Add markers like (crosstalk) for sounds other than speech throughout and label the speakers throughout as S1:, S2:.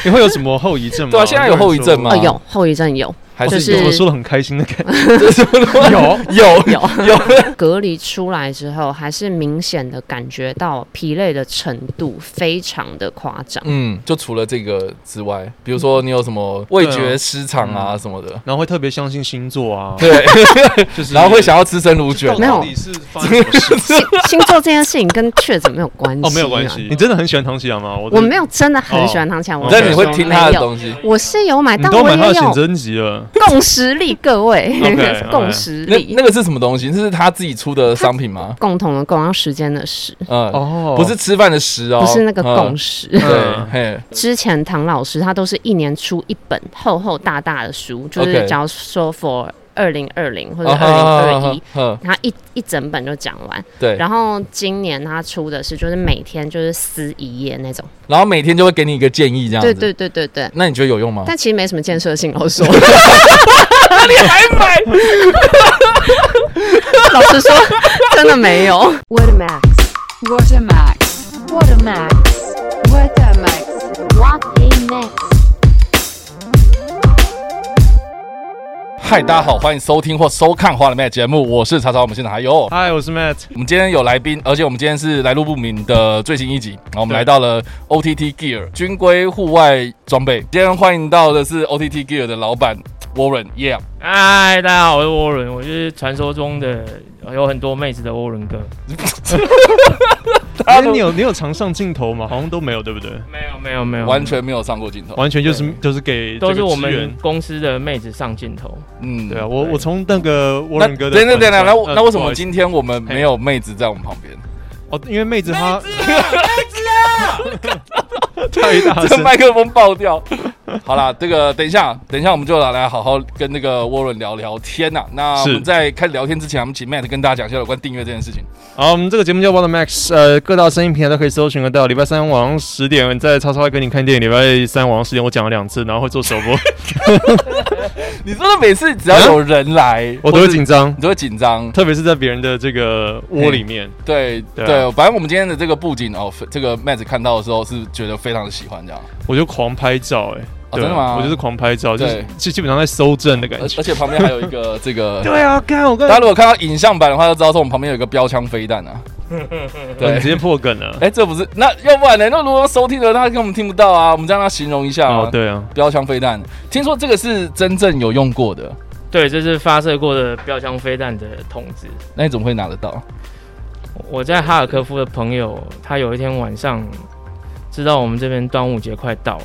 S1: (laughs) 你会有什么后遗症吗？
S2: 对啊现在有后遗症
S1: 吗？
S2: 吗啊
S3: 哦，有后遗症有
S2: 还
S3: 就是是
S1: 我说的很开心的 (laughs) 感觉，
S2: 有有
S3: 有，
S2: 有，
S3: 隔离出来之后，还是明显的感觉到疲累的程度非常的夸张。
S2: 嗯，就除了这个之外，比如说你有什么味
S1: 对
S2: 觉
S1: 啊
S2: 失常啊
S1: 嗯
S2: 什么的，
S1: 然后会特别相信星座啊，
S2: 对，
S1: 就是
S2: 然后会想要吃生乳卷
S1: 到，
S3: 没有
S1: 底是发生什么事啊
S3: 星 (laughs) 星座这件事情跟确诊没有关系、啊
S4: 哦，没有关。系
S1: 你。真的很喜欢唐启阳吗？我
S3: 我没有真的很喜欢唐强，
S1: 哦
S3: 我
S2: 但
S3: 跟
S2: 你
S3: 说
S2: 会听他的
S3: 没有
S2: 东西。
S3: 我是有买，
S1: 你
S3: 但
S1: 都
S3: 我
S1: 买
S3: 也
S1: 他的
S3: 有
S1: 写真集了，
S3: 共识力，各位 (laughs)
S1: OK，
S3: 共识
S2: 那
S3: 力
S2: 那，个是什么东西？这是他自己出的商品吗？
S3: 共同的共，然后时间的时，
S2: 嗯，
S1: 哦
S2: 不是吃饭的食哦，
S3: 不是那个
S2: 嗯
S3: 共识。
S2: 对，嘿，
S3: 之前唐老师他都是一年出一本厚厚大大的书，就
S2: OK
S3: 是假如说 for 二零二零或者
S2: 啊
S3: 二零二一，，
S2: 哈哈哈哈
S3: 他一一整本就讲完。
S2: 对，
S3: 然后今年他出的是就是每天就是撕一页那种，
S2: 然后每天就会给你一个建议，这样子
S3: 对。对对对对。
S2: 那你觉得有用吗？
S3: 但其实没什么建设性，我说， (laughs) 老实说，真的没有。
S5: What a max. What a max. What a max. What a max.
S6: What a max.
S2: 嗨，大家好，欢迎收听或收看《花了妹》节目，我是查查，我们现场还有。
S1: 嗨，我是 Matt，
S2: 我们今天有来宾，而且我们今天是来路不明的最新一集。然后我们
S1: 对
S2: 来到了 OTT Gear 军规户外装备。今天欢迎到的是 OTT Gear 的老板 Warren，Yeah，
S7: 嗨，大家好，我是沃伦，我是传说中的有很多妹子的沃伦哥。
S1: 哎，你有你有常上镜头吗？好像都没有，对不对？
S7: 没有，没有，没有，
S2: 完全没有上过镜头。
S1: 完全就是就是给
S7: 都是
S1: 这个
S7: 我
S1: 资
S7: 们
S1: 源。
S7: 公司的妹子上镜头。
S2: 嗯
S1: 对啊，我
S7: 对
S1: 我从那个沃
S2: 那
S1: 伦哥的
S2: 等等
S1: 粉
S2: 等
S1: 砖，
S2: 等，那
S1: 呃
S2: 那为什
S1: 不好
S2: 么
S1: 意思
S2: 今天我们没有妹子在我们旁边？
S1: 哦？因为妹子她
S2: 啊
S1: (laughs) 太大
S2: 这
S1: 声，
S2: 麦克风爆掉。好啦，这个等一下，等一下我们就来好好跟那个沃伦聊聊天呐、那我
S1: 是
S2: 们在开始聊天之前，我们请 Matt 跟大家讲一下有关订阅这件事情。
S1: 好，我们这个节目叫《What Max》，呃，各大声音平台都可以搜寻得到。礼拜三晚上十点在叉叉 Y 跟你看电影，礼拜三晚上十点我讲了两次，然后会做首 (laughs) 播，
S2: 你真的每次只要有人来，
S1: 我都会
S2: 或是
S1: 紧，张，
S2: 你都会紧张。
S1: 特别是在别人的这个窝里面。
S2: 对
S1: 对啊
S2: 对，反正我们今天的这个布景哦，这个 Matt 看到的时候是觉得非常的喜欢这样，
S1: 我就狂拍照、哎、对
S2: 哦真的吗
S1: 我就是狂拍照，就是
S2: 对呃
S1: 基基本上在搜证的感
S2: 而
S1: 觉。
S2: 而且旁边还有一个这个。
S1: 哎 (laughs) 对啊，看我跟
S2: 大家如果看到影像版的话，就知道说我们旁边有一个标枪飞弹啊。
S1: 对你
S2: 对
S1: 直，接破梗了。
S2: 哎，这不是那要不然呢？那如果收听的人他根本听不到啊，我们再让他形容一下啊
S1: 哦，。对啊，
S2: 标枪飞弹，听说这个是真正有用过的，
S7: 对，这是发射过的标枪飞弹的筒子。
S2: 那你怎么会拿得到？啊
S7: 我在哈尔科夫的朋友，他有一天晚上知道我们这边端午节快到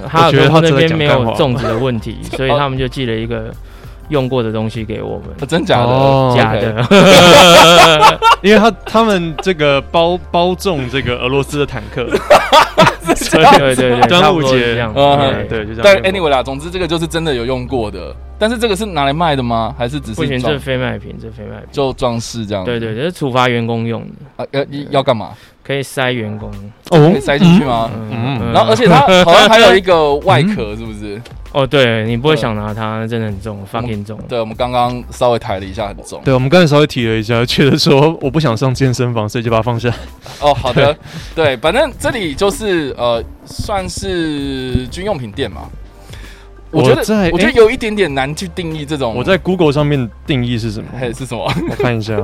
S7: 了，哈尔
S1: (laughs) 我觉得他
S7: 科夫
S1: 真
S7: 那
S1: 的
S7: 边
S1: 讲
S7: 没
S1: 干
S7: 有
S1: 话
S7: 粽子的问题，所以他们就寄了一个用过的东西给我们。
S1: (laughs)
S2: 啊、真假的？
S1: 哦
S7: 假
S2: OK
S7: 的，
S1: 因为他他们这个包包中这个俄罗斯的坦
S2: (laughs)
S1: 克，所以
S7: (laughs) 对对对，
S1: 端
S7: 差
S1: 午
S7: 不多是
S1: 节
S7: 这样。
S2: 嗯
S1: 哦对，就这样。
S2: 但 anyway 啦，总之这个就是真的有用过的，但是这个是拿来卖的吗？还是只
S7: 不
S2: 是
S7: 行，
S2: 装
S7: 这非卖品，这非卖品。
S2: 就装饰这样？
S7: 对对，这是处罚员工用的，
S2: 啊，要要干嘛？
S7: 可以塞员工。
S1: 哦
S2: 可以塞进去吗？
S1: 嗯
S2: 然后而且它好像还有一个外壳，是不是？
S7: 哦，对你不会想拿它，那真的很重，fucking 重。
S2: 对，我们刚刚稍微抬了一下，很重。
S1: 对，我们刚才稍微提了一下， (laughs) 觉得说我不想上健身房，所以就把它放下。
S2: 哦，好的，对，反正这里就是呃，算是军用品店嘛。我觉得
S1: 我在
S2: 我觉得
S1: 诶
S2: 有一点点难去定义这种。
S1: 我在 Google 上面定义是什么？
S2: 哦嘿是什么？
S1: 我看一
S2: (laughs)
S1: 下，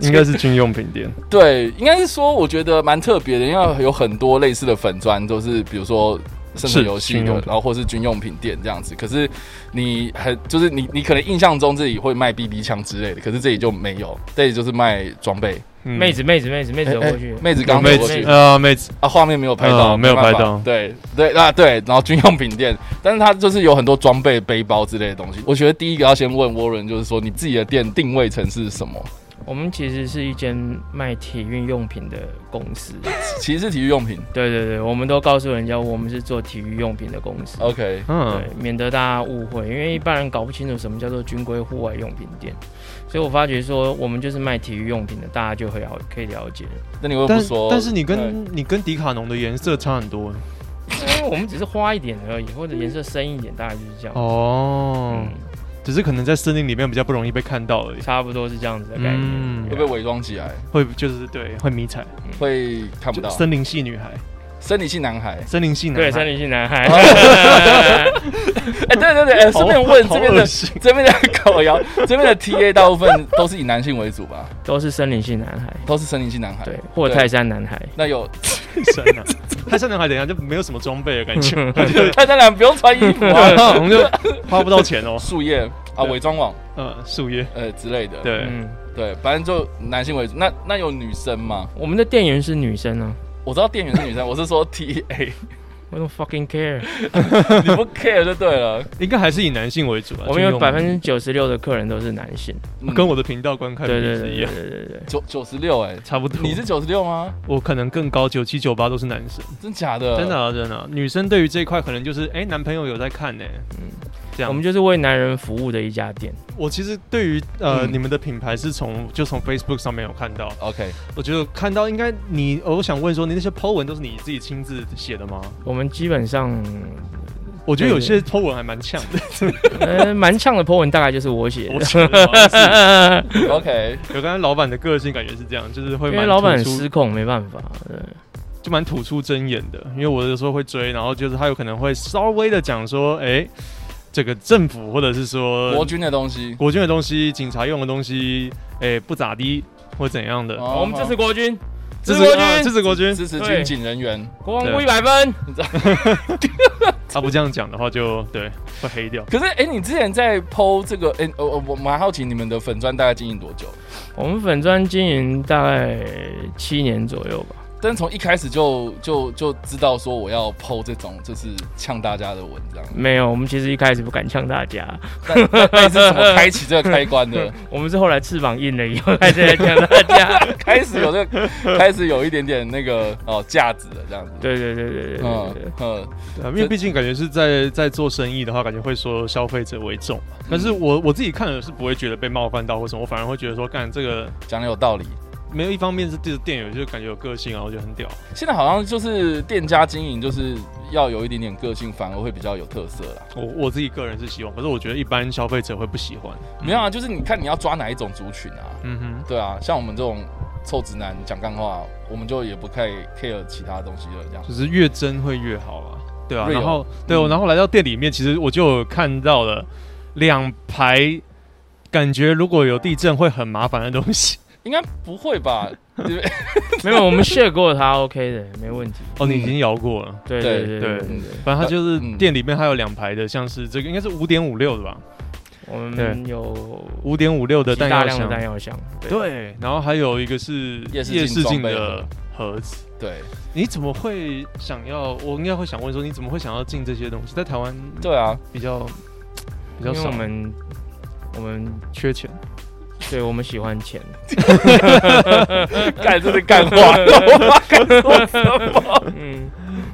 S1: 应该是军用品店。
S2: 对，应该是说我觉得蛮特别的，因为有很多类似的粉砖都是，比如说。生存
S1: 是
S2: 游戏
S1: 军
S2: 的
S1: 用，品
S2: 然后或是军用品店这样子，可是你很就是你你可能印象中这里会卖 BB 枪之类的，可是这里就没有，这里就是卖装备。
S1: 嗯
S7: 妹子，妹子，妹子，妹子走过去，
S2: 哎妹子刚走
S1: 妹
S2: 过
S1: 子
S2: 去
S1: 啊，妹子，
S2: 啊，画面没有拍到，
S1: 嗯没有
S2: 办法
S1: 拍到
S2: 对对啊对，然后军用品店，但是它就是有很多装备、背包之类的东西。我觉得第一个要先问 Warren，就是说你自己的店定位成是什么？
S7: 我们其实是一间卖体育用品的公司。
S2: 其实是体育用品。
S7: 对对对，我们都告诉人家我们是做体育用品的公司。
S2: OK，
S1: 嗯
S7: 对，，免得大家误会，因为一般人搞不清楚什么叫做军规户外用品店，所以我发觉说我们就是卖体育用品的，大家就会了可以了解。
S2: 那你会
S1: 但
S2: 不说？
S1: 但是你
S2: 对
S1: 跟你跟迪卡侬的颜色差很多欸
S7: 因为我们只是花一点而已，或者颜色深一点，大概就是这样。
S2: 嗯
S1: 哦
S7: 嗯，，
S1: 只是可能在森林里面比较不容易被看到而已，
S7: 差不多是这样子的概念。
S1: 嗯
S2: 会被伪装起来，
S1: 会就是对会迷彩，
S2: 会看不
S1: 就
S2: 到。
S1: 森林系女孩，
S2: 生理性男孩。
S1: 森林系男
S7: 对，
S1: 孩，
S7: 森林性男孩。
S2: (laughs)
S1: (laughs)
S2: 哎、对对对，哎
S1: 好
S2: 顺、便问
S1: 好
S2: 这边的 (laughs)
S1: 恶心
S2: 这边的狗瑶，这边的 TA 大部分都是以男性为主吧，
S7: 都是森林性男孩，
S2: 都是生理性
S1: 哎
S2: 男孩。
S7: 对，或者泰山男孩。
S2: 那有
S1: 神啊！泰山男孩等一下就没有什么装备的感觉，
S2: (laughs) 他当然不用穿衣服啊，
S1: (laughs) 我们就花不到钱哦。
S2: 树叶啊、
S1: 对
S2: 伪装网
S1: 嗯，树叶，
S2: 呃之类的。
S1: 对，
S7: 嗯，
S2: 对，反正就男性为主。那那有女生吗？
S7: 我们的店员是女生啊
S2: 我知道店员是女生，我是说 TA，
S7: ，I don't fucking care。
S2: (laughs) 你不 care 就对了。
S1: 应该还是以男性为主啊。
S7: 我们
S1: 就
S7: 有
S1: 用
S7: 百分之九十六的客人都是男性。
S2: 嗯
S1: 跟我的频道观看
S7: 对
S1: 比
S7: 对
S1: 是
S7: 对
S1: 一
S7: 对
S1: 样，
S7: 对对对。
S2: 九九十六哎，
S1: 差不多。
S2: 你是九十六吗？
S1: 我可能更高，九七九八都是男生，
S2: 真假的？
S1: 真的。啊真的啊。女生对于这一块可能就是，哎，男朋友有在看呢，嗯
S7: 嗯，
S1: 这样。
S7: 我们就是为男人服务的一家店。
S1: 我其实对于呃、
S2: 嗯
S1: 你们的品牌是从就从 Facebook 上面有看到，
S2: OK，
S1: 我觉得看到应该你，呃我想问说，你那些 po 文都是你自己亲自写的吗？
S7: 我们基
S1: (laughs)
S7: 本上，
S1: 我觉得有些 po 文还蛮呛的，
S7: 呃，蛮呛的 po 文大概就是我写
S1: 我
S7: 的。嗯
S1: 觉得好像是 (laughs)
S2: OK，
S1: 有刚才老板的个性感觉是这样，就是会
S7: 因
S1: 蛮
S7: 为老板很
S1: 突出
S7: 失控，没办法。对，
S1: 就蛮吐出真言的，因为我有时候会追，然后就是他有可能会稍微的讲说，哎、这个政府或者是说
S2: 国军的东西。
S1: 国军的东西、警察用的东西，哎、不咋地或怎样的，
S2: 哦
S7: 我们支持国军，支持
S1: 支
S7: 国
S1: 持啊支
S7: 军，
S1: 持国军，
S2: 支持军
S7: 对
S2: 警人员。
S7: 国防部
S1: 对
S7: 一百分。
S1: 他啊不这样讲的话就对会黑掉。
S2: 可是，哎、你之前在剖这个，哎、呃，我我蛮好奇你们的粉砖大概经营多久？
S7: 我们粉砖经营大概七年左右吧。
S2: 但从一开始就就就知道说我要剖这种就是呛大家的文章，
S7: 没有，我们其实一开始不敢呛大家，
S2: 但但但是怎么开启这个开关
S7: (laughs)
S2: 的？
S7: 我们是后来翅膀硬了以后开始来呛大家。
S1: (laughs)
S2: 开始有这个，开始有一点点那个哦价值了这样子。，
S7: 对对对对对对
S1: 哦
S2: 嗯
S7: 对。
S2: 嗯，
S1: 对啊，因为毕竟感觉是在在做生意的话，感觉会说消费者为重嘛。但是我我自己看了是不会觉得被冒犯到或什么，我反而会觉得说，干这个
S2: 讲的有道理。
S1: 没有一方面是这个店员就感觉有个性啊，我觉得很屌。
S2: 现在好像就是店家经营，就是要有一点点个性，反而会比较有特色啦。
S1: 我我自己个人是希望，可是我觉得一般消费者会不喜欢。
S7: 嗯
S2: 没有啊，就是你看你要抓哪一种族群啊？
S1: 嗯哼，
S2: 对啊，像我们这种臭直男讲干话，我们就也不太 care 其他东西了，这样。
S1: 就是越真会越好啊。对啊，
S2: Real
S1: 然后对、哦，
S2: 嗯
S1: 然后来到店里面，其实我就有看到了两排，感觉如果有地震会很麻烦的东西。
S2: 应该不
S1: (laughs)
S2: 会吧？
S7: 没有，我们卸过它 OK 的，没问题。
S1: 哦，你
S2: 嗯
S1: 已经摇过了。
S7: 对
S2: 对
S7: 对
S1: 对
S7: 对对对对，
S1: 反正它就是
S2: 嗯
S1: 店里面还有两排的，像是这个应该是五点五六的吧，
S7: 我
S1: 对
S7: 们有
S1: 五点五六的
S7: 极
S1: 弹
S7: 大
S1: 药
S7: 量的
S1: 箱，
S7: 弹药箱，
S1: 对，然后还有一个是
S2: 夜视镜
S1: 夜视镜
S2: 装备啊盒
S1: 的盒子。
S2: 对
S1: 你怎么会想要？我应该会想问说，你怎么会想要进这些东西？在台湾
S2: 对啊，
S1: 比较比
S7: 因
S1: 较
S7: 为
S1: 少
S7: 我，们我们
S1: 缺钱。
S7: 对我们喜欢钱，
S2: 干这是干
S1: (laughs)
S2: 话，我干说什么？
S7: 嗯，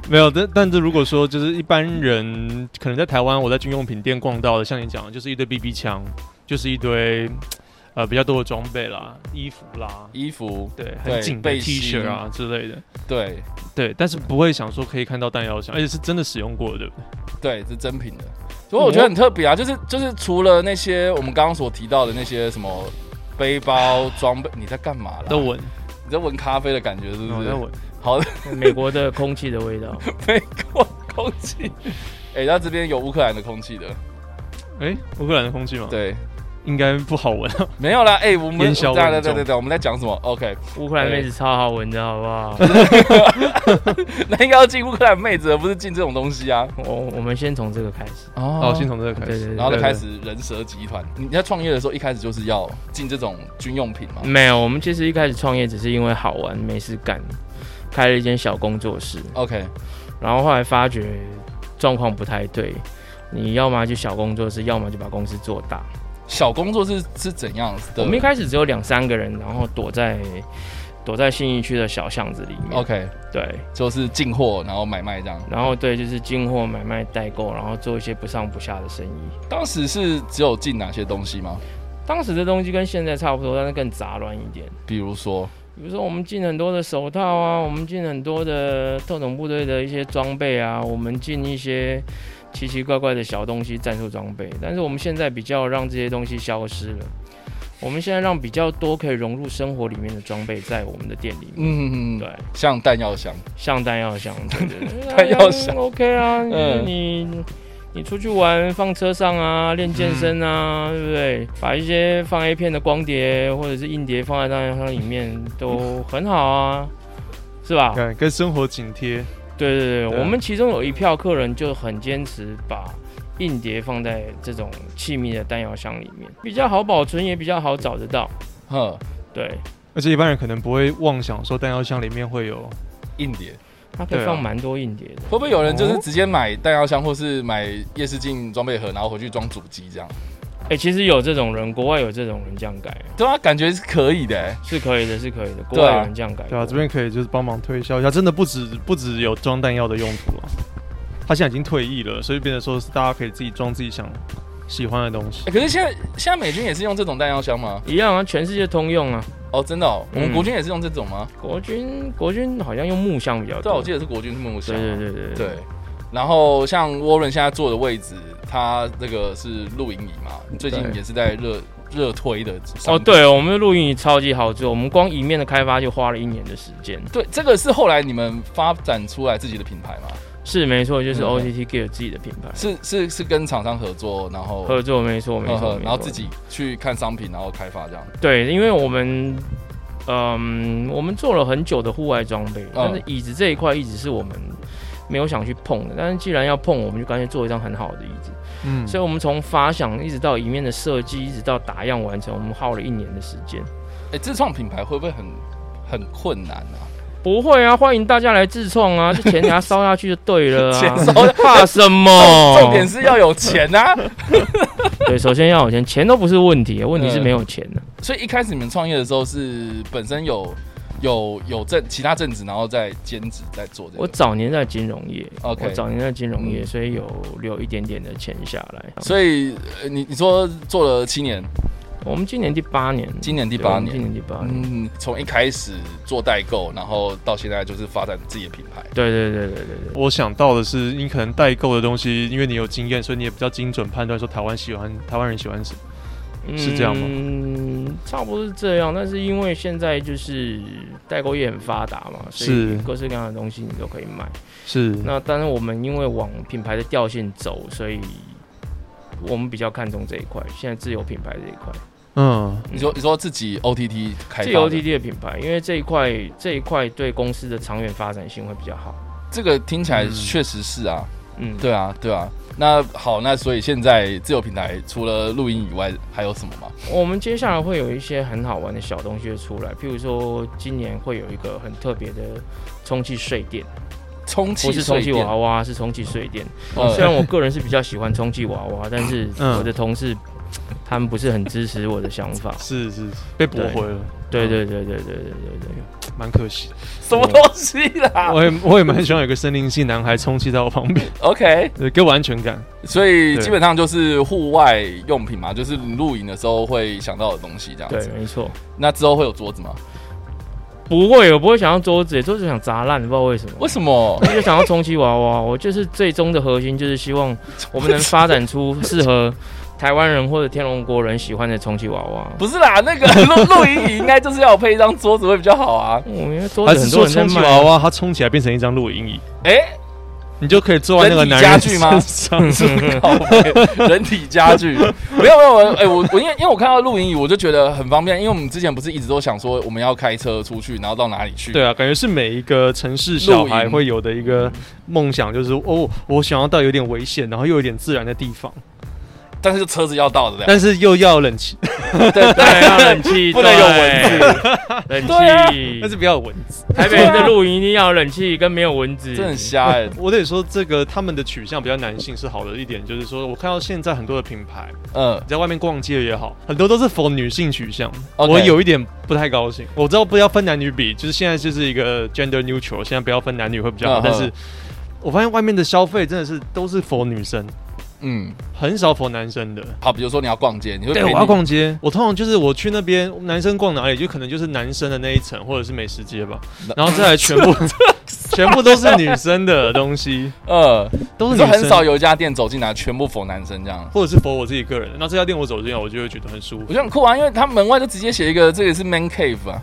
S1: 没有，但但是如果说就是一般人可能在台湾，我在军用品店逛到的，像你讲的，就是一堆 BB 枪，就是一堆呃比较多的装备啦、衣服啦，
S2: 衣服
S1: 对，
S2: 对
S1: 很紧的
S2: 背
S1: T
S2: 心
S1: 恤啊之类的，
S2: 对
S1: 对，但是不会想说可以看到弹药箱，而且是真的使用过的，对
S2: 啊
S1: 不对？
S2: 对是真品的，
S1: 哦
S2: 所以我觉得很特别啊，就是就是除了那些我们刚刚所提到的那些什么。背包装备，你在干嘛啦？
S1: 都闻，
S2: 你在闻咖啡的感觉是不
S1: 我
S2: 是
S1: 哦在？闻，
S2: 好 (laughs) 的，
S7: 美国的空气的味
S1: (laughs)
S7: 道，
S2: 美国空气。哎，那这边有乌克兰的空气的，
S1: 哎，乌克兰的空气嘛，，
S2: 对，
S1: 应该不好闻，啊
S2: 没有啦。哎，我们
S1: 烟消
S2: 对啊
S1: 云
S2: 对对
S1: 重
S2: 对对，我们在讲什么？OK，
S7: 乌克兰妹子超好闻的，好不好？
S1: (laughs)
S2: (laughs) 那应该要进乌克兰妹子，而不是进这种东西啊。
S7: 我我们先从这个开始，
S2: 哦
S1: 好，先从这个开
S7: 对
S1: 始，
S7: 对
S2: 然后
S7: 对
S2: 再。开始人蛇集团。你在创业的时候，一开始就是要进这种军用品嘛？
S7: 没有，我们其实一开始创业只是因为好玩没事干，开了一间小工作室，
S2: OK，
S7: 然后后来发觉状况不太对，你要么就小工作室，要么就把公司做大。
S2: 小工作是是怎样的？
S7: 我们一开始只有两三个人，然后躲在躲在信义区的小巷子里面。
S2: OK，
S7: 对，
S2: 就是进货然后买卖这样。
S7: 然后对，就是进货、买卖、代购，然后做一些不上不下的生意。
S2: 当时是只有进哪些东西吗？
S7: 当时的东西跟现在差不多，但是更杂乱一点。
S2: 比如说，
S7: 比如说，我们进很多的手套啊，我们进很多的特种部队的一些装备啊，我们进一些奇奇怪怪的小东西、战术装备。但是我们现在比较让这些东西消失了，我们现在让比较多可以融入生活里面的装备在我们的店里面。
S2: 嗯，
S7: 对，，
S2: 像弹药箱，
S7: 像弹药箱，对 (laughs) 对对，
S2: 弹药箱
S7: OK 啊，
S2: 嗯
S7: 你你出去玩放车上啊，练健身啊，对不对？把一些放 A 片的光碟或者是硬碟放在弹药箱里面都很好啊，是 (laughs) 吧？
S1: 看跟生活紧贴，
S7: 对对对，
S1: 对
S7: 我们其中有一票客人就很坚持把硬碟放在这种气密的弹药箱里面，比较好保存，也比较好找得到。
S2: 哼，
S7: 对，
S1: 而且一般人可能不会妄想说弹药箱里面会有
S2: 硬碟。
S7: 它可
S1: 对
S7: 以
S1: 啊
S7: 放蛮多硬碟的。
S2: 会不会有人就是直接买弹药箱，或是买夜视镜装备盒，然后回去装主机这样？
S7: 哎、其实有这种人，国外有这种人这样改，
S2: 对啊，感觉是可以的、欸。
S7: 是可以的，是可以的。国
S2: 对啊
S7: 外有人这样改过，
S1: 对啊，这边可以就是帮忙推销一下，真的不止不止有装弹药的用途了。他现在已经退役了，所以变得说是大家可以自己装自己想喜欢的东西
S2: 欸。可是现在现在美军也是用这种弹药箱吗？
S7: 一样啊，全世界通用啊。
S2: 哦，真的哦，我们
S7: 嗯
S2: 国军也是用这种吗？
S7: 国军国军好像用木箱比较
S2: 对啊，
S7: 多，
S2: 我记得是国军是木箱。
S7: 对哦对对对
S2: 对。然后像 Warren 现在坐的位置，他这个是露营椅嘛，最近
S7: 对
S2: 也是在热热推的商品。
S7: 哦，对，我们的录音椅超级好做，我们光一面的开发就花了一年的时间。
S2: 对，这个是后来你们发展出来自己的品牌嘛？
S7: 是没错，就是
S2: 嗯
S7: OTT Gear 自己的品牌
S2: 是是是跟厂商合作，然后
S7: 合作，没错没
S2: 哦呵
S7: 错
S2: 呵，
S7: 没
S2: 然后
S7: 错
S2: 自己去看商品，然后开发这样。
S7: 对，因为我们，嗯，我们做了很久的户外装
S2: 嗯
S7: 备，但是椅子这一块一直是我们没有想去碰的。但是既然要碰，我们就干脆做一张很好的椅子。
S1: 嗯
S7: 所以，我们从发想一直到椅面的设计，一直到打样完成，我们耗了一年的时间。
S2: 哎，自创品牌会不会很很困难啊？
S7: 不会啊，欢迎大家来自创啊，就钱给它 (laughs) 烧下去就对了、啊，
S2: (laughs) 钱烧下
S7: 怕什么？
S2: (laughs) 重点是要有钱啊！
S7: 对，首先要有钱，钱都不是问题，问题是没有钱啊的、
S2: 所以一开始你们创业的时候是本身有有有正其他正职，然后再兼职在做这
S7: 我
S2: 个。
S7: 早年在金融业
S2: OK
S7: 我早年在金融业，
S2: 嗯
S7: 所以有留一点点的钱下来。
S2: 所以呃你你说做了七年，
S7: 我们今年第八年，
S2: 今年第
S7: 第
S2: 八
S7: 今
S2: 年，
S7: 年第八年。
S2: 嗯，从一开始做代购，然后到现在就是发展自己的品牌。
S7: 对对对对对对，
S1: 我想到的是，你可能代购的东西，因为你有经验，所以你也比较精准判断说台湾喜欢台湾人喜欢什么。是这样吗
S7: 嗯，差不多是这样，但是因为现在就是代购业很发达嘛，所
S1: 是
S7: 以各式各样的东西你都可以买。
S1: 是
S7: 那当然我们因为往品牌的调性走，所以我们比较看重这一块，现在自有品牌这一块。
S1: 嗯，
S2: 你说你说自己 OTT 开发
S7: 这
S2: 的
S7: OTT 的品牌，因为这一块这一块对公司的长远发展性会比较好。
S2: 这个听起来
S1: 嗯
S2: 确实是啊，
S7: 嗯，
S2: 对啊对啊。那好，那所以现在自由平台除了录音以外还有什么吗？
S7: 我们接下来会有一些很好玩的小东西会出来，譬如说今年会有一个很特别的充气睡垫，
S2: 充
S7: 不
S2: 气
S7: 是充
S2: 睡
S7: 气
S2: 垫
S7: 娃，娃，是充气睡垫。
S2: 呃
S7: (laughs) 虽然我个人是比较喜欢充气娃娃，但是
S1: 嗯
S7: 我的同事他们不是很支持我的想法。
S1: 是是是被驳回了，
S7: 对对对对对对对对，
S1: 蛮可惜的。
S2: (laughs) 什么东西啦？
S1: 我也我也蛮喜欢有个森林系男孩充气在我旁边，
S2: OK，
S1: (laughs) 对，给我安全感。
S2: 所以
S1: 对
S2: 基本上就是户外用品嘛，就是你露营的时候会想到的东西这样子。
S7: 对，没错。
S2: 那之后会有桌子
S1: 嗯
S2: 吗？
S7: 不会，我不会想要桌子，桌子想砸烂，不知道为什么。 (laughs)
S2: 为什么？ (laughs)
S7: 我就想要充气娃娃，我就是最终的核心就是希望我们能发展出适合台湾人或者天龙国人喜欢的充气娃娃。
S2: 不是啦，那个 (laughs) 露露营椅应该就是要有配一张桌子会比较好啊。
S7: 我们桌
S1: 还
S7: 子
S1: 是
S7: 很多
S1: 说
S7: 人在
S1: 充气娃，
S7: 卖
S1: 娃，它充起来啊变成一张露营椅，
S2: 哎、
S1: 你就可以坐在那个男人
S2: 人体家具吗
S1: 身 (laughs) 上
S2: 靠背 (laughs) 人体
S1: (laughs)
S2: 家具没有没有，哎、我我因为因为我看到露营椅，我就觉得很方便，因为我们之前不是一直都想说我们要开车出去，然后到哪里去？
S1: 对啊，感觉是每一个城市小孩会有的一个梦想，就是
S2: 嗯
S1: 哦，我想要到有点危险，然后又有点自然的地方，
S2: 但是车子要到的，
S1: 但是又要冷
S2: (laughs)
S1: 气，
S2: 对对
S7: 对，要冷
S2: (laughs)
S7: 气，
S2: 不能有对
S7: 对，
S2: 啊
S1: 但
S7: 冷
S1: 是
S7: 气。
S1: 不要有蚊子。
S7: 台北人的露营一定要有冷气，跟没有蚊子。
S2: 真的很瞎哎、
S1: 我得说，这个他们的取向比较男性是好的一点，就是说我看到现在很多的品牌，
S2: 嗯，
S1: 你在外面逛街也好，很多都是否女性取向。
S2: OK
S1: 我有一点不太高兴，我知道不要分男女比，就是现在就是一个 gender neutral，现在不要分男女会比较好，
S2: 嗯
S1: 但是我发现外面的消费真的是都是否女生，
S2: 嗯，
S1: 很少否男生的。
S2: 好，比如说你要逛街，你会
S1: 对，
S2: 陪
S1: 我要
S2: 你
S1: 逛街，我通常就是我去那边， (laughs) 男生逛哪里就可能就是男生的那一层，或者是美食街吧，然后再来全部全全部都是女生的东西，
S2: 呃，
S1: (laughs) 都是
S2: 你
S1: 女
S2: 说
S1: 生，
S2: 很少有一家店走进来全部否男生这样。
S1: 或者是否我自己个人的。那这家店我走进来，我就会觉得很舒
S2: 我
S1: 服。
S2: 觉得很酷啊，因为他门外就直接写一个这个是 man cave 啊，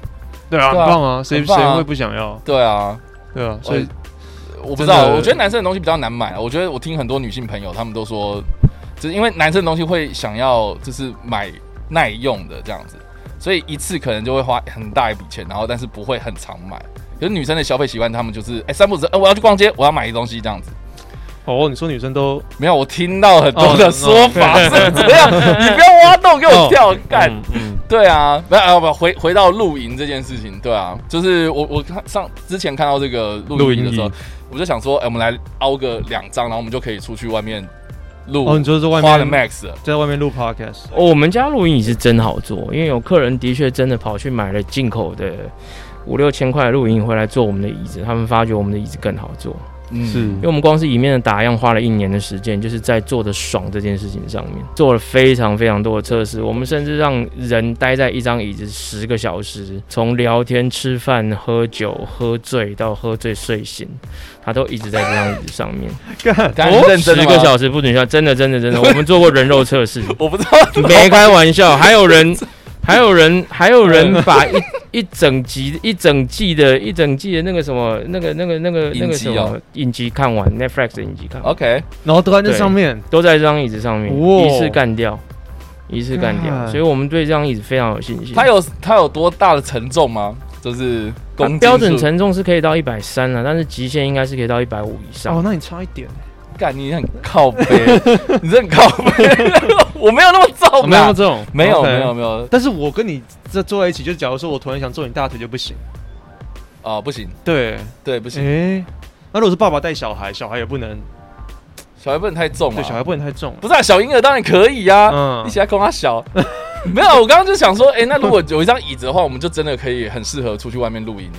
S1: 对啊，很
S2: 对啊
S1: 棒啊，谁
S2: 很棒啊
S1: 谁会不想要？
S2: 对啊，
S1: 对啊，所以
S2: 我不知道，
S1: 真的
S2: 我觉得男生的东西比较难买啊。我觉得我听很多女性朋友，她们都说，就是因为男生的东西会想要就是买耐用的这样子，所以一次可能就会花很大一笔钱，然后但是不会很常买。可是女生的消费习惯，她们就是哎、三不五时，哎、我要去逛街，我要买一东西这样子。
S1: 哦，你说女生都
S2: 没有，我听到很多
S1: 哦
S2: 的说法是 (laughs) 这样，你不要挖洞给我跳，干、
S1: 嗯嗯，
S2: 对啊，不啊不回回到露营这件事情，对啊，就是我我看上之前看到这个露营的时候
S1: 露营，
S2: 我就想说，哎、我们来凹个两张，然后我们就可以出去外面露。
S1: 哦，你说是外
S2: 花了
S1: 面
S2: max 了
S1: 在外面录 podcast，
S7: 哦我们家录音椅是真好做，因为有客人的确真的跑去买了进口的五六千块的录音椅回来做我们的椅子，他们发觉我们的椅子更好做，
S2: 嗯
S1: 是
S7: 因为我们光是椅面的打样花了一年的时间，就是在做的爽这件事情上面做了非常非常多的测试，我们甚至让人待在一张椅子十个小时，从聊天、吃饭、喝酒、喝醉到喝醉睡醒，他都一直在这张椅子上面，
S1: 干
S2: 干认真的
S7: 十
S2: 吗
S7: 个小时不准笑，真的真的真的，我们做过人肉测试。
S2: 我
S1: (laughs)
S2: 不知道，
S7: (laughs) 没开玩笑，还有人，还有人，还有人把一 (laughs) 一整集、一整季的、一整季的那个什么、那个、那个、那个、那
S2: 影
S7: 个
S2: 集
S7: 什
S2: 哦
S7: 么影集看完，Netflix 的影集看完，
S2: OK，
S1: 然后都在那上面，
S7: 都在这张椅子上面，
S1: 哇
S7: 一次干掉，一次干掉，
S1: 干
S7: 所以我们对这张椅子非常有信
S1: 嗯
S7: 心。啊
S2: 它有它有多大的沉重吗？就是
S7: 它
S2: 公斤数
S7: 标准承重是可以到一百三啊了，但是极限应该是可以到一百五以上。
S1: 哦，那你差一点，
S2: 干，你很靠背， (laughs) 你真的很靠背， (laughs) 我没有那么
S1: 我
S2: 重
S1: 哦没有
S2: 啊
S1: 这，种，
S2: 没有
S1: OK
S2: 没有。没有
S1: 但是我跟你这坐在一起，就假如说我突然想揍你大腿就不行，
S2: 啊，不行，
S1: 对，
S2: 对不行，
S1: 哎，那如果是爸爸带小孩，小孩也不能，
S2: 小孩不能太重
S1: 对，小
S2: 啊
S1: 孩，不能太重，
S2: 不是啊，小婴儿当然可以啊，
S1: 嗯
S2: 一起来跟他小。 (laughs) 没有，我刚刚就想说，哎、那如果有一张椅子的话，我们就真的可以很适合出去外面露营了。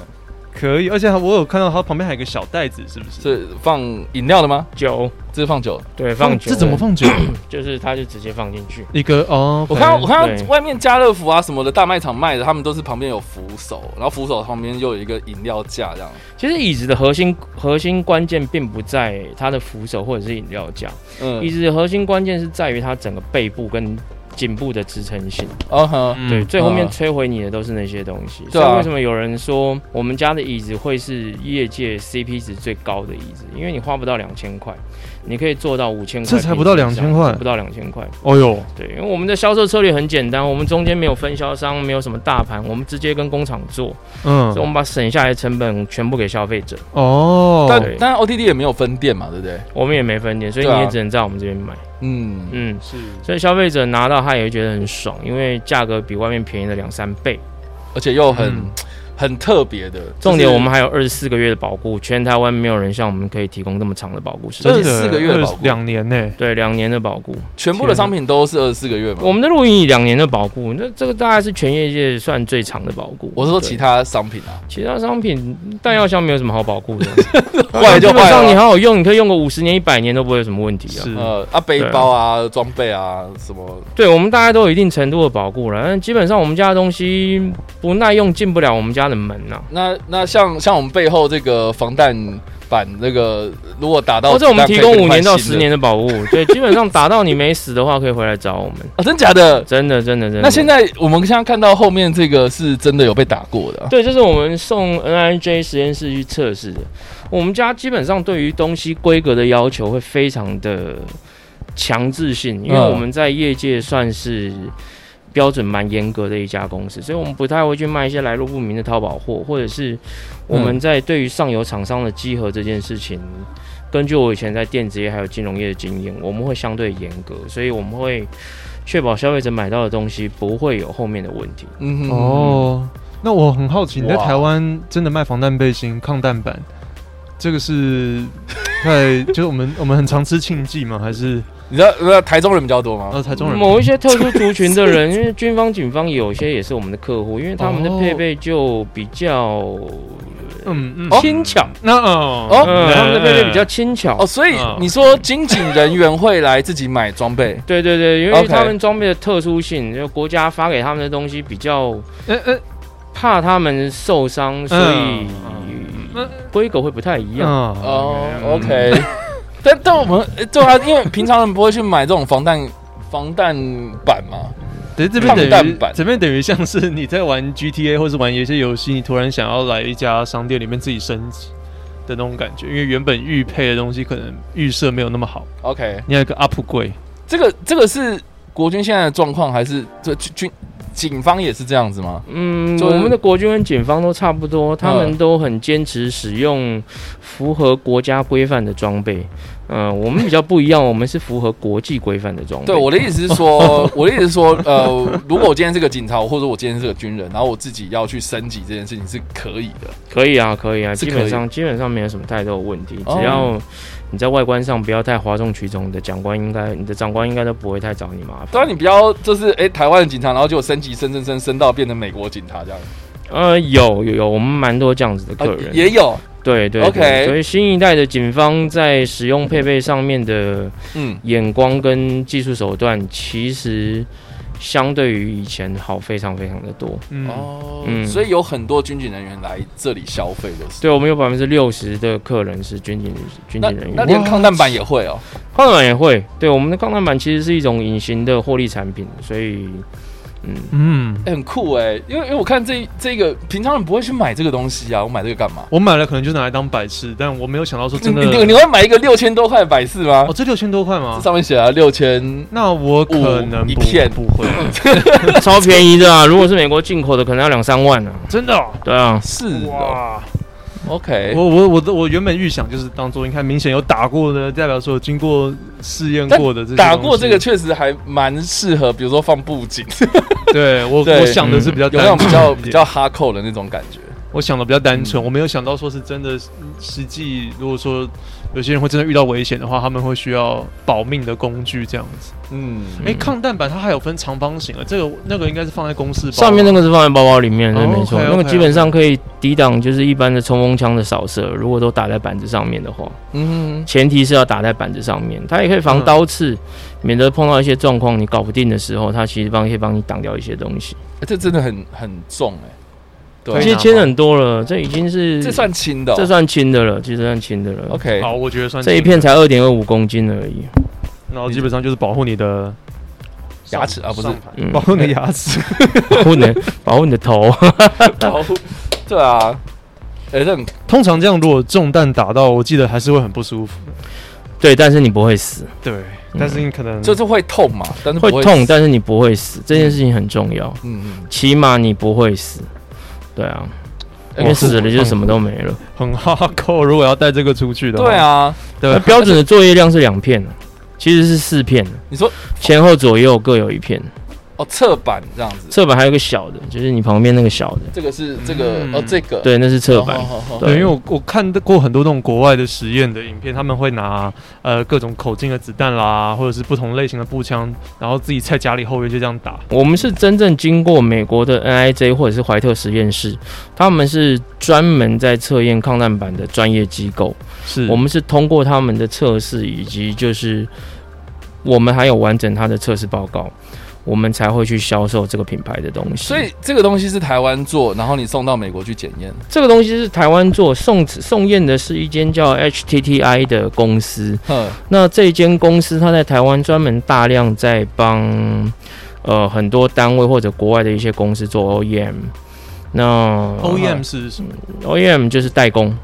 S1: 可以，而且我有看到它旁边还有一个小袋子，是不是？
S2: 是放饮料的吗？
S7: 酒，
S2: 这是放酒的。
S7: 对，放酒，
S1: 这怎么？放
S2: (coughs)
S1: 酒？
S7: 就是它就直接放进去。
S1: 一个哦，
S2: 我看到
S1: OK
S2: 我看
S7: 对
S2: 到外面家乐福啊什么的大卖场卖的，他们都是旁边有扶手，然后扶手旁边又有一个饮料架这样。
S7: 其实椅子的核心核心关键并不在它的扶手或者是饮料架，椅
S2: 嗯，
S7: 子的核心关键是在于它整个背部跟颈部的支撑性。
S2: 哦哼，
S1: 嗯
S7: 对，最后面
S2: 啊
S7: 摧毁你的都是那些东西。
S2: 对
S7: 所
S2: 啊
S7: 以为什么有人说我们家的椅子会是业界 CP 值最高的椅子？因为你花不到两千块，你可以做到五千块，
S1: 这才不到
S7: 平均以上
S1: 2000块
S7: 这不到两千块。
S1: 哦哟，
S7: 对，因为我们的销售策略很简单，我们中间没有分销商，没有什么大盘，我们直接跟工厂做，所以
S1: 嗯，
S7: 我们把省下来的成本全部给消费者。
S1: 哦，
S2: 但
S7: 对
S2: 但 OTD 也没有分店嘛，对不对？
S7: 我们也没分店，所以
S2: 对啊
S7: 你也只能在我们这边买。
S2: 嗯，
S7: 嗯，
S1: 是
S7: 所以消费者拿到他也会觉得很爽，因为价格比外面便宜了两三倍。
S2: 而且又很、
S1: 嗯
S2: 很特别的。
S7: 重点我们还有二十四个月的保固，全台湾没有人像我们可以提供这么长的保固时
S2: 真
S7: 间。
S2: 的24个月的
S1: 二
S2: 保护
S1: 两年呢，
S7: 对，两年的保固，
S2: 全部的商品都是二十四个月嘛。
S7: 我们的录音椅两年的保固，那这个大概是全业界算最长的保固。
S2: 我是说
S7: 对
S2: 其他商品啊，
S7: 其他商品弹药箱没有什么好保
S2: (laughs)
S7: 固的，
S2: 坏就
S7: 基本
S2: 坏
S7: 上你
S2: 了啊。
S7: 好好用，你可以用个五十年、一百年都不会有什么问题啊。
S1: 是
S2: 呃啊，背包啊，装备啊，什么
S7: 对，我们大家都有一定程度的保固了，但基本上我们家的东西不耐用，进不了我们家的门啊呐、
S2: 那那像像我们背后这个防弹板，那个如果打到
S7: 或
S2: 子
S7: 者哦
S2: 弹
S7: 我们
S2: 可以
S7: 提
S2: 给你换新的，
S7: 供五年到十年的保护，对，基本上打到你没死的话，可以回来找我们。
S2: 啊，真假的？
S7: 真的，真的，真的。
S2: 那现在我们现在看到后面这个是真的有被打过的啊，
S7: 对，这是我们送 NIJ 实验室去测试的。我们家基本上对于东西规格的要求会非常的强制性，因为
S2: 嗯
S7: 我们在业界算是标准蛮严格的一家公司，所以我们不太会去卖一些来路不明的淘宝货，或者是我
S2: 嗯
S7: 们在对于上游厂商的集合这件事情。根据我以前在电子业还有金融业的经验，我们会相对严格，所以我们会确保消费者买到的东西不会有后面的问题。
S2: 嗯哼，
S1: 哦，那我很好奇，你在
S2: 哇
S1: 台湾真的卖防弹背心、抗弹板，这个是在就是我们我们很常吃庆记吗？还是
S2: 你知道你知道台中人比较多吗？
S1: 呃台中人？
S7: 某一些特殊族群的
S2: (laughs)
S7: 人，因为军方、警方有些也是我们的客户，因为他们的配备就比较
S1: 嗯嗯，
S7: 轻巧，
S1: 那哦
S2: 哦
S7: 嗯，他们的配备比较轻巧
S2: 哦，。所以
S1: 嗯
S2: 你说军警人员会来自己买装
S7: (laughs)
S2: 备，
S7: 对对对，因为
S2: OK
S7: 他们装备的特殊性，就国家发给他们的东西比较
S1: 呃呃
S7: 怕他们受伤，所以
S1: 嗯
S7: 规格会不太一样。
S1: 啊
S2: 哦，OK。但但我们呃对啊，因为平常人不会去买这种防弹防弹板嘛。
S1: 对，这边
S2: 抗
S1: 等于
S2: 弹板
S1: 这边等于像是你在玩 GTA 或是玩一些游戏，你突然想要来一家商店里面自己升级的那种感觉，因为原本预配的东西可能预设没有那么好，
S2: OK，
S1: 你要有一个 up 柜，
S2: 这个这个是国军现在的状况，还是这军军警方也是这样子吗？
S7: 嗯，
S2: 就是嗯
S7: 我们的国军跟警方都差不多，他们都很坚持使用符合国家规范的装备。嗯、我们比较不一样，我们是符合国际规范的装备。
S2: 对，我的意思是
S7: (laughs)
S2: 说，我的意思是说，呃，如果我今天是个警察，或者我今天是个军人，然后我自己要去升级这件事情是可以的。
S7: 可以啊，可以啊，
S2: 是
S7: 基
S2: 可以
S7: 本上基本上没有什么太多的问题，
S2: 哦
S7: 只要你在外观上不要太哗众取宠，你的长官应该你的长官应该都不会太找你麻
S2: 当
S7: 烦
S2: 然，。你不要就是哎、台湾的警察，然后就升级升升升升到变成美国警察这样。
S7: 呃，有有有，我们蛮多这样子的
S2: 啊
S7: 客人，
S2: 也有，
S7: 对对
S2: OK
S7: 对所以新一代的警方在使用配备上面的
S2: 嗯，
S7: 眼光跟技术手段，其实相对于以前好非常非常的多。
S1: 嗯，
S2: 哦，
S7: 嗯
S2: 所以有很多军警人员来这里消费的是。
S7: 对我们有百分之六十的客人是军警军
S2: 那
S7: 警人员，
S2: 那连抗弹板也会哦，
S7: 抗弹板也会，对我们的抗弹板其实是一种隐形的获利产品，所以，嗯，
S1: 嗯，
S2: 哎很酷哎、因为因为我看这这个平常人不会去买这个东西啊，我买这个干嘛？
S1: 我买了可能就拿来当摆饰，但我没有想到说
S2: 嗯你
S1: 真的，
S2: 你你会买一个六千多块的摆饰吗
S1: 哦，？这六千多块吗
S2: 这？上面写了六千，
S1: 那我可能
S2: 五哦一
S1: 不
S2: 片
S1: 不会，
S7: (laughs) 超便宜的啊！如果是美国进口的，可能要两三万呢、
S1: 真的哦、
S7: 对啊，
S2: 是哦，OK。
S1: 我我我的我原本预想就是当做你看，明显有打过的，代表说有经过试验
S2: 但
S1: 过的这些
S2: 打过这个
S1: 东西
S2: 确实还蛮适合，比如说放布景，
S1: (laughs) 对我
S2: 对嗯
S1: 我想的是比较
S2: 有
S1: 单
S2: 那种比较
S1: 纯一点
S2: 比较嗯哈扣的那种感觉。
S1: 我想的比较单纯，我没有想到说是真的实际。如果说有些人会真的遇到危险的话，他们会需要保命的工具这样子。
S2: 嗯，
S1: 哎、抗弹板它还有分长方形啊，这个那个应该是放在公司包
S7: 上面那个是放在包包里面，对，
S1: 哦
S7: 没错，
S1: OK，OK，
S7: 那个基本上可以抵挡就是一般的冲锋枪的扫射，如果都打在板子上面的话，
S2: 嗯，
S7: 前提是要打在板子上面，它也可以防刀刺，免得碰到一些状况你搞不定的时候，它其实帮可以帮你挡掉一些东西。
S2: 欸这真的很很重哎、
S1: 可以
S7: 其
S2: 对，
S7: 实轻很多了，这已经是
S2: 这算轻的哦、
S7: 这算轻的了，其实算轻的了。
S2: OK。
S1: 好，我觉得算
S7: 这一片，才二点二五公斤而已，
S1: 然后基本上就是保护你的
S2: 牙齿啊不是
S1: 上盘 (laughs)
S7: 嗯
S1: 保护你的牙
S2: (laughs)
S1: 齿。
S7: 保护你的保护你的头。
S2: 好， (laughs) 对啊，哎、这很
S1: 通常这样，如果中弹打到，我记得还是会很不舒服。
S7: 对，但是你不会死，
S1: 对，但是你可能
S2: 就是会痛嘛，但是不
S7: 会
S2: 会
S7: 痛，
S2: 死
S7: 但是你不会死，这件事情很重要。
S2: 嗯
S7: 起码你不会死，对啊，
S2: 哎
S7: 因为死了就什么都没了。
S1: 很哈扣。如果要带这个出去
S2: 嗯，
S1: 的话，
S2: 对，啊，
S1: 对
S7: 那，标准的作业量是两片，啊其实是四片，啊
S2: 你说
S7: 前后左右各有一片，
S2: 哦侧板这样子，
S7: 侧板还有一个小的，就是你旁边那个小的，
S2: 这个是这个、
S1: 嗯
S2: 哦这个
S7: 对，那是侧板
S2: 哦。好好好
S1: 对，
S7: 对
S1: 因为我我看得过很多那种国外的实验的影片，他们会拿呃各种口径的子弹啦，或者是不同类型的步枪，然后自己在家里后院就这样打。
S7: 我们是真正经过美国的 NIJ 或者是怀特实验室，他们是专门在测验抗弹板的专业机构。
S1: 是
S7: 我们是通过他们的测试，以及就是我们还有完整他的测试报告，我们才会去销售这个品牌的东西。
S2: 所以这个东西是台湾做，然后你送到美国去检验。
S7: 这个东西是台湾做送送验的是一间叫 HTTI 的公司。
S2: 哼，
S7: 那这间公司它在台湾专门大量在帮呃很多单位或者国外的一些公司做 OEM。那
S2: E
S1: OEM E 是什么
S7: OEM 就是代工，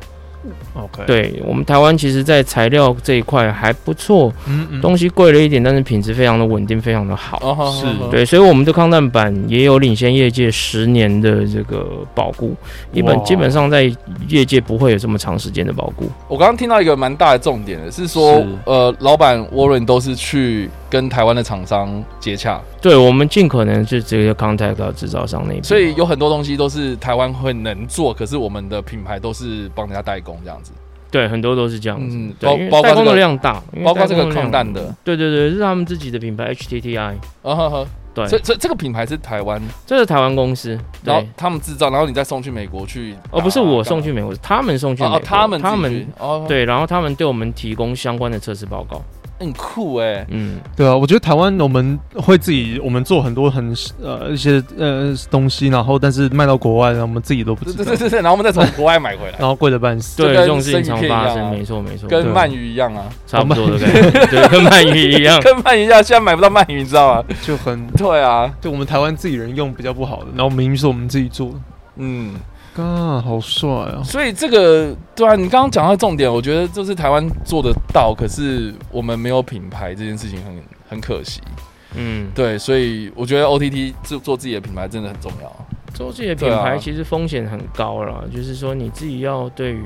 S1: ？OK，，
S7: 对我们台湾其实，在材料这一块还不错，
S1: 嗯嗯，
S7: 东西贵了一点，但是品质非常的稳定，非常的好。
S2: 哦好
S1: 是
S2: 好好
S7: 对，所以我们的抗弹板也有领先业界十年的这个保固，一本
S1: 哇
S7: 基本上在业界不会有这么长时间的保固。
S2: 我刚刚听到一个蛮大的重点的是说，
S1: 是
S2: 呃，老板 Warren 都是去跟台湾的厂商接洽，
S7: 对，我们尽可能就直接 contact 到制造商那边。
S2: 所以有很多东西都是台湾会能做，可是我们的品牌都是帮人家代工这样子。
S7: 对，很多都是这样子。
S2: 嗯
S7: 对
S2: 包
S7: 因为
S2: 包括
S7: 代工
S2: 这
S7: 的
S2: 个
S7: 量大，因为
S2: 包括
S7: 代
S2: 这
S7: 工
S2: 个
S7: 量
S2: 抗弹的。
S7: 对对对，是他们自己的品牌 HTTI。
S2: 啊哈哈，
S7: 对，
S2: 所以这这个品牌是台湾，
S7: 这是台湾公司。
S2: 然后
S7: 对，
S2: 他们制造，然后你再送去美国去打，
S7: 哦，不是我送去美国，是他们送去
S2: 打
S7: 美
S2: 哦
S7: 国。
S2: 哦，他们自己
S7: 他
S2: 去
S7: 们
S2: 哦，
S7: 对，然后他们对我们提供相关的测试报告。
S2: 很酷哎、
S7: 嗯，
S1: 对啊，我觉得台湾我们会自己，我们做很多很呃一些呃东西，然后但是卖到国外，然后我们自己都不
S2: 对
S1: 知
S2: 对
S1: 道
S2: 对，对对，然后我们再从国外买回
S7: (laughs)
S2: 来，
S1: 然后贵的半死。
S7: 对，
S2: 跟
S7: 这种事
S2: 生
S7: 情
S2: 鱼
S7: 常
S2: 片一
S7: 发
S2: 样
S7: 生，
S2: 啊
S7: 没错没错，
S2: 跟
S1: 对
S2: 鳗鱼一样啊，
S7: 差
S2: (laughs)
S7: 不多的感觉，对，跟鳗鱼一样。
S2: 跟鳗鱼一样，现在买不到鳗鱼，你知道吗？ (laughs)
S1: 就很
S2: 对啊，
S1: 对我们台湾自己人用比较不好的，然后明明是我们自己做的，
S2: 嗯，
S1: 啊，好帅啊！
S2: 所以这个对啊，你刚刚讲到重点，我觉得就是台湾做得到，可是我们没有品牌这件事情很很可惜。
S7: 嗯，
S2: 对，所以我觉得 OTT 做做自己的品牌真的很重要。
S7: 做自己的
S2: 对
S7: 品
S2: 啊
S7: 牌其实风险很高了，就是说你自己要对于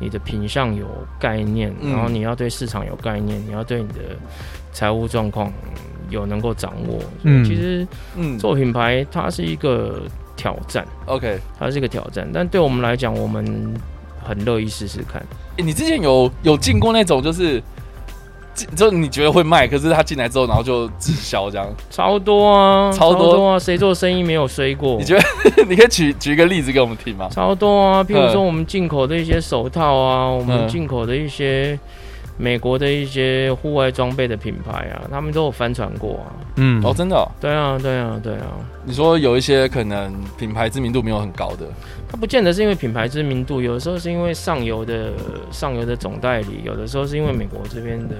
S7: 你的品相有概念，
S2: 嗯
S7: 然后你要对市场有概念，你要对你的财务状况嗯有能够掌握。所以
S1: 嗯
S7: 其实
S2: 嗯
S7: 做品牌它是一个挑战，
S2: ，OK、欸
S7: 它是一个挑战，但对我们来讲，我们很乐意试试看。
S2: 你之前有有进过那种就是，进就是你觉得会卖，可是他进来之后，然后就滞销这样。
S7: 超多啊，
S2: 超多
S7: 啊！谁做生意没有衰过？
S2: 你觉得 (laughs) 你可以举举一个例子给我们听吗？
S7: 超多啊！譬如说
S2: 嗯
S7: 我们进口的一些手套啊，我们
S2: 嗯
S7: 进口的一些美国的一些户外装备的品牌啊，他们都有翻船过啊。
S1: 嗯，
S2: 哦，真的、哦，
S7: 对啊，对啊，对啊。
S2: 你说有一些可能品牌知名度没有很高的，
S7: 它不见得是因为品牌知名度，有的时候是因为上游的上游的总代理，有的时候是因为美国这边的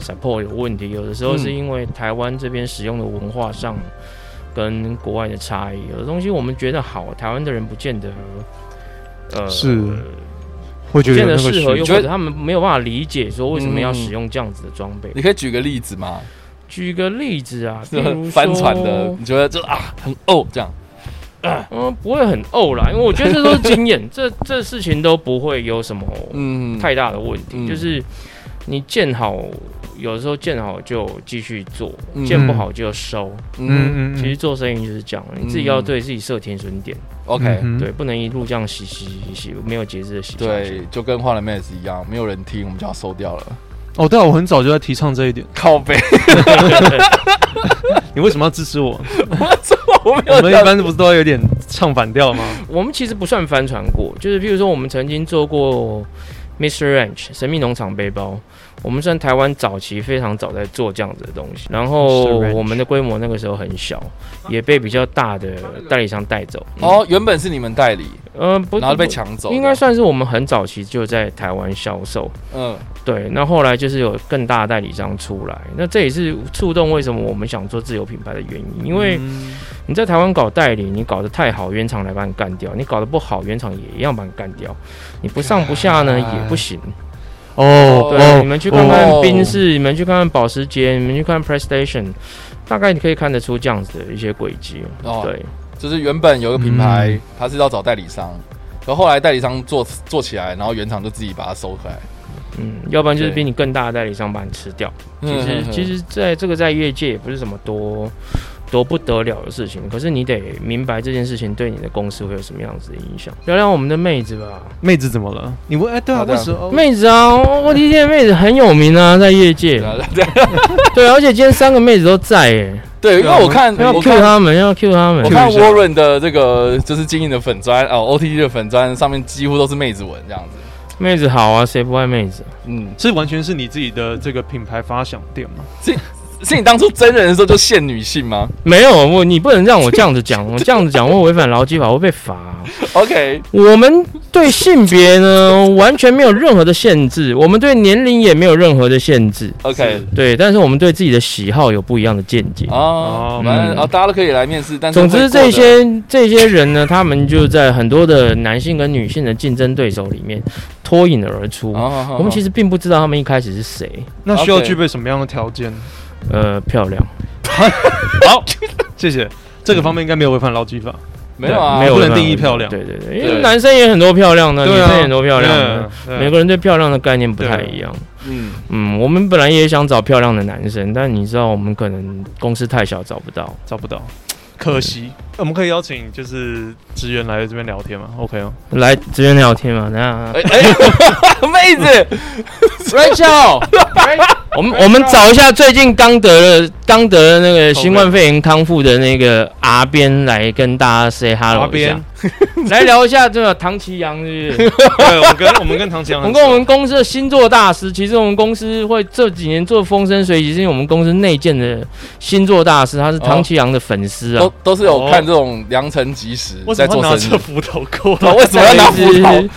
S7: support 有问题，有的时候是因为台湾这边使用的文化上跟国外的差异，有的东西我们觉得好，台湾的人不见得，呃，
S1: 是会觉
S7: 不
S1: 得有
S7: 见得
S1: 那个
S7: 适合，
S1: 需
S7: 又
S1: 求
S7: 或者他们没有办法理解说为什么要
S2: 嗯
S7: 使用这样子的装备。
S2: 你可以举个例子吗？
S7: 举个例子啊，比
S2: 是
S7: 如
S2: 很 (laughs)
S7: 说
S2: 帆船的，你觉得就啊很哦这样，
S7: 嗯，不会很呕啦，因为我觉得这都是经验，这这事情都不会有什么
S2: 嗯，
S7: 太大的问题，
S2: 嗯
S7: 就是你建好，有的时候建好就继续做，
S2: 嗯
S7: 建不好就收。
S2: 嗯
S1: 嗯嗯，
S7: 其实做生意就是这样，你自己要对自己设停损点，
S2: ，OK，
S1: 嗯
S7: 对，，不能一路这样洗洗洗洗，没有节制的洗下去。
S2: 对，就跟换了 m a s 一样，没有人听，我们就要收掉了。
S1: 哦，对啊，我很早就在提倡这一点。
S2: 靠背，
S1: 你为什么要支持
S7: (laughs)
S1: 我？
S2: 我怎么 (laughs) 我没
S1: 我们
S2: 有这
S1: 一
S2: 样
S1: 般不是都有点唱反调吗？
S7: 我们其实不算帆船过，就是譬如说我们曾经做过 Mr. Ranch 神秘农场背包，我们算台湾早期非常早在做这样子的东西，然后
S1: Mr. Ranch
S7: 我们的规模那个时候很小，也被比较大的代理商带走。
S2: 哦，原本是你们代理，
S7: 呃，不，
S2: 然后被
S7: 不
S2: 抢走，
S7: 应该，算是我们很早期就在台湾销售，
S2: 嗯
S7: 对。那后来就是有更大的代理商出来，那这也是触动为什么我们想做自有品牌的原 (laughs) 因，因为
S1: 嗯
S7: 你在台湾搞代理，你搞得太好，原厂来把你干掉；你搞得不好，原厂也一样把你干掉。你不上不下呢
S1: 哎
S7: 也不行。
S1: 哦
S7: 对，啊你
S1: 哦，
S7: 们去看看
S2: 啊哦
S7: 宾士，你们去看看保时捷，你们去看 PlayStation，大概你可以看得出这样子的一些轨迹。
S2: 哦，，
S7: 对，
S2: 就是原本有一个品牌
S1: 嗯，
S2: 他是要找代理商，然后后来代理商做做起来，然后原厂就自己把它收回来。
S7: 嗯，要不然就是
S2: 对
S7: 比你更大的代理商把你吃掉。其实
S2: 嗯，
S7: 其
S2: 嗯
S7: 实在这个在业界也不是什么多多不得了的事情，可是你得明白这件事情对你的公司会有什么样子的影响。聊聊我们的妹子吧，
S1: 妹子怎么了？你问，哎，对啊，
S2: 好的
S1: 为什么？
S7: 妹子啊，我我的天，妹子很有名啊，在业界
S2: 对。啊对啊
S7: 对，而且今天三个妹子都在耶，
S2: (laughs) 对，因为我看
S7: 要
S2: 我
S7: Q
S2: 看。
S7: 他们，要 Q 他们
S2: 我。看
S1: 一下
S2: Warren 的这个就是经营的粉砖哦，OTT 的粉砖上面几乎都是妹子文这样子，
S7: 妹子好啊，谁不爱妹子？
S2: 嗯，
S1: 这完全是你自己的这个品牌发想店吗？
S2: 是你当初真人的时候就限女性吗
S7: 没有我，你不能让我这样
S2: (laughs)
S7: 子讲，我这样子讲我违反劳基法，我会被罚啊、
S2: ？OK，
S7: 我们对性别呢 (laughs) 完全没有任何的限制，我们对年龄也没有任何的限制。
S2: OK
S7: 对，但是我们对自己的喜好有不一样的见解。
S2: 哦
S1: 哦，
S2: 反正
S7: 嗯
S2: 哦，大家都可以来面试，但是
S7: 总之，
S2: 会过
S7: 这
S2: 的
S7: 些这些人呢，他们就在很多的男性跟女性的竞争对手里面脱颖而出。
S1: 嗯
S2: 哦，
S7: 我们其
S2: 实
S7: 实并不知道他们一开始是谁，
S1: 那需要
S2: OK
S1: 具备什么样的条
S7: (laughs)
S1: 件？
S7: 呃，漂亮，
S1: 谢谢，这个方面应该没有违反劳基法。
S2: 没有啊，
S7: 对没有
S1: 不能
S7: 任何
S1: 定义漂亮
S7: 对对对，因为
S2: 对
S7: 男生也很多漂亮的，女
S1: 对啊
S7: 呃生也很多漂亮的，嗯
S1: 对啊
S7: 每个人对漂亮的概念不太一样。
S2: 嗯，
S7: (laughs) 嗯，我们本来也想找漂亮的男生，但你知道，我们可能公司太小找不到。
S1: 找不到，可惜。
S7: 嗯
S1: 我们可以邀请就是职员来这边聊天吗？OK 吗？哎
S7: 来，直接聊天嘛，那
S2: 哎哎，妹子，
S7: (laughs) Rachel，我
S1: 哎
S7: 们我们找一下最近刚得了刚得了那个新冠肺炎康复的那个阿边来跟大家 say
S1: 阿
S7: hello 一
S1: 边
S7: 下，来聊一下这个唐奇阳是不是？
S1: 对，我跟我们跟唐奇阳
S7: 我
S1: 很熟，
S7: 们跟我们公司的星座大师，其实我们公司会这几年做风生水起，是因为我们公司内建的星座大师，
S2: 哦
S7: 他是唐奇阳的粉丝啊
S2: 都。都是有看这种良辰吉时
S1: 哦为什
S2: 在
S1: 么
S2: 做
S1: 要拿
S2: 生
S1: 这
S2: 意，
S1: 斧头过
S2: 哦
S1: 来？
S2: 为什么要拿
S7: 再一
S2: 葡
S7: 只
S2: 萄？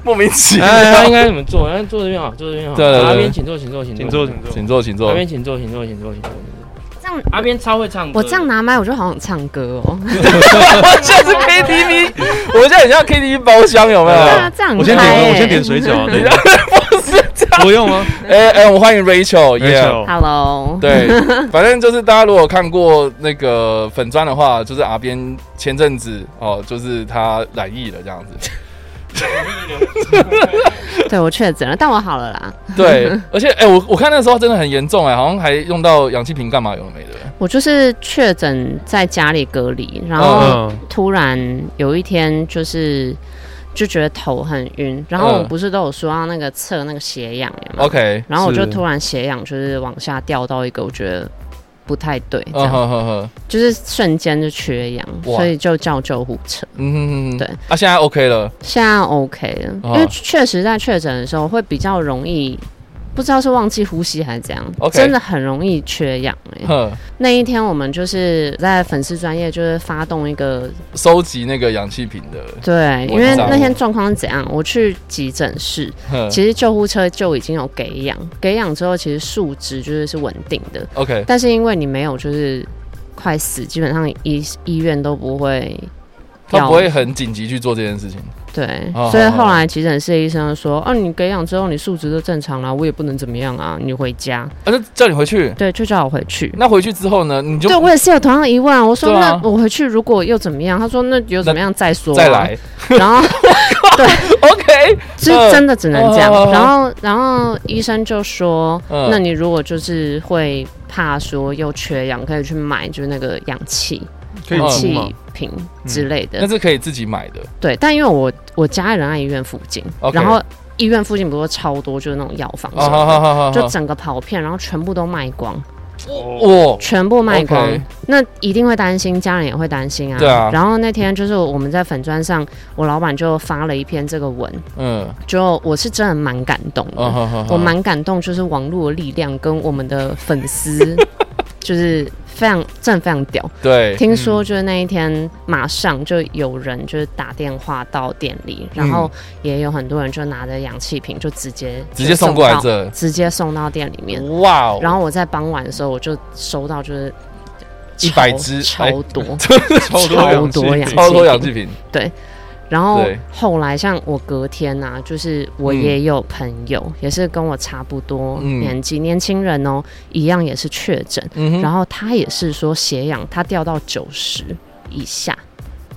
S2: (laughs) 莫名其
S7: 哎，他应
S2: 妙。
S7: 该怎么做？哎，坐这边好，坐这边好。
S2: 对对对
S7: 阿边请坐，请坐，请
S1: 请坐，请坐。
S2: 请坐，请坐
S7: 阿。边请坐，请坐，请坐，请坐。请坐
S3: 这样
S7: 阿边超会唱歌，
S3: 我这样拿麦，我就好想唱歌哦。
S2: 我现在是 KTV，我现在很像 KTV 包厢，有没有？
S3: 对啊，这样
S1: 我先点，我先点水
S3: (laughs)
S1: 饺啊，等一下， (laughs) 不用吗
S2: 哎哎，我们欢迎 Rachel，耶。
S1: ？Rachel，
S3: Hello，， (laughs)
S2: 对，反正就是大家如果看过那个粉砖的话，就是阿边前阵子哦，就是他染疫了这样子。
S3: 对我确诊了，但我好了啦。
S2: 对，而且哎、我我看那时候真的很严重哎、好像还用到氧气瓶干嘛有的没的。
S3: 我就是确诊在家里隔离，然后
S1: 嗯，
S3: 突然有一天就是就觉得头很晕，然后我
S2: 嗯哦
S3: 们不是都有说要那个测那个血氧有没有
S2: OK，
S3: 然后我就是突然血氧就是往下掉到一个我觉得不太对，这
S2: 嗯
S3: 样、
S2: 呵呵呵，
S3: 就是瞬间就缺氧，
S2: 哇
S3: 所以就叫救护车。
S2: 嗯哼哼哼，
S3: 对
S2: 啊，现在 OK 了，
S3: 现在 OK 了，
S2: 哦
S3: 因为确实在确诊的时候会比较容易，不知道是忘记呼吸还是怎样
S2: OK
S3: 真的很容易缺氧哎、
S2: 哼，
S3: 那一天我们就是在粉丝专业就是发动一个
S2: 收集那个氧气瓶的，
S3: 对，
S2: 我
S3: 因为
S2: 知道嗯
S3: 那天状况是怎样，我去急诊室，
S2: 哼
S3: 其实救护车就已经有给氧，给氧之后其实数值就是是稳定的，
S2: ，OK，
S3: 但是因为你没有就是快死，基本上医医院都不会
S2: 他
S3: 要
S2: 不会很紧急去做这件事情。
S3: 对，
S2: 哦
S3: 所以
S2: 好好
S3: 后来急诊室医生就说：“哦、你给氧之后你数值都正常啦，我也不能怎么样啊，你回家。
S2: 啊，那叫你回去”，
S3: 对，就叫我回去。
S2: 那回去之后呢，你就
S3: 对，我也是有同样的疑问啊。我说：“
S2: 对啊
S3: 那我回去如果又怎么样？”他说：“那有啊怎么样再说、”
S2: 再。来
S3: (laughs)
S2: (laughs)
S3: 然后
S2: ，OK，
S3: 是真的只能这样。
S2: 嗯哦哦哦
S3: 然后，然后医生就说：“
S2: 嗯
S3: 那你如果就是会怕说又缺氧，可以去买就是那个氧气
S1: 可以
S2: 嗯
S3: 氧
S1: 出
S3: 气
S1: 吗？
S3: 瓶之类的。
S2: 那是可以自己买的。
S3: 对，但因为我我家人在医院附近
S2: OK
S3: 然后医院附近不是超多就是那种药房什
S2: 啊
S3: 么的
S2: 哈哈哈哈，
S3: 就整个跑遍，然后全部都卖光，
S2: 哇，
S3: 全部卖光
S2: OK
S3: 那一定会担心，家人也会担心啊。
S2: 对啊
S3: 然后那天就是我们在粉砖上，我老板就发了一篇这个文，
S2: 嗯，
S3: 就我是真的蛮感动的
S2: 啊哈哈哈
S3: 我蛮感动，就是网络的力量跟我们的粉
S2: (laughs)
S3: 丝，就是非常真的非常屌。
S2: 对，
S3: 听说就是那一天，马上就有人就是打电话到店里，然后也有很多人就拿着氧气瓶就直接
S2: 嗯直接送过来
S3: 就到
S2: 这，
S3: 直接送到店里面。
S2: 哇哦，
S3: 然后我在傍晚的时候，我就收到就是
S2: 100
S3: 超
S2: 只哎
S3: 超多，
S1: 超
S3: 超
S1: 氧气
S3: 多氧
S2: 超多
S3: 气
S2: 氧
S3: 瓶
S2: 气瓶，
S3: 然后
S2: 对
S3: 后来像我隔天呐、啊，就是我也有朋友、也是跟我差不多
S2: 嗯
S3: 年纪、年轻人哦，一样也是确诊，
S2: 嗯哼，
S3: 然后他也是说血氧他掉到九十以下。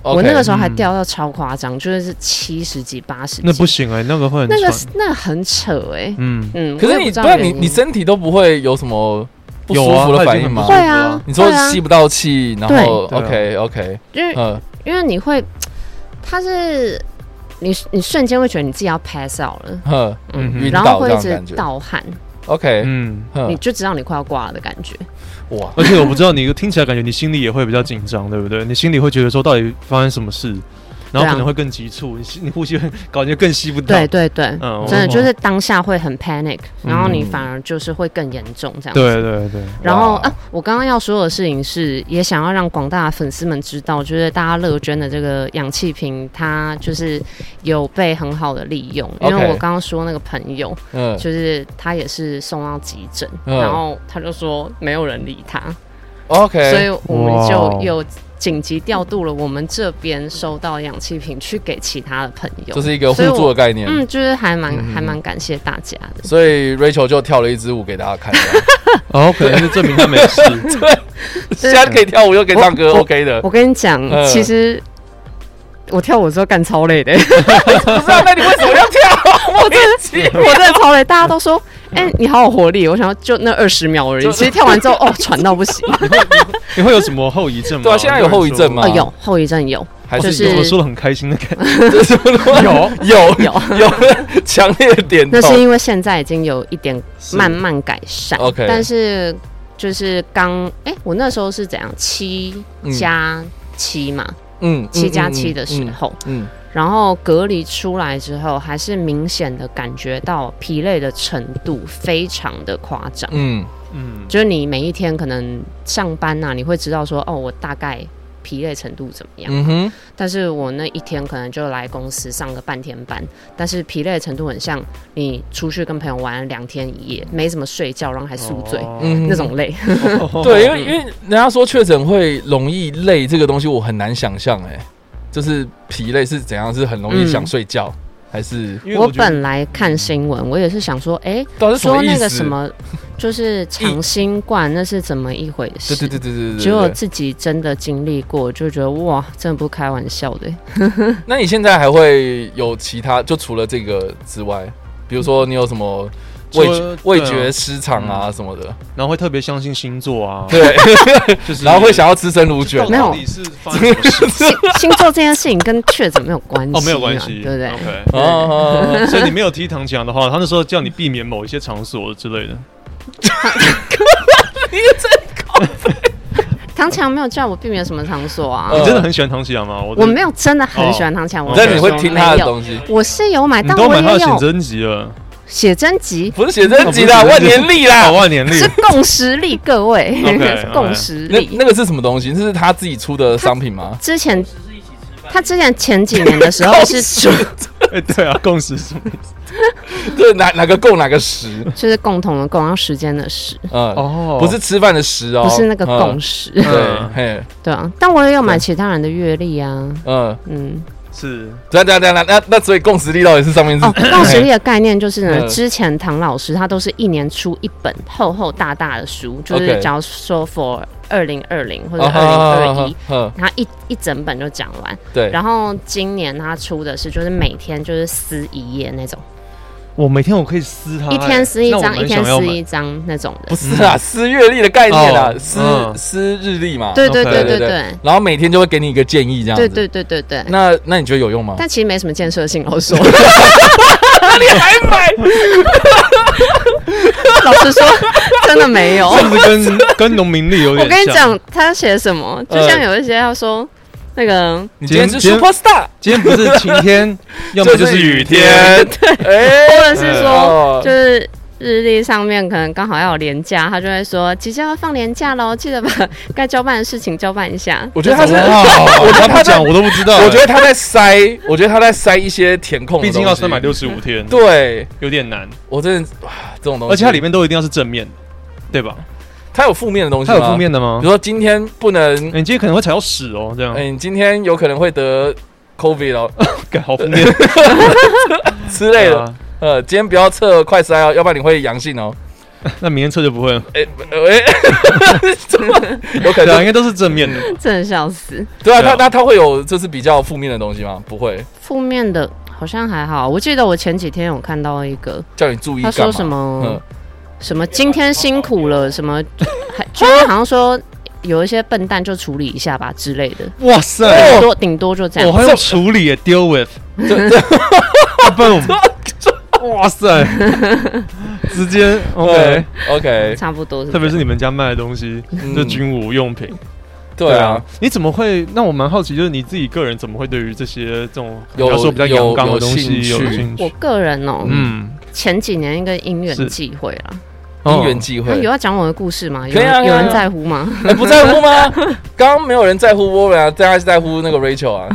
S2: OK 嗯
S3: 我那个时候还掉到超夸张，就是七十几、八十。
S1: 那不，行哎，那个会很
S3: 那个
S1: 喘
S3: 那个很扯哎、
S1: 嗯，
S3: 嗯，
S2: 可
S3: 我
S2: 是
S3: 也
S2: 你
S3: 不知道
S2: 对啊
S3: 原
S2: 你
S3: 因
S2: 你身体都不会有什么不舒
S1: 有啊
S2: 服的
S1: 他已
S2: 反
S1: 经
S2: 应
S1: 很
S2: 吗
S1: 不舒？
S3: 对
S1: 服了
S3: 啊，
S2: 你说
S3: 对啊
S2: 吸不到气，然后
S1: 对对啊
S2: OK OK，
S3: 因为
S2: 嗯，
S3: 因为你会，它是你你瞬间会觉得你自己要 pass out 了，
S2: 哼
S1: 嗯哼
S2: 晕
S3: 然
S2: 倒这
S3: 后会一
S2: 样的
S3: 直
S2: 感觉
S3: 盗汗，
S2: ，OK，
S1: 嗯，
S3: 你
S2: 哼，
S3: 就知道你快要挂了的感觉。
S2: 哇，
S1: 而且我不知道你听起来感觉你心里也会比较紧张，对不对？你心里会觉得说到底发生什么事，然后可能会更急促，你吸你呼吸会感觉更吸不到
S3: 对。对对，
S1: 嗯
S3: 真的
S1: 我
S3: 就是当下会很 panic，
S1: 嗯
S3: 然后你反而就是会更严重这样子。
S1: 对对对，
S3: 然后
S2: 哇
S3: 啊，我刚刚要说的事情是，也想要让广大的粉丝们知道，就是大家乐捐的这个氧气瓶，它就是有被很好的利用。因
S2: OK
S3: 为我刚刚说那个朋友，
S2: 嗯，
S3: 就是他也是送到急诊，
S2: 嗯
S3: 然后他就说没有人理他，所
S2: OK，
S3: 以我们就
S1: 哇
S3: 又紧急调度了我们这边收到氧气瓶去给其他的朋友
S2: 这。是一个互
S3: 所以我
S2: 助的概念。
S3: 嗯，就是还蛮、
S2: 嗯
S3: 还蛮感谢大家的。
S2: 所以 Rachel 就跳了一支舞给大家看，
S3: (laughs)
S2: (laughs)
S1: 哦，可能是证明他没事。
S2: (laughs) 现在可以跳舞又可以唱歌
S3: 我
S2: ，OK 的。
S3: 我跟你讲，
S2: 嗯
S3: 其实我跳舞的时候干超累的、
S2: 不是啊，那你为什么
S3: (laughs)
S2: 要跳？莫名其妙
S3: 我真的超累，大家都说，哎、你好有活力。我想要就那二十秒而已
S2: 就，
S3: 其实跳完
S2: (laughs)
S3: 之后，哦，喘到不行。
S1: 你会有什么后遗症吗？
S2: 对啊现在有后遗症吗
S3: 哦，有后遗症有，
S2: 还
S3: 就是
S2: 有
S1: 我说的很开心的感觉，
S2: (laughs) 有有
S3: 有，
S2: 有 (laughs) 强烈的点
S3: 那是
S2: 头，
S3: 因为现在已经有一点
S2: 嗯是
S3: 慢慢改善。
S2: OK
S3: 但是就是刚哎、我那时候是怎样七
S2: 嗯
S3: 加七嘛，
S2: 嗯
S3: 七加七的时，候，
S2: 嗯嗯嗯
S3: 然后隔离出来之后，还是明显的感觉到疲累的程度非常的夸张。
S2: 嗯
S1: 嗯，
S3: 就是你每一天可能上班呐、你会知道说哦，我大概疲累程度怎么样。
S2: 嗯哼，
S3: 但是我那一天可能就来公司上个半天班，但是疲累的程度很像你出去跟朋友玩两天一夜，没怎么睡觉，然后还宿醉、
S1: 哦
S3: (laughs)
S2: 嗯
S3: 那种累。
S2: 对，因为因为人家说确诊会容易累这个东西，我很难想象哎、就是疲累是怎样，是很容易想睡觉，还是
S1: 因为
S3: 我
S1: 觉得
S3: 本来看新闻，我也是想说，哎、
S2: 到底是什么
S3: 说
S2: 意思？
S3: 那个什么，就是长新冠，那是怎么一回
S2: 对
S3: 事？
S2: 对对对对对
S3: 只有
S2: 对。
S3: 自己真的经历过，就觉得哇，真的不开玩笑的。 (laughs)
S2: 那你现在还会有其他？就除了这个之外，比如说你有什么味
S1: 除
S2: 觉
S1: 了
S2: 味
S1: 对啊
S2: 觉失常啊
S1: 嗯
S2: 什么的？
S1: 然后会特别相信星座啊， (laughs)
S2: 对，
S1: 就是
S2: 然后会想要吃生乳卷
S1: 就
S2: 啊。
S1: 到底是发生什么
S3: (laughs)
S1: 事啊
S3: 星座这件事情跟确诊没有关系、
S1: (laughs)
S3: 啊，
S1: 哦，没有关系，
S3: 对不对
S1: o (laughs) k
S2: 啊啊啊啊
S1: 所以你没有踢堂讲的话，他那时候叫你避免某一些场所之类的。
S3: 唐强没有叫我避免什么场所啊，
S2: 呃
S1: 你真的很喜欢唐启阳吗？我
S3: 我没有真的很喜欢唐强，我
S1: 哦
S2: 但你会
S3: 没有
S2: 听他的东西，
S3: 我是有买，
S1: 你
S3: 哎但
S1: 都
S3: 我
S1: 买他的
S3: 也
S1: 写
S3: 有
S1: 真集了， (laughs)
S3: 写真集，
S2: 不是写真集啦，
S1: 哦不是
S2: 万
S1: 写真集
S2: 年历啦
S1: 好。万年历 (laughs)
S3: 是共识力，各位
S1: OK，
S3: (laughs) 是共识
S2: 那
S3: 力。
S2: 那个是什么东西？那是他自己出的商品吗？
S3: 之前他之前前几年
S1: (laughs)
S3: 的时候是出，
S1: 哎，对啊，共识是什么意思？
S2: 对，哪哪个够哪个食？
S3: 就是共同的共，然后时间的时，
S2: 嗯，
S1: 哦
S2: 不是吃饭的食哦，
S3: 不是那个共
S2: 嗯。
S3: 识，
S2: 对，
S1: 嗯
S2: 嘿，
S3: 对啊。但我也有买其他人的阅历啊，
S2: 嗯，
S3: 嗯，
S1: 是
S2: 对对对，那那那所以共识力到底是上面是
S3: 哦，共识力的概念就是呢，
S2: 嗯
S3: 之前唐老师他都是一年出一本厚厚大大的书，就是
S2: OK
S3: 假如说 for 二零二零或者
S2: 哦
S3: 二零二一，，
S2: 哦哦哦哦
S3: 他一一整本就讲完。
S2: 嗯，对，
S3: 然后今年他出的是，就是每天就是撕一页那种，
S1: 我每天我可以撕它，
S3: 一天撕一
S1: 那我
S3: 张，
S1: 蛮
S3: 一天
S1: 想要
S3: 撕
S1: 买
S3: 一张那种
S2: 不
S3: 的。
S2: 是啊，撕月历的概念啊，
S1: 哦
S2: 撕
S1: 嗯
S2: 撕日历嘛，
S3: 对对
S1: OK
S3: 对
S2: 对
S3: 对
S2: 对
S3: 对
S2: 然后每天就会给你一个建议这样子。
S3: 对对对对对。
S2: 那那你觉得有用吗？
S3: 但其实没什么建设性，
S2: (laughs)
S3: 老实说，
S2: 还买？
S3: (laughs) 老实说，真的没有。
S1: 是不是跟跟农民力有
S3: 哦我
S1: 点像？
S3: 跟你，讲，他写什么，就像有一些要说那个，
S2: 你今天是
S1: 今天
S2: super star，
S1: 今天不是晴 (laughs) 天，要么就是雨天。
S2: 天，哎，
S3: 或者是说
S2: 哦
S3: 就是。日历上面可能刚好要有年假，他就会说即将要放年假喽，记得把 (laughs) 该交办的事情交办一下。
S2: 我觉得他是，
S1: 哇，
S2: 觉得
S1: 他
S2: 他
S1: 不
S2: 在
S1: (laughs) 讲我都不知道。
S2: 我觉得他在塞，我觉得他在塞一些填空的东
S1: 毕
S2: 西，
S1: 竟要三百六十五 (laughs) 天，
S2: 对
S1: 有点难，
S2: 我真的哇这种东西，
S1: 而且它里面都一定要是正面，对吧？
S2: 它有负面的东西
S1: 它
S2: 吗？
S1: 哦有负面的吗
S2: 比如？说今天不能，
S1: 哎你今天可能会踩到屎哦，这样
S2: 哎、，你今天有可能会得 COVID 哦
S1: (laughs) 干好负面。
S2: 之类的。
S1: 啊
S2: 呃，今天不要测快筛哦，要不然你会阳性哦。
S1: 那明天测就不会了，
S2: 哎、哎、 (laughs)
S1: (laughs)
S2: 怎么有可
S1: 对啊，应
S2: 能
S1: 该都是正面 (laughs) 的。
S3: 真的笑死。
S2: 对啊，
S1: 对
S2: 那
S1: 啊
S2: 那它会有就是比较负面的东西吗？不会，
S3: 负面的好像还好，我记得我前几天有看到一个，
S2: 叫你注意
S3: 他
S2: 干嘛？
S3: 说什么、
S2: 嗯哦
S3: 什么今天辛苦了，
S2: (laughs)
S3: 什么还就是好像说有一些笨蛋就处理一下吧之类的，
S1: 哇
S3: 顶
S2: 哦
S1: 塞，
S3: 多顶多就这
S1: 我
S3: 样。
S1: 还有处理耶，deal with，boom，哇 (laughs) 塞，直接 OK
S2: 对。，OK，
S3: 差不多是这
S1: 特
S3: 样，
S1: 别是你们家卖的东西，
S2: 嗯
S1: 就军武用品。
S2: 对啊，，
S1: 你怎么会？那我蛮好奇，就是你自己个人怎么会对于这些这种，比
S2: 有
S1: 方说比较阳刚的东西
S2: 有
S1: 有
S2: 有兴趣
S1: 兴
S3: 我
S1: 趣？
S3: 个人哦、
S1: 嗯，
S3: 前几年一个因缘
S1: 是
S3: 际会啦。
S1: 哦
S2: 因缘际
S3: 他
S2: 会，
S3: 有要讲我的故事吗？有
S2: 可以啊
S3: 人有
S2: 可以
S3: 人
S2: 啊
S3: 在乎吗？ (laughs)
S2: (laughs) 哎不在
S1: (laughs)
S2: 乎吗？刚刚没有人在乎 Warren 啊，大家是在乎那个
S1: (laughs)
S2: Rachel 啊。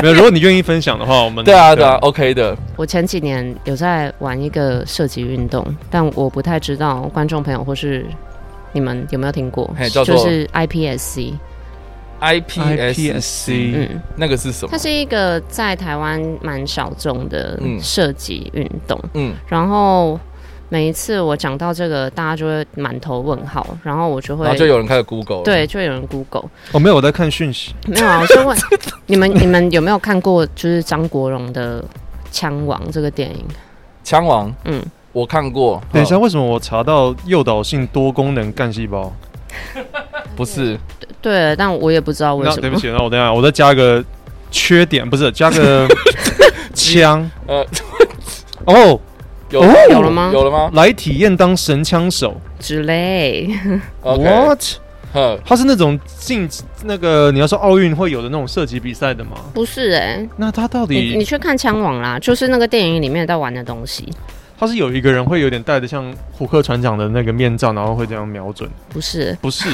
S1: 没有。如果你愿意分享的话，我
S2: (laughs)
S1: 们
S2: 对啊，对啊，，OK 的，
S3: 我前几年有在玩一个射击运动，但我不太知道观众朋友或是你们有没有听过
S2: 嘿，叫做
S3: 就是 IPSC，
S2: IPS
S1: IPSC
S3: 嗯，
S2: 那个是什么
S3: 它？是一个在台湾蛮小众的
S2: 嗯
S3: 射击运动，
S2: 嗯，
S3: 然后。每一次我讲到这个，大家就会满头问号，然后我就会
S2: 然后就有人开始 Google 了。
S3: 对，就会有人 Google
S1: 我哦没有我在看讯息，
S3: 没有啊，
S1: (laughs)
S3: 我是问你们，你们有没有看过就是张国荣的《枪王》这个电影？
S2: 枪王，
S3: 嗯，
S2: 我看过。
S1: 等一下，
S2: 哦，
S1: 为什么我查到诱导性多功能干细胞？
S2: 不是，
S3: 对，但我也不知道为
S1: 那
S3: 什
S1: 对
S3: 么
S1: 不。起，那我等一下我再加个缺点，不是加
S2: (laughs)
S1: 个枪
S2: 呃，
S1: (laughs) 哦，
S2: 有
S1: 哦
S3: 有了吗
S2: 有了吗？
S1: 来体验当神枪手。
S3: 之类，
S2: OK，
S1: What？
S2: 呵
S1: 它是那种竞那个你要说奥运会有的那种射击比赛的吗？
S3: 不是哎、
S1: 那它到
S3: 你你
S1: 底
S3: 去看枪网啦，就是那个电影里面在玩的东西，
S1: 它是有一个人会有点戴着像虎克船长的那个面罩，然后会这样瞄准？
S3: 不是？
S1: 不
S3: (laughs)
S1: 是，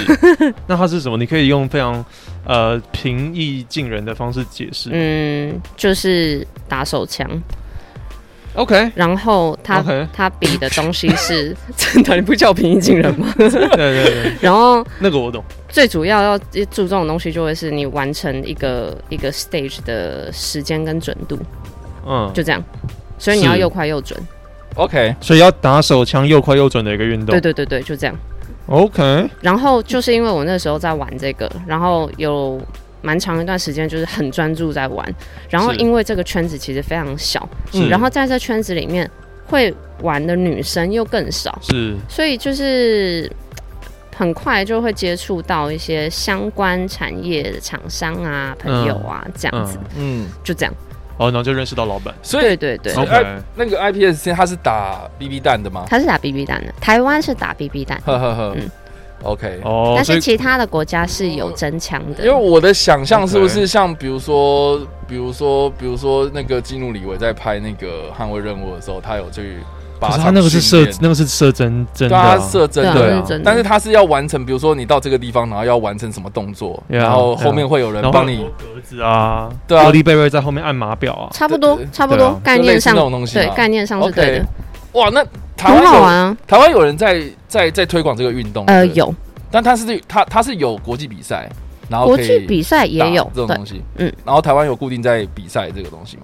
S1: 那它是什么？你可以用非常呃平易近人的方式解释。
S3: 嗯，就是打手枪， (laughs)
S1: OK，
S3: 然后他
S1: OK
S3: 他比的东西
S1: (laughs)
S3: 是真的，你不叫平易近人吗？
S1: 对对对，
S3: 然后
S1: 那个我懂。
S3: 最主要要注重的东西就会是你完成一个一个 stage 的时间跟准度，
S1: 嗯，
S3: 就这样。所以你要
S1: 是
S3: 又快又准，
S2: ，OK，
S1: 所以要打手枪又快又准的一个运动。
S3: 对嗯对对对，就这样。
S1: OK，
S3: 然后就是因为我那时候在玩这个，然后有蛮长一段时间就是很专注在玩，然后
S1: 是
S3: 因为这个圈子其实非常小，
S2: 嗯
S1: 是
S3: 然后在这圈子里面会玩的女生又更少，
S1: 是
S3: 所以就是呃很快就会接触到一些相关产业的厂商啊、朋友啊、这样子，
S2: 嗯，
S3: 就这样。
S1: 哦，然后就认识到老板。
S2: 所
S3: 对
S2: 以
S3: 对对，
S2: 好哎那个 IPS 它是打 BB 弹的吗？
S3: 他是打 BB 弹的，台湾是打 BB 弹，
S2: 呵呵呵
S3: 嗯
S2: ，OK。
S1: 哦，
S3: 但
S1: 所以
S3: 是其他的国家是有真枪的
S2: 因为。我的想象
S1: OK
S2: 是不是像比如说，比如说，比如说那个基努里维在拍那个《捍卫任务》的时候，他有去把
S1: 可是他那个是射
S2: 射，，
S1: 那个是射真真
S2: 对
S1: 的
S2: 啊，
S1: 啊、
S2: 他射真
S3: 对
S1: 啊
S2: 的
S1: 是
S3: 真的，
S2: 但是他是要完成，比如说你到这个地方，然后要完成什么动作，
S1: Yeah，
S2: 然后后面会有人
S1: 然后
S2: 帮
S1: 很
S2: 你
S1: 多，格子啊，
S2: 对啊
S1: 玻璃贝贝在后面按码表啊。
S3: 差不多
S2: 对对，
S3: 差不多
S1: 对啊，
S3: 概念上
S2: 就类似那种东西嘛
S3: 对，概念上是对的
S2: OK，哇，那台
S3: 很
S2: 湾
S3: 好
S2: 有
S3: 玩啊。
S2: 台湾有人在在在推广这个运动，
S3: 呃，
S2: 对不对，
S3: 有
S2: 但他是他他是有国际比赛，然后
S3: 国
S2: 可以
S3: 际比赛
S2: 打
S3: 也有，
S2: 这种
S3: 对
S2: 东西，
S3: 嗯，
S2: 然后台湾有固定在比赛这个东西嘛，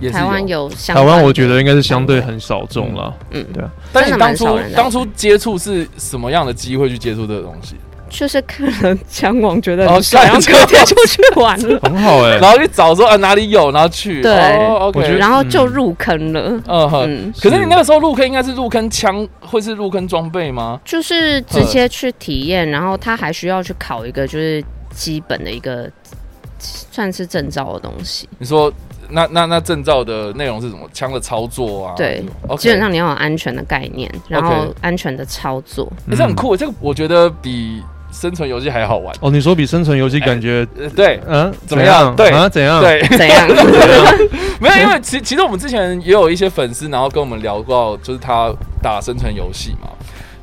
S2: 也是
S3: 对，台湾有相
S1: 台湾
S3: 关
S1: 我觉得应该是相对很少众了，
S3: 嗯，
S1: 对啊。
S2: 但你当初
S3: 真的蛮少人的
S2: 当初接触是什么样的机会去接触这个东西？
S3: 就是看了枪网觉得
S2: 哦
S3: 很爽，然后
S2: 看了
S3: 隔天就去 (laughs) 玩了，
S1: 很好哎、
S2: 嗯然后去找说啊哪里有，然后去。
S3: 对
S2: 哦
S1: 我觉
S2: ，OK，
S1: 得
S3: 然后就入坑了。
S2: 嗯哼。
S3: 嗯，
S2: 可是你那个时候入坑应该是入坑枪，会是入坑装备吗？
S3: 就是直接去体验，然后他还需要去考一个就是基本的一个算是证照的东西，
S2: 你说那那那证照的内容是什么？枪的操作啊？
S3: 对
S2: ，OK，
S3: 基本上你要有安全的概念，然后安全的操作。
S1: 嗯
S2: 诶这很酷，
S3: 嗯
S2: 这个我觉得比生存游戏还好玩。
S1: 哦，你说比生存游戏感觉
S2: 呃，对
S1: 嗯、
S2: 怎么样对
S1: 啊怎样？
S2: 对， (laughs)
S3: 怎样？
S2: 没有，因为其其实我们之前也有一些粉丝，然后跟我们聊过，就是他打生存游戏嘛。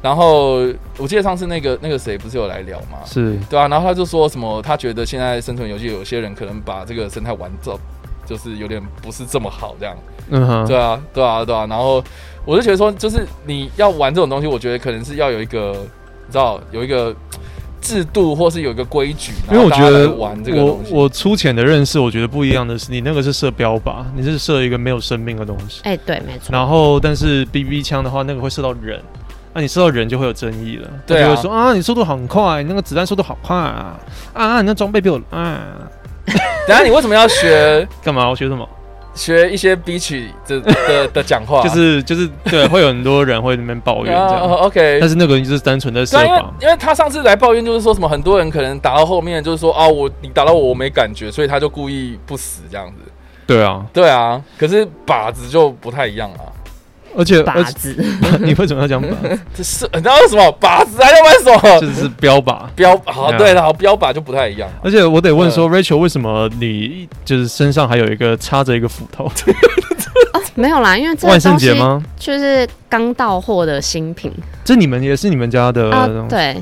S2: 然后我记得上次那个那个谁不是有来聊吗？
S1: 是
S2: 对啊，然后他就说什么，他觉得现在生存游戏有些人可能把这个生态玩走，就是有点不是这么好这样。
S1: 嗯哼，
S2: 对啊，对啊，对啊。然后我就觉得说，就是你要玩这种东西，我觉得可能是要有一个，你知道有一个制度，或是有一个规矩，
S1: 因为我
S2: 然
S1: 觉
S2: 后大家
S1: 得
S2: 来玩这个
S1: 我
S2: 东西。
S1: 我粗浅的认识，我觉得不一样的是，你那个是射标靶，你是射一个没有生命的东西。
S3: 哎，对，没错。
S1: 然后，但是 BB 枪的话，那个会射到人，那、你射到人就会有争议了。
S2: 对啊
S1: 他就会说啊，你速度很快，你那个子弹速度好快啊，啊，你那装备比我啊，
S2: 等一下你为什么要学 (laughs)
S1: 干嘛？我学什么？
S2: 学一些 B 曲的的的讲话？
S1: 就是就是对，会有很多人会在那边抱怨这
S2: (laughs) 啊
S1: 样，
S2: ，OK
S1: 但。是那个就是单纯的射
S2: 对啊，因为
S1: 法。
S2: 因为他上次来抱怨，就是说什么很多人可能打到后面，就是说啊，我你打到我我没感觉，所以他就故意不死这样子。
S1: 对啊，
S2: 对啊，可是靶子就不太一样啊。
S1: 而且而
S3: 靶
S1: 且 (laughs)
S3: 子，
S1: 你为什么要讲靶？
S2: 这是 (laughs) 你知道为什么靶子还要玩什么？
S1: 就是标靶。
S2: 标好，
S1: Yeah
S2: 对了，好标靶就不太一样。
S1: 而且我得问说，Rachel 为什么你就是身上还有一个插着一个斧
S3: (laughs)
S1: 头？
S3: 没有啦，因为这个
S1: 万圣
S3: 东
S1: 节
S3: 西
S1: 吗？
S3: 就是刚到货的新品
S1: 这你们也是你们家的
S3: 啊，对，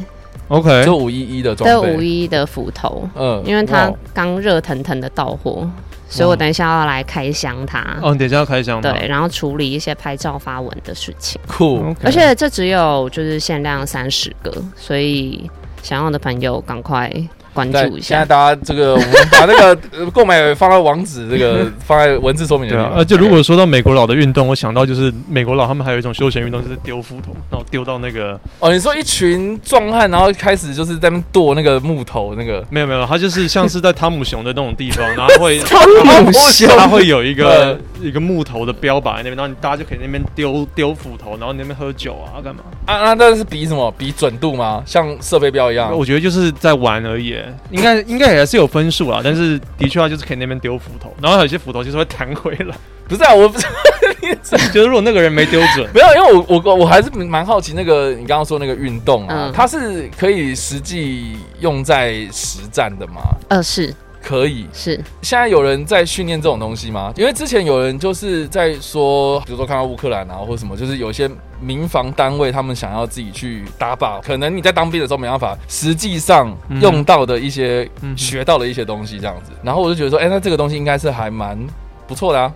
S1: ？OK，
S2: 就五一一的装
S3: 这
S2: 备，
S3: 五一的斧头，
S2: 嗯，
S3: 因为它
S1: 呃哇哦
S3: 刚热腾腾的到货，所以我等一下要来开箱它。
S1: 哦，你等一下要开箱
S3: 对，然后处理一些拍照发文的事情，
S2: 酷，
S1: ，OK
S3: 而且这只有就是限量三十个，所以想要的朋友赶快关
S2: 对
S3: 嗯注一
S2: 现在
S3: 下。
S2: 大家这个，我们把那个呃 (laughs) 购买放到网址，
S1: (laughs)
S2: 这个放在文字说明的
S1: 对
S2: 地
S1: 啊
S2: 方。，
S1: 而且如果说到美国佬的运动，我想到就是美国佬他们还有一种休闲运动，就是丢斧头，然后丢到那个
S2: 哦，你说一群壮汉，然后开始就是在那边剁那个木头，那个
S1: 没有没有，他就是像是在汤姆熊的那种地
S3: (laughs)
S1: 方，然后会
S3: 超猛秀，
S1: 它会有一个一个木头的标靶在那边，然后你大家就可以在那边丢丢斧头，然后你那边喝酒啊干嘛？
S2: 啊啊，那是比什么？比准度吗？像射飞镖一样？
S1: 我觉得就是在玩而已，应该应该也是有分数啦，但是的确啊，就是可以那边丢斧头，然后有些斧头就是会弹回来，
S2: 不是啊，我不 (laughs) 是，
S1: 就是如果那个人没丢准
S2: 没有，因为我我我还是蛮好奇那个你刚刚说那个运动啊，
S3: 嗯
S2: 它是可以实际用在实战的吗？
S3: 呃，是
S2: 可以，
S3: 是，
S2: 现在有人在训练这种东西吗？因为之前有人就是在说，比如说看到乌克兰啊，或者什么，就是有一些民防单位他们想要自己去打靶，可能你在当兵的时候没办法，实际上
S1: 嗯
S2: 用到的一些、
S1: 嗯
S2: 学到的一些东西这样子。然后我就觉得说，哎、那这个东西应该是还蛮不错的啊，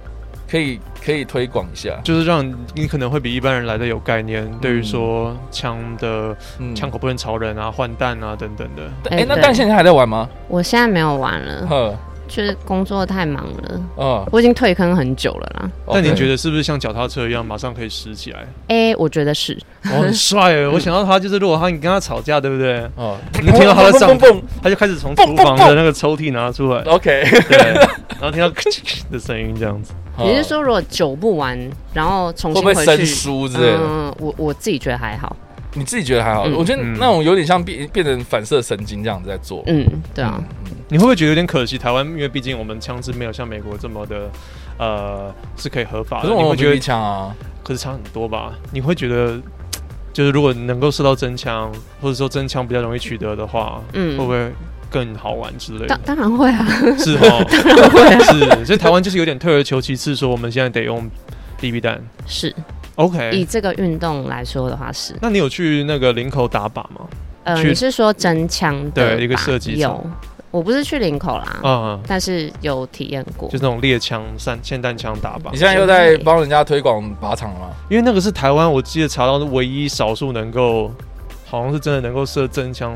S2: 可以可以推广一下。
S1: 就是让你可能会比一般人来的有概念，对于说枪的
S2: 嗯
S1: 枪口不能朝人啊、换弹啊等等的。
S2: 哎、
S3: 哎
S2: 那
S3: 对
S2: 但现在还在玩吗？
S3: 我现在没有玩了，
S2: 呵，
S3: 就是工作太忙了，
S2: 嗯，
S3: 我已经退坑很久了啦。
S1: 但您觉
S2: 得？
S1: 得是不是像脚踏车一样，马上可以拾起来？
S3: 哎、我觉得是，
S1: 我很帅哎！我想到他就是，如果他你跟他吵架，对不对？
S2: 哦，
S1: 你听到他的上
S2: 蹦蹦
S1: 他就开始从厨房的那个抽屉拿出来，
S2: 蹦，OK，
S1: 对，然后听到 (laughs) 咔哧咔哧的声音这样子。
S3: 也就是说，如果久不玩，然后重
S2: 会不
S3: 新
S2: 啊会
S3: 回去，
S2: 生疏之类的？
S3: 嗯，我我自己觉得还好，
S2: 你自己觉得还好？
S3: 嗯
S2: 我觉得
S1: 嗯
S2: 那种有点像变变成反射神经这样子在做。
S3: 嗯，对啊，
S1: 你会不会觉得有点可惜？台湾因为毕竟我们枪支没有像美国这么的，呃，是可以合法
S2: 可
S1: 的。
S2: 是我
S1: 你会
S2: 们有
S1: 觉
S2: BB
S1: 得，
S2: 枪啊，
S1: 可是差很多吧？你会觉得，就是如果能够射到真枪，或者说真枪比较容易取得的话，
S3: 嗯
S1: 会不会更好玩之类
S3: 当
S1: 的？
S3: 当然会啊，
S2: (laughs)
S1: 是
S3: (laughs)
S1: 哦，是，所以台湾就是有点退而求其次，说我们现在得用 BB 弹。
S3: 是 (laughs) 以
S1: OK，
S3: 这个运动来说的话是，
S1: 那你有去那个林口打靶吗？
S3: 呃，
S1: 去
S3: 你是说真枪的
S1: 对一个
S3: 吧
S1: 射击场
S3: 有，我不是去林口啦，
S2: 哦
S1: 啊、
S3: 但是有体验过
S2: 嗯
S1: 就是，那种猎枪、散霰弹枪打靶
S2: 你，现在又在帮人家推广靶场了吗？
S1: 因为那个是台湾，我记得查到的唯一少数能够，好像是真的能够射真枪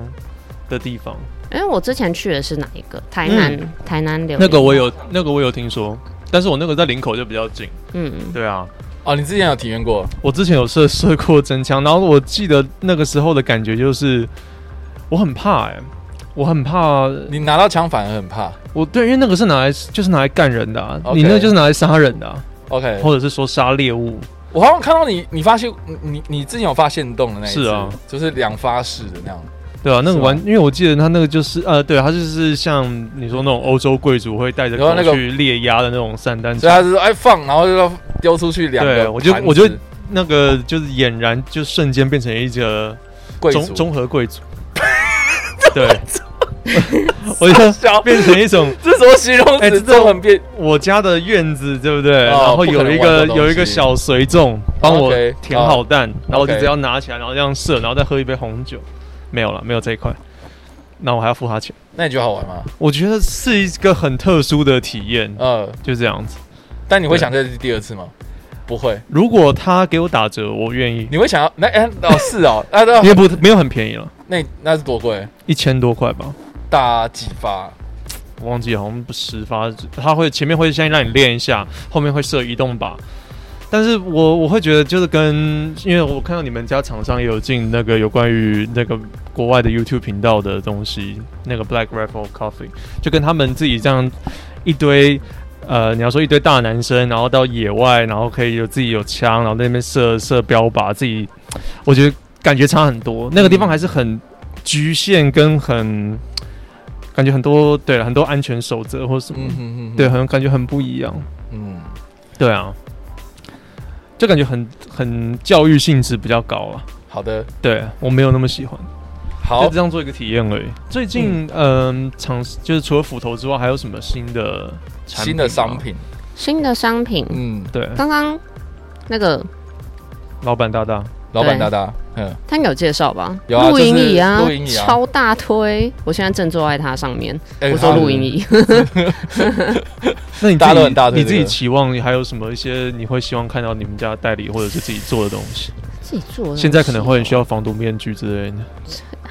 S1: 的地方。
S3: 因哎为我之前去的是哪一个？台南，
S2: 嗯
S3: 台南柳
S1: 那个我，有，那个我有听说，但是我那个在林口就比较近。
S3: 嗯，
S1: 对啊，
S2: 哦，你之前有体验过？
S1: 我之前有射射过真枪，然后我记得那个时候的感觉就是，我很怕哎、我很怕，
S2: 你拿到枪反而很怕。
S1: 我对，因为那个是拿来就是拿来干人的、啊
S2: OK
S1: 你那个就是拿来杀人的、啊，
S2: OK，
S1: 或者是说杀猎物。
S2: 我好像看到你，你发现你你你之前有发现洞的那一次，
S1: 是啊
S2: 就是两发式的那样。
S1: 对啊，那
S2: 是
S1: 个
S2: 吧
S1: 玩，因为我记得他那个就是呃，对，他就是像你说那种欧洲贵族会带着
S2: 然后那
S1: 狗
S2: 个
S1: 去猎鸭的那种散弹
S2: 所以
S1: 枪，
S2: 他是说哎放，然后就要丢出去两个盘
S1: 对
S2: 子。
S1: 我就我就那个就是俨然就瞬间变成一个
S2: 贵
S1: 综
S2: 族
S1: 综合贵
S2: (laughs)
S1: 族，对，我就
S2: 小，
S1: 变成一种
S2: (laughs) 这是什么形容
S1: 哎这
S2: 词？这很变
S1: 我家的院子，对不对？
S2: 哦
S1: 然后有一个
S2: 不可能玩的东西哦
S1: 有一个小随从帮我
S2: OK，哦
S1: 填好弹，然后我就
S2: OK
S1: 只要拿起来，然后这样射，然后再喝一杯红酒，没有了，没有这一块，那我还要付他钱。
S2: 那你觉得好玩吗？
S1: 我觉得是一个很特殊的体验，
S2: 呃，
S1: 就这样子。
S2: 但你会
S1: 对
S2: 想再去第二次吗？不会。
S1: 如果他给我打折，我愿意，
S2: 你会想要那哎、哦是哦，那那
S1: 因为不没有很便宜了，
S2: 那那是多贵？
S1: 一千多块吧，
S2: 打几发？
S1: 我忘记好像不十发，他会前面会先让你练一下，后面会设移动靶。但是我我会觉得就是跟，因为我看到你们家厂商也有进那个有关于那个国外的 YouTube 频道的东西，那个 Black Rifle Coffee，就跟他们自己这样一堆。呃，你要说一堆大男生，然后到野外，然后可以有自己有枪，然后在那边射射标靶，自己，我觉得感觉差很多。那个地方还是很局限跟很，感觉很多对了，很多安全守则或什么，
S2: 嗯哼哼哼，
S1: 对，很感觉很不一样。
S2: 嗯，
S1: 对啊，就感觉很很教育性质比较高啊。
S2: 好的，
S1: 对我没有那么喜欢，
S2: 好
S1: 就这，样做一个体验而已。最近，嗯，厂、就是除了斧头之外，还有什么新的产品
S2: 新
S1: 吗
S2: 的商？品，
S3: 新的商品，
S2: 嗯，
S1: 对，
S3: 刚刚那个
S1: 老板大大，
S2: 老板大大，嗯，
S3: 他应该有介绍吧？
S2: 有啊
S3: 露营椅啊，
S2: 就是露营椅啊
S3: 超大推，我现在正坐在它上面。
S2: 哎
S3: 我说
S2: 他
S3: 露营椅，
S1: 那你自己
S2: 大家都很大对
S1: 你自己
S2: 对
S1: 期望还有什么一些你会希望看到你们家代理或者是自己做的东西？
S3: 自己做的东西哦。
S1: 现在可能会很需要防毒面具之类的。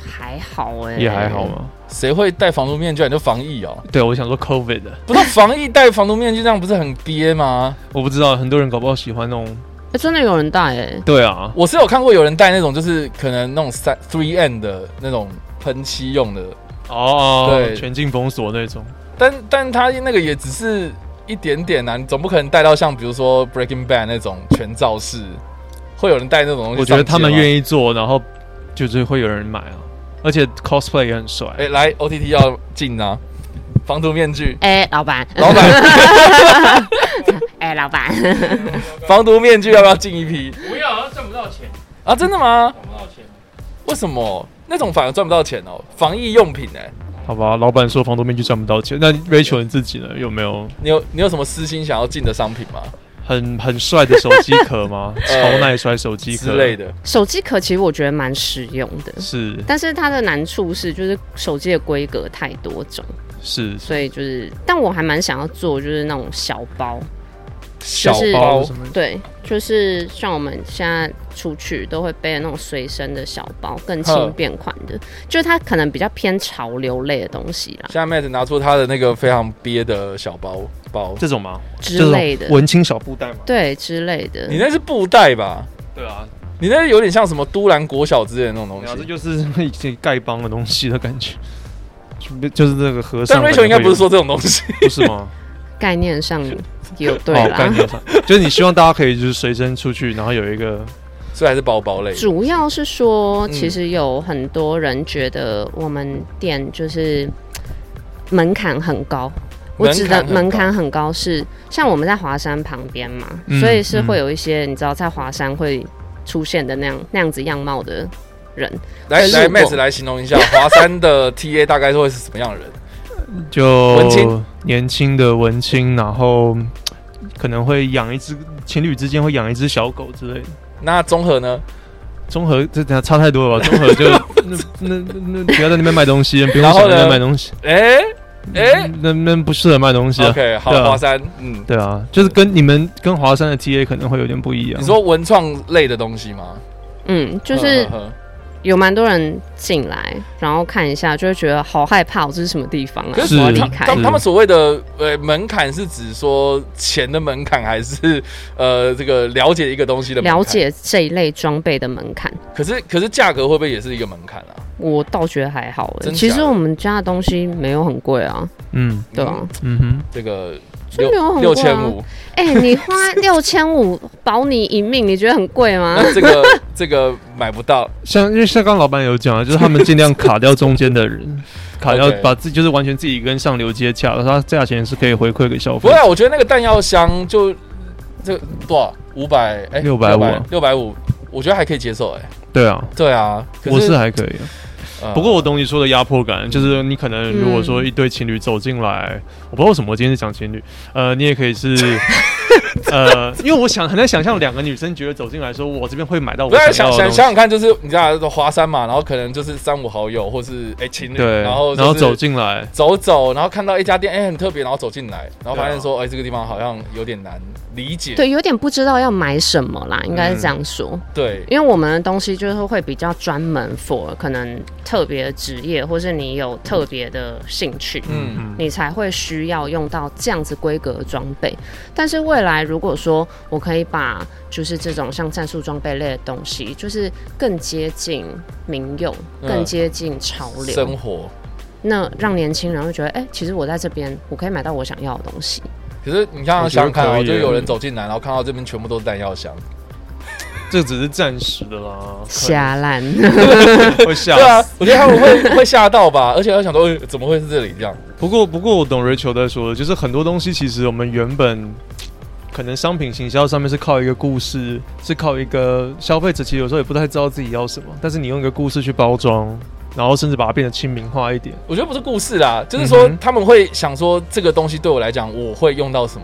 S3: 还好哎、
S1: 也还好。嘛。
S2: 谁会戴防毒面具啊？你就防疫哦。
S1: 对，我想说 COVID 的，
S2: 不是防疫戴防毒面具，这样不是很憋吗？
S1: 我不知道很多人搞不好喜欢那种。
S3: 哎、真的有人戴哎、
S1: 对啊，
S2: 我是有看过有人戴那种，就是可能那种三 three N 的那种喷漆用的，
S1: 哦，
S2: 对
S1: 全境封锁那种。
S2: 但但他那个也只是一点点啊，你总不可能戴到像比如说 Breaking Bad 那种全罩式，会有人戴那种东西？
S1: 我觉得他们愿
S2: 意。
S1: 意做，然后就是会有人买啊。而且 cosplay 也很帅，
S2: 哎、来 OTT 要进啊，防毒面具，
S3: 哎、老板， (laughs)
S2: 老板，
S3: 哎、老板， (laughs)
S2: 防毒面具要不要进一批
S7: 不要，赚不到钱，
S2: 啊？真的吗？
S7: 赚不到钱。
S2: 为什么那种反而赚不到钱哦？防疫用品哎、
S1: 好吧？老板说房东面具赚不到钱，那 Rachel 你自己呢？有没有
S2: 你有你有什么私心想要进的商品吗？
S1: 很很帅的手机壳吗？
S2: (laughs) 呃
S1: 超耐摔手机壳
S2: 之类，的，
S3: 手机壳其实我觉得蛮实用的，
S1: 是
S3: 但是它的难处是就是手机的规格太多种，
S1: 是
S3: 所以就是，但我还蛮想要做就是那种小包，
S2: 小
S3: 就是
S2: 包
S1: 包什么
S3: 对，就是像我们现在出去都会背的那种随身的小包，更
S2: 呵
S3: 轻便款的，就是它可能比较偏潮流类的东西啦
S2: 现在 Matt 拿出他的那个非常憋的小包包，
S1: 这种吗？
S3: 之类
S1: 这
S3: 的
S1: 种，文青小布袋吗？
S3: 对之类的
S2: 你。那是布袋吧？
S1: 对啊，
S2: 你那有点像什么都兰国小之类的那种东
S1: 然后这
S2: 西。
S1: 就是一些丐帮的东西的感觉， (laughs) 就就是那个和
S2: 但
S1: 尚。
S2: Rachel 应该不是说这种东西， (laughs)
S1: 不是吗？
S3: 概
S1: (laughs)
S3: 念上有对
S1: 哦概
S3: 啦，
S1: 念上就是你希望大家可以就是随身出去，然后有一个
S2: 所以还是包包类。
S3: 主要是说，
S2: 嗯
S3: 其实有很多人觉得我们店就是门槛很高。我指的门
S2: 门槛
S3: 槛很高是像我们在华山旁边嘛，
S1: 嗯
S3: 所以是
S1: 嗯
S3: 会有一些你知道在华山会出现的那样那样子样貌的人，
S2: 来
S3: 很
S2: 来
S3: 入目
S2: ，Matt 来形容一 (laughs) 下华山的 TA 大概会是什么样的人？
S3: 嗯
S1: 就
S2: 文青
S1: 年轻的文青，然后嗯可能会养一只情侣之间会养一只小狗之类的。
S2: 那综合呢？
S1: 综合这等下差太多
S3: (laughs)
S1: 了吧？综合就那那那不要在那边卖东西，不用
S2: 然后
S1: 想在那
S2: 呢
S1: 边卖东西，
S2: 哎哎
S1: 嗯那那不适合卖东西啊。
S2: ，OK，好，
S1: 对啊
S2: 华山，嗯，
S1: 对啊，就是跟你们跟华山的 TA 可能会有点不一样。
S2: 你说文创类的东西吗？
S3: 嗯，就是
S2: 呵呵呵
S3: 有蛮多人进来，然后看一下就会觉得好害怕，我这是什么地方啊？
S2: 可
S1: 是
S3: 我要
S2: 他
S3: 离
S2: 他
S3: 开
S1: 是。
S2: 他们所谓的呃门槛是指说钱的门槛，还是呃这个了解一个东西的门槛
S3: 了？解这一类装备的门槛，
S2: 可是可是价格会不会也是一个门槛啊？
S3: 我倒觉得还好、欸。
S2: 真
S3: 其
S2: 假
S3: 实
S2: 的
S3: 我们家的东西没有很贵啊，
S1: 嗯
S3: 对啊。
S1: 嗯哼，
S2: 这个
S3: 这没有
S2: 六
S3: 很
S2: 六
S3: 贵啊
S2: 千五，
S3: 哎、你花六千五保你一命，你觉得很
S2: (laughs)
S3: 贵吗？
S2: 那这个这个买不到，
S1: 像因为像刚刚老板有讲啊，就是他们尽量卡掉中间的
S2: (laughs)
S1: 人，卡掉
S2: OK
S1: 把自己就是完全自己跟上流接洽，然后它价钱是可以回馈给消
S2: 不
S1: 费
S2: 会、。啊，我觉得那个弹药箱就这多少五百哎
S1: 650啊
S2: 六百五，我觉得还可以接受哎、
S1: 对啊，
S2: 对啊，可
S1: 我是还可以啊。
S2: 呃
S1: 不过我懂你说的压迫感，就是
S2: 嗯
S1: 你可能如果说一对情侣走进来，我不知道为什么我今天是讲情侣，呃，你也可以
S2: (laughs)
S1: 是，呃，因为我想很难想象两个女生觉得走进来说，我这边会买到
S2: 不
S1: 我
S2: 要
S1: 想
S2: 想
S1: 要的
S2: 想
S1: 东
S2: 想
S1: 西，
S2: 想看，就是你知道华山嘛，然后可能就是三五好友或是哎、情侣，
S1: 对，
S2: 然后、
S1: 然后走
S2: 进。
S1: 进来，
S2: 走走，然后看到一家店，哎、很特别，然后走进来，然后发
S1: 对
S2: 现
S1: 啊
S2: 说，哎、这个地方好像有点难理解。
S3: 对，有点不知道要买什么啦，应该是这样说。
S2: 对
S3: 因为我们的东西就是会比较专门 for 可能特别的职业，或是你有特别的兴趣。
S2: 嗯，
S1: 嗯，
S3: 你才会需要用到这样子规格的装备，但是未来如果说我可以把就是这种像战术装备类的东西，就是更接近民用，
S2: 嗯
S3: 更接近潮流，
S2: 生活。
S3: 那让年轻人会觉得，哎、其实我在这边，我可以买到我想要的东西。
S2: 可是你看，
S1: 我觉
S2: 想
S1: 得
S2: 想看
S1: 可
S2: 哦，
S1: 以
S2: 就
S1: 耶
S2: 有人走进来，然后看到这边全部都是弹药箱，
S1: 这只是暂时的啦，
S3: 瞎烂， (laughs)
S1: 会
S2: (laughs)
S1: 吓
S2: 对啊，我觉得他们会会吓到吧，而且他想说，哎怎么会是这里这样？
S1: 不过，不过我懂 Rachel 在说的，就是很多东西其实我们原本可能商品行销上面是靠一个故事，是靠一个消费者其实有时候也不太知道自己要什么，但是你用一个故事去包装，然后甚至把它变得亲民化一点。
S2: 我觉得不是故事啦，就是说
S1: 嗯哼
S2: 他们会想说，这个东西对我来讲，我会用到什么？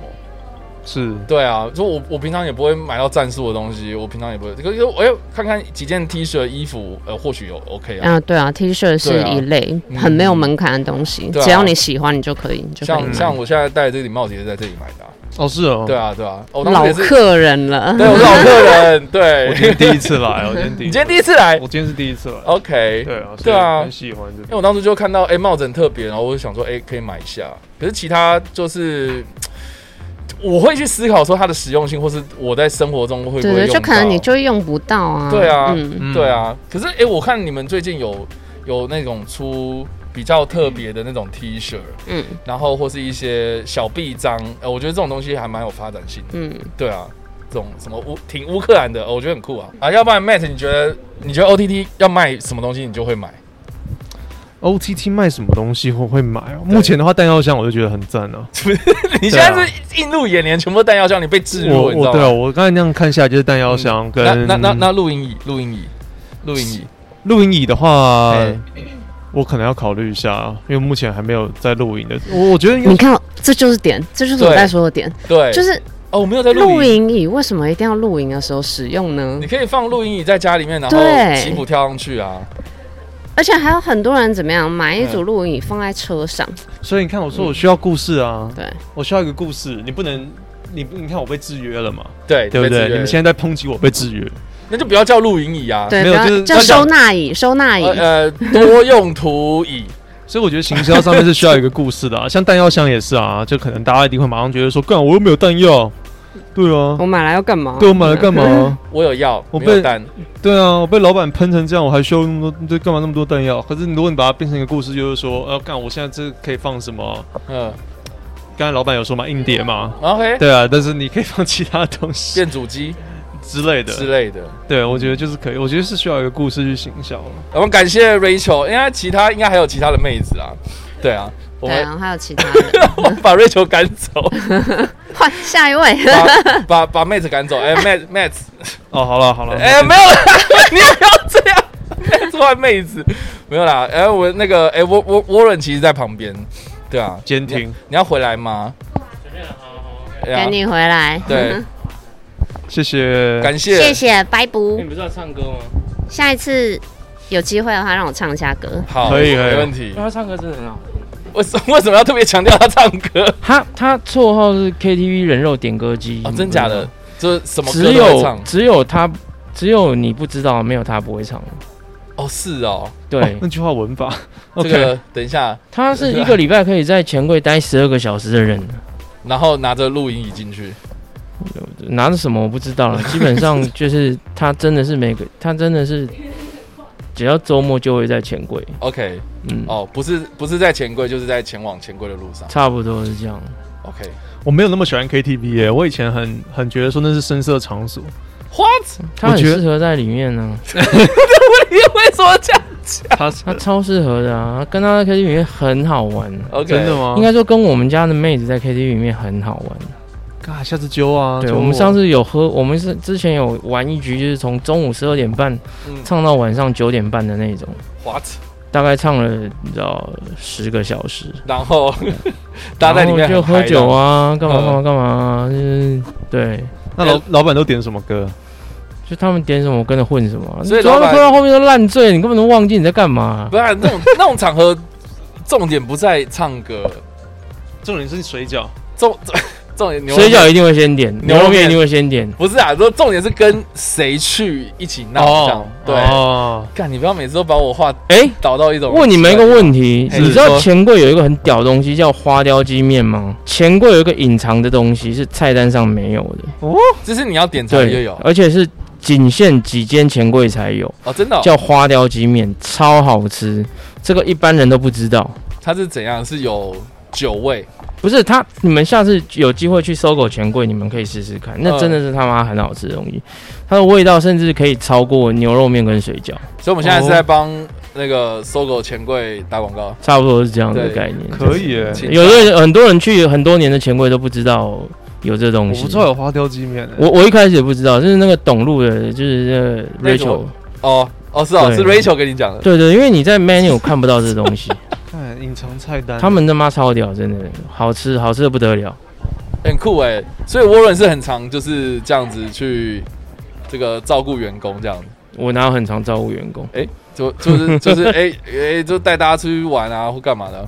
S1: 是
S2: 对啊，就我我平常也不会买到战术的东西，我平常也不会，可是我要看看几件 T 恤、衣服，呃，或许有 OK 啊。
S3: 啊，对啊，T 恤是
S2: 对啊
S3: 一类、
S2: 嗯
S3: 很没有门槛的东西，
S2: 对啊
S3: 只要你喜欢，你就可以，你就可以
S2: 像
S3: 买。
S2: 像我现在戴的这顶帽子也是在这里买的、啊，
S1: 哦是哦，
S2: 对，啊对啊，哦我当时
S3: 老
S2: 也是，
S3: 客人了，
S2: 对，我是老客人，对
S1: 我，今天第一次
S2: (laughs)
S1: 来，我今天第
S2: 你
S1: 一次
S2: 今天第一次来
S1: 我今天是第一次来，
S2: ，OK，
S1: 对啊，
S2: 对啊
S1: 所以很喜欢这
S2: 因为我当初就看到，哎、帽子很特别，然后我就想说，哎、可以买一下。可是其他就是，我会去思考说它的实用性，或是我在生活中会不
S3: (laughs) 对
S2: 会用
S3: 对，
S2: 到。
S3: 就可能你就用不到啊。
S2: 对啊
S3: 嗯，
S1: 嗯
S2: 对，啊。可是，哎、我看你们最近有有那种出比较特别的那种 T 恤，
S3: 嗯
S2: 然后或是一些小臂章，呃，我觉得这种东西还蛮有发展性的。
S3: 嗯，
S2: 对啊，这种什么乌挺乌克兰的、哦我觉得很酷啊。啊，要不然 Matt，你觉得你觉得 OTT 要卖什么东西，你就会买？ (laughs)
S1: OTT 卖什么东西我会买哦？目前的话，弹药箱我就觉得很赞啊。
S2: 你现在是映入眼帘，全部弹药箱你被置入，
S1: 我
S2: 你知道
S1: 我对啊，
S2: 吗？嗯
S1: 我刚才那样看下来就是弹药箱跟
S2: 那那那那录音椅，录音椅，录音椅，
S1: 录影椅的话，
S2: 哎
S1: 我可能要考虑一下，因为目前还没有在录影的。我我觉得应该
S3: 你看，这就是点，这就是我
S2: 对
S3: 在说的点，
S2: 对，
S3: 就是
S2: 哦，我没有在
S3: 露
S2: 录音，
S3: 营椅为什么一定要露营的时候使用呢
S2: 你？可以放录音椅在家里面，然后
S3: 对
S2: 起步跳上去啊，
S3: 而且还有很多人怎么样买一组露营椅放在车上，
S1: 所以你看，我说我需要故事啊，
S3: 对，
S1: 我需要一个故事，你不能。你你看我被制约了嘛，
S2: 对
S1: 对不对？你们
S2: 先
S1: 现在在抨击我被制约，
S2: 那就不要叫录音椅啊，
S3: 对，
S1: 没有
S3: 不要
S1: 就是
S3: 叫收纳椅，收纳椅
S2: 呃，呃， (laughs) 多用途椅，
S1: 所以我觉得行销上面是需要一个故事的、 (laughs) 啊，像弹药箱也是啊，就可能大家一定会马上觉得说，干我又没有弹药，对啊
S3: 我，买来要干嘛？
S1: 对我买来干嘛？
S2: 我有药，
S1: 我
S2: 没有
S1: 被
S2: 蛋，
S1: 对啊，我被老板喷成这样，我还需要那么多，对，干嘛那么多弹药？可是如果你把它变成一个故事，就是说，呃，干我现在这可以放什么？
S2: 嗯
S1: 刚才老板有说嘛，硬碟嘛，
S2: ，OK，
S1: 对啊，但是你可以放其他东西
S2: 电阻机
S1: (laughs) 之类的。
S2: 之类的。
S1: 对，我觉得就是可以，我觉得是需要一个故事去啊行销了。
S2: 我们感谢 Rachel，因为其他应该还有其他的妹子啊，对啊，我 (laughs)
S3: 对
S2: 们
S3: 啊，还有其他人，
S2: 把 Rachel 赶走。
S3: 换下一位。
S2: 把 (laughs) 把把妹子赶走。哎、妹
S1: (laughs)
S2: 妹子，
S1: 哦，好了好了，
S2: 哎、没有啦， (laughs) 你不要这样，妹子换妹子，没有啦。哎、我那个，哎、我我我人其实在旁边，对啊，
S1: 监听，
S2: 你要回来吗？啊随便，好
S3: 赶
S2: 好。
S3: 紧回来，嗯
S2: 对，
S1: 谢谢，
S2: 感谢，嗯
S3: 谢谢，拜
S7: 你
S3: 不。
S7: 不是要唱歌吗？
S3: 下一次有机会的话，让我唱一下歌。
S2: 好，
S1: 可以可以
S2: 没问题。
S7: 他唱歌真的很好。
S2: 为什为什么要特别强调他唱歌？
S7: 他他绰号是 KTV 人肉点歌机
S2: 哦，真假的？？这什么歌
S7: 嗯只
S2: 都会唱
S7: 有？只有他，只有你不知道，没有他不会唱。
S2: 哦，是哦，(laughs)
S7: 对
S1: 哦，那句话文法
S2: 这
S1: ，OK，、
S2: 个等一下，
S7: 他是一个礼拜可以在钱柜待十二个小时的人，
S2: 然后拿着录音椅进去。
S7: 拿着什么我不知道了。基本上就是他真的是每个， (laughs) 他真的是只要周末就会在钱柜，
S2: OK，
S7: 嗯，
S2: 哦，不是不是在钱柜，就是在前往钱柜的路上。
S7: 差不多是这样。
S2: OK，
S1: (laughs) 我没有那么喜欢 KTV 耶、我以前很很觉得说那是声色场所，
S7: 他
S1: 我
S7: 很
S1: 觉得
S7: 适合在里面呢、
S2: 你为什么这样？
S1: (laughs) 他
S7: 他超适合的啊，跟他在 KTV 里面很好玩。
S1: (laughs)
S2: OK，
S1: 真的吗？
S7: 应该说跟我们家的妹子在 KTV 里面很好玩。
S1: 该，下次揪啊，
S7: 对，
S1: 揪
S7: 我们上次有喝，我们是之前有玩一局，就是从中午十二点半
S2: 嗯
S7: 唱到晚上九点半的那种，
S2: ，What？
S7: 大概唱了你知道十个小时。
S2: 然
S7: (laughs)
S2: 后大家在里面
S7: 然后就
S2: 很嗨
S7: 喝
S2: 的
S7: 酒，啊，干嘛
S2: 嗯
S7: 干嘛干嘛啊，就是对，
S1: 那
S7: 哎
S1: 老老板都点什么歌？
S7: 就他们点什么我跟着混什么啊，
S2: 所以
S7: 主要
S2: 老板
S7: 喝到后面都烂醉，你根本都忘记你在干嘛
S2: 不。然那种那种场合，重点不在唱歌，
S1: 重点是水饺，
S2: 重 (laughs) 重重点牛肉
S7: 水
S2: 面
S7: 饺一定会先点，
S2: 牛
S7: 牛
S2: 肉
S7: 肉面
S2: 面
S7: 一定会先点。
S2: 不是啊，说重点是跟谁去一起闹这
S7: 哦
S2: 样，对。
S1: 哦，
S2: 干，你不要每次都把我话
S7: 哎，
S2: 导到一种。
S7: 问你们一个，问题，
S2: 嘿
S7: 你知道
S2: 说
S7: 钱柜有一个很屌的东西叫花雕鸡面吗？钱柜有一个隐藏的东西是菜单上没有的，
S2: 就是你要点菜就
S7: 对
S2: 有，
S7: 而且是仅限几间钱柜才有，
S2: 哦，真的哦，
S7: 叫花雕鸡面，超好吃，这个一般人都不知道。
S2: 它是怎样？是有酒味，
S7: 不是他，你们下次有机会去搜狗钱柜，你们可以试试看，那
S2: 嗯
S7: 真的是他妈很好吃的东西，它的味道甚至可以超过牛肉面跟水饺，
S2: 所以我们现在是在帮那个搜狗钱柜打广告。
S7: 差不多是这样的
S2: 对
S7: 概念。
S1: 可以耶、
S2: 请
S7: 有的人很多人去很多年的钱柜都不知道有这
S1: 我
S7: 东西，
S1: 不知道有花雕鸡面、欸，
S7: 我我一开始也不知道，就是那个董路的，就是
S2: 那
S7: 那个
S2: 种
S7: Rachel，
S2: 哦哦是哦，
S7: 对
S2: 是 Rachel 跟你讲的。
S7: 对对，因为你在 menu 看不到
S1: (laughs)
S7: 这东西，
S1: 看隐藏菜单，
S7: 他们他妈超屌，真的好吃，好吃的不得了。
S2: 很酷哎、所以 Warren 是很常就是这样子去这个照顾员工这样子。
S7: 我哪有很常照顾员工？
S2: 就
S7: (laughs)
S2: 就是就是哎哎、就带大家出去玩啊，或干嘛的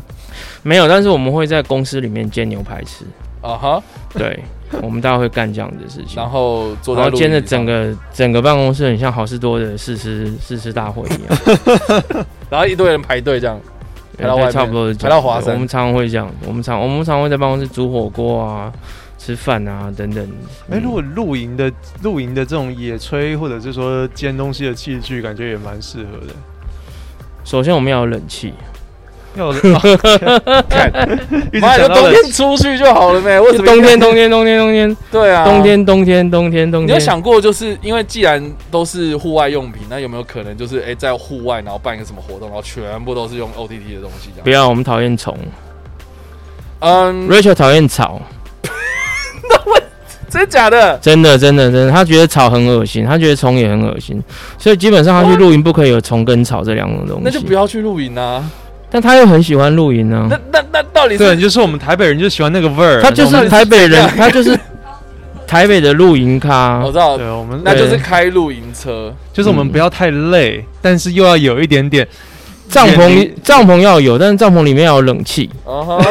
S7: 没有，但是我们会在公司里面煎牛排吃。
S2: 啊哈， (laughs)
S7: 对，我们大家会干这样的事情。
S2: 然后坐在
S7: 然后
S2: 路
S7: 兼着
S2: 椅上
S7: 整，个整个办公室很像好事多的试吃试吃大会一样，
S2: 然后一堆人排队这样， (laughs) 排到外面
S7: 对差不多是这样
S2: 排到华山
S7: 对我们常常会这样，我们常我们常会在办公室煮火锅啊、吃饭啊等等。
S1: 哎、
S7: 嗯
S1: 如果露营的露营的这种野炊，或者是说煎东西的器具，感觉也蛮适合的。
S7: 首先我们要有冷气，
S1: 要的，
S2: 看，
S1: (laughs) 一直
S2: 妈
S1: 想
S2: 就
S1: 到
S2: 冬
S1: 了，
S2: 天出去就好了没？为什么一
S7: 冬
S2: 定要
S7: 天冬天冬天冬天
S2: 对啊，
S7: 冬天冬天冬天冬天，
S2: 你有想过，就是因为既然都是户外用品，那有没有可能就是哎、诶在户外然后办一个什么活动，然后全部都是用 OTT 的东西这
S7: 不
S2: 样？
S7: 要？我们讨厌虫
S2: 嗯，
S7: ，Rachel 讨厌草，
S2: 真假的？
S7: 真的真的真的，他觉得草很恶心，他觉得虫也很恶心，所以基本上他去露营不可以有虫跟草这两种东西。
S2: 哦那就不，要去露营啊！
S7: 但他又很喜欢露营啊呢、
S2: 那那那到底
S1: 对，
S2: 是
S1: 就是我们台北人就喜欢那个味儿。
S7: 他就
S1: 你知道
S7: 是
S1: 吗
S7: 台北人，他就是台北的露营咖
S2: 我。知道，
S1: 对，我们
S2: 那
S1: 那
S2: 就
S1: 就是是
S2: 开露营车，
S1: 就是我们不要太累，但是又要有一点点
S7: 帐
S1: 远
S7: 篷
S1: 离
S7: 帐篷要有，但是帐篷里面要有冷气，
S2: 嗯哼，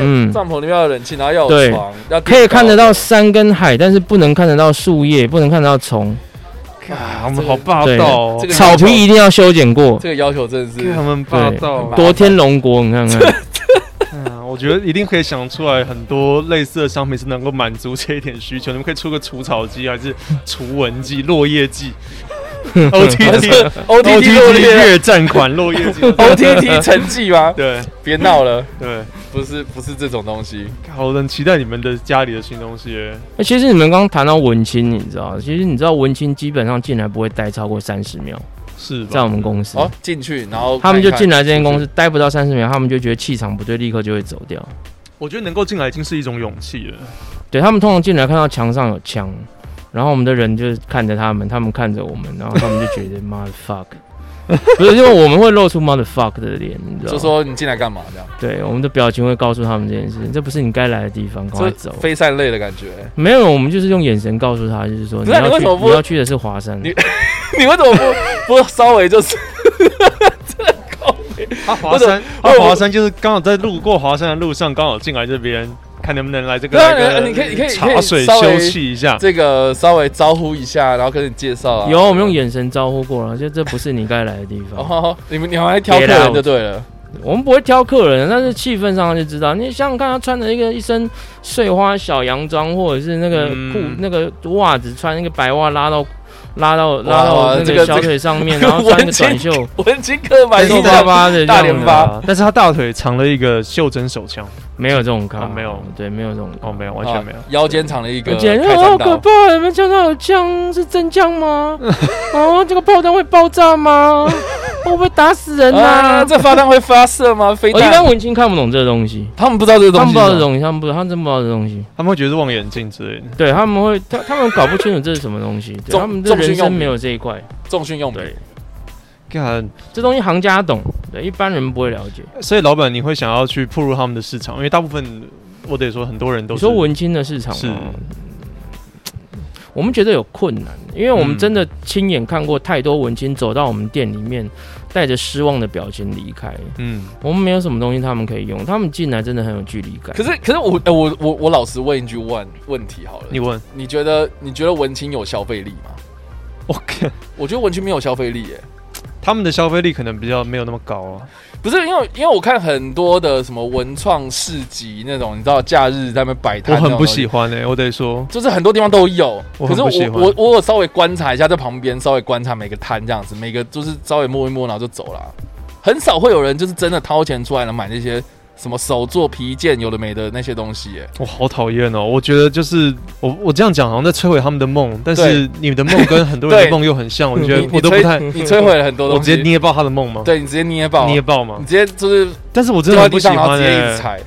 S7: 嗯，
S2: 帐篷里面要有冷气，然后要有
S7: 对
S2: 床，要
S7: 可以看得到
S2: 啊
S7: 山跟海，但是不能看得到树叶，不能看得到虫，
S1: 啊，我们好霸
S7: 对
S1: 道哦
S2: 这，个
S7: 草皮一定要修剪过。
S2: 这个要求真的
S1: 这个
S2: 是
S1: 他们霸道啊
S2: 对。
S7: 夺天龙国，你看看，
S1: 嗯，我觉得一定可以想出来很多类似的商品是能够满足这一点需求。你们可以出个除草机，还是除蚊剂、落叶剂 (laughs) 哦
S2: (laughs)
S1: ？OTT
S2: OTT 落
S1: OTT
S2: 叶
S1: 越战款落叶剂， (laughs)
S2: ，OTT 成绩吗？
S1: 对
S2: 别闹了，
S1: 对，
S2: 不是不是这种东西，
S1: 好，我很期待你们的家里的新东西耶。
S7: 哎其实你们刚刚谈到文青，你知道，其实你知道文青基本上进来不会待超过三十秒，
S1: 是
S7: 在我
S1: 吧？
S7: 们公司，
S2: 哦，进去然后
S7: 他们就
S2: 看一看
S7: 进来这间公司待不到三十秒，他们就觉得气场不对，立刻就会走掉。
S1: 我觉得能够进来已经是一种勇气了。
S7: 对他们通常进来看到墙上有枪，然后我们的人就是看着他们，他们看着我们，然后他们就觉得 (laughs) 妈的 fuck，不是因为我们会露出妈的 fuck 的脸，你知道吗？
S2: 就说你进来干嘛这样，
S7: 对我们的表情会告诉他们这件事情，这不是你该来的地方，赶快
S2: 这
S7: 走。
S2: 非善类的感觉。 (laughs)
S7: 没有，我们就是用眼神告诉他，就是说
S2: 不是啊
S7: 要
S2: 你为
S7: 去
S2: 什么不
S7: 你要去的是华山，
S2: 你你为什么不不稍微就是？
S1: 他华
S2: 我
S1: 山，
S2: 我
S1: 他华山就是刚好在路过华山的路上，刚好进来这边，看能不能来这个
S2: 对啊
S1: 那个
S2: 你可以你可以可
S1: 茶
S2: 以
S1: 水
S2: 稍微
S1: 休息一下。
S2: 这个稍微招呼一下，然后跟你介绍啊。
S7: 有我们用眼神招呼过了，就这不是你该来的地方。
S2: 哦，你们你们还挑客
S7: 啊
S2: 人就对了。
S7: 我们不会挑客人，但是气氛上就知道。你想想看，他穿着一个一身碎花小洋装，或者是那个
S1: 嗯
S7: 裤、那个袜子，穿那个白袜拉到拉到拉
S2: 哇
S7: 到那
S2: 这个
S7: 个小腿上面，
S2: 这个
S7: 然后穿
S2: 文
S7: 个
S2: 青
S7: 短袖，
S2: 文青客满
S7: 皱
S2: 意
S7: 巴
S2: 的，
S7: 巴的
S2: 大
S7: 这样
S2: 脸
S7: 的
S2: 巴
S1: 啊但是他大腿藏了一个袖珍手枪，
S7: 没有这种咖、
S1: 哦没有，
S7: 对，没有这种咖。
S1: 哦，没有，完全没有
S2: 啊。腰间藏了一个
S7: 而且
S2: 开
S7: 哎好
S2: 山
S7: 可
S2: 刀，
S7: 怕！你们枪上有枪是真枪
S2: (laughs)
S7: 吗？哦，这个炮弹会爆炸吗？会不会打死人
S2: (laughs) 啊，
S7: 啊？哦
S2: 这发弹会发射吗？飞
S7: 我一般
S2: 弹？
S7: 文青看不懂这个东西，
S2: 他们不知道这个
S7: 他
S2: 东
S7: 们
S2: 西
S7: 不知道这
S2: 吗，
S7: 东西，他们不，他们真不知道这东西。
S1: 他们会觉得是望远镜之类的。
S7: 对他们会，他他们搞不清楚这是什么东西，对
S2: 重
S7: 他们的
S2: 重
S7: 人
S2: 训用
S7: 生
S2: 品
S7: 没有这一块，
S2: 重训用品。
S7: 对，
S1: 看，
S7: 这东西行家懂，对一般人不会了解。
S1: 所以老板你会想要去铺入他们的市场，因为大部分我得说很多人都
S7: 你
S1: 是
S7: 说文青的市场
S1: 是
S7: 吗？我们觉得有困难，因为我们
S1: 嗯
S7: 真的亲眼看过太多文青走到我们店里面，带着失望的表情离开。
S1: 嗯，
S7: 我们没有什么东西他们可以用，他们进来真的很有距离感
S2: 可。是可是我哎我我我老实问一句问问题好了，
S1: 你
S2: 你
S1: 问，
S2: 你觉得你觉得文青有消费力吗？
S1: 我看
S2: 我觉得文青没有消费力耶。
S1: 他们的消费力可能比较没有那么高啊。
S2: 不是因为，因为我看很多的什么文创市集那种，你知道假日在那边摆
S1: 我
S2: 摊，
S1: 很不喜，欢哎、我得说，
S2: 就是很多地方都有。
S1: 我
S2: 可
S1: 很
S2: 是
S1: 不喜
S2: 我
S1: 欢
S2: 我我有稍微观察一下，在旁边稍微观察每个摊这样子，每个就是稍微摸一摸，然后就走了。很少会有人就是真的掏钱出来了买那些什么手做皮件有的没的那些东西耶。
S1: 我好讨厌哦。我觉得就是我我这样讲好像在摧毁他们的梦，但是你的梦跟很多人的梦又很像，我觉得
S2: 你
S1: 我都不
S2: 你摧
S1: 太，
S2: 你摧毁了很多
S1: 我
S2: 东
S1: 直接
S2: 西，
S1: 捏爆他的梦吗？
S2: 对你直接捏爆，
S1: 捏爆吗
S2: 你？直接就是
S1: 但是我真
S2: 掉
S1: 的
S2: 在
S1: 很不喜
S2: 地上，然后
S1: 欢
S2: 直接一直
S1: 哎、
S2: 踩。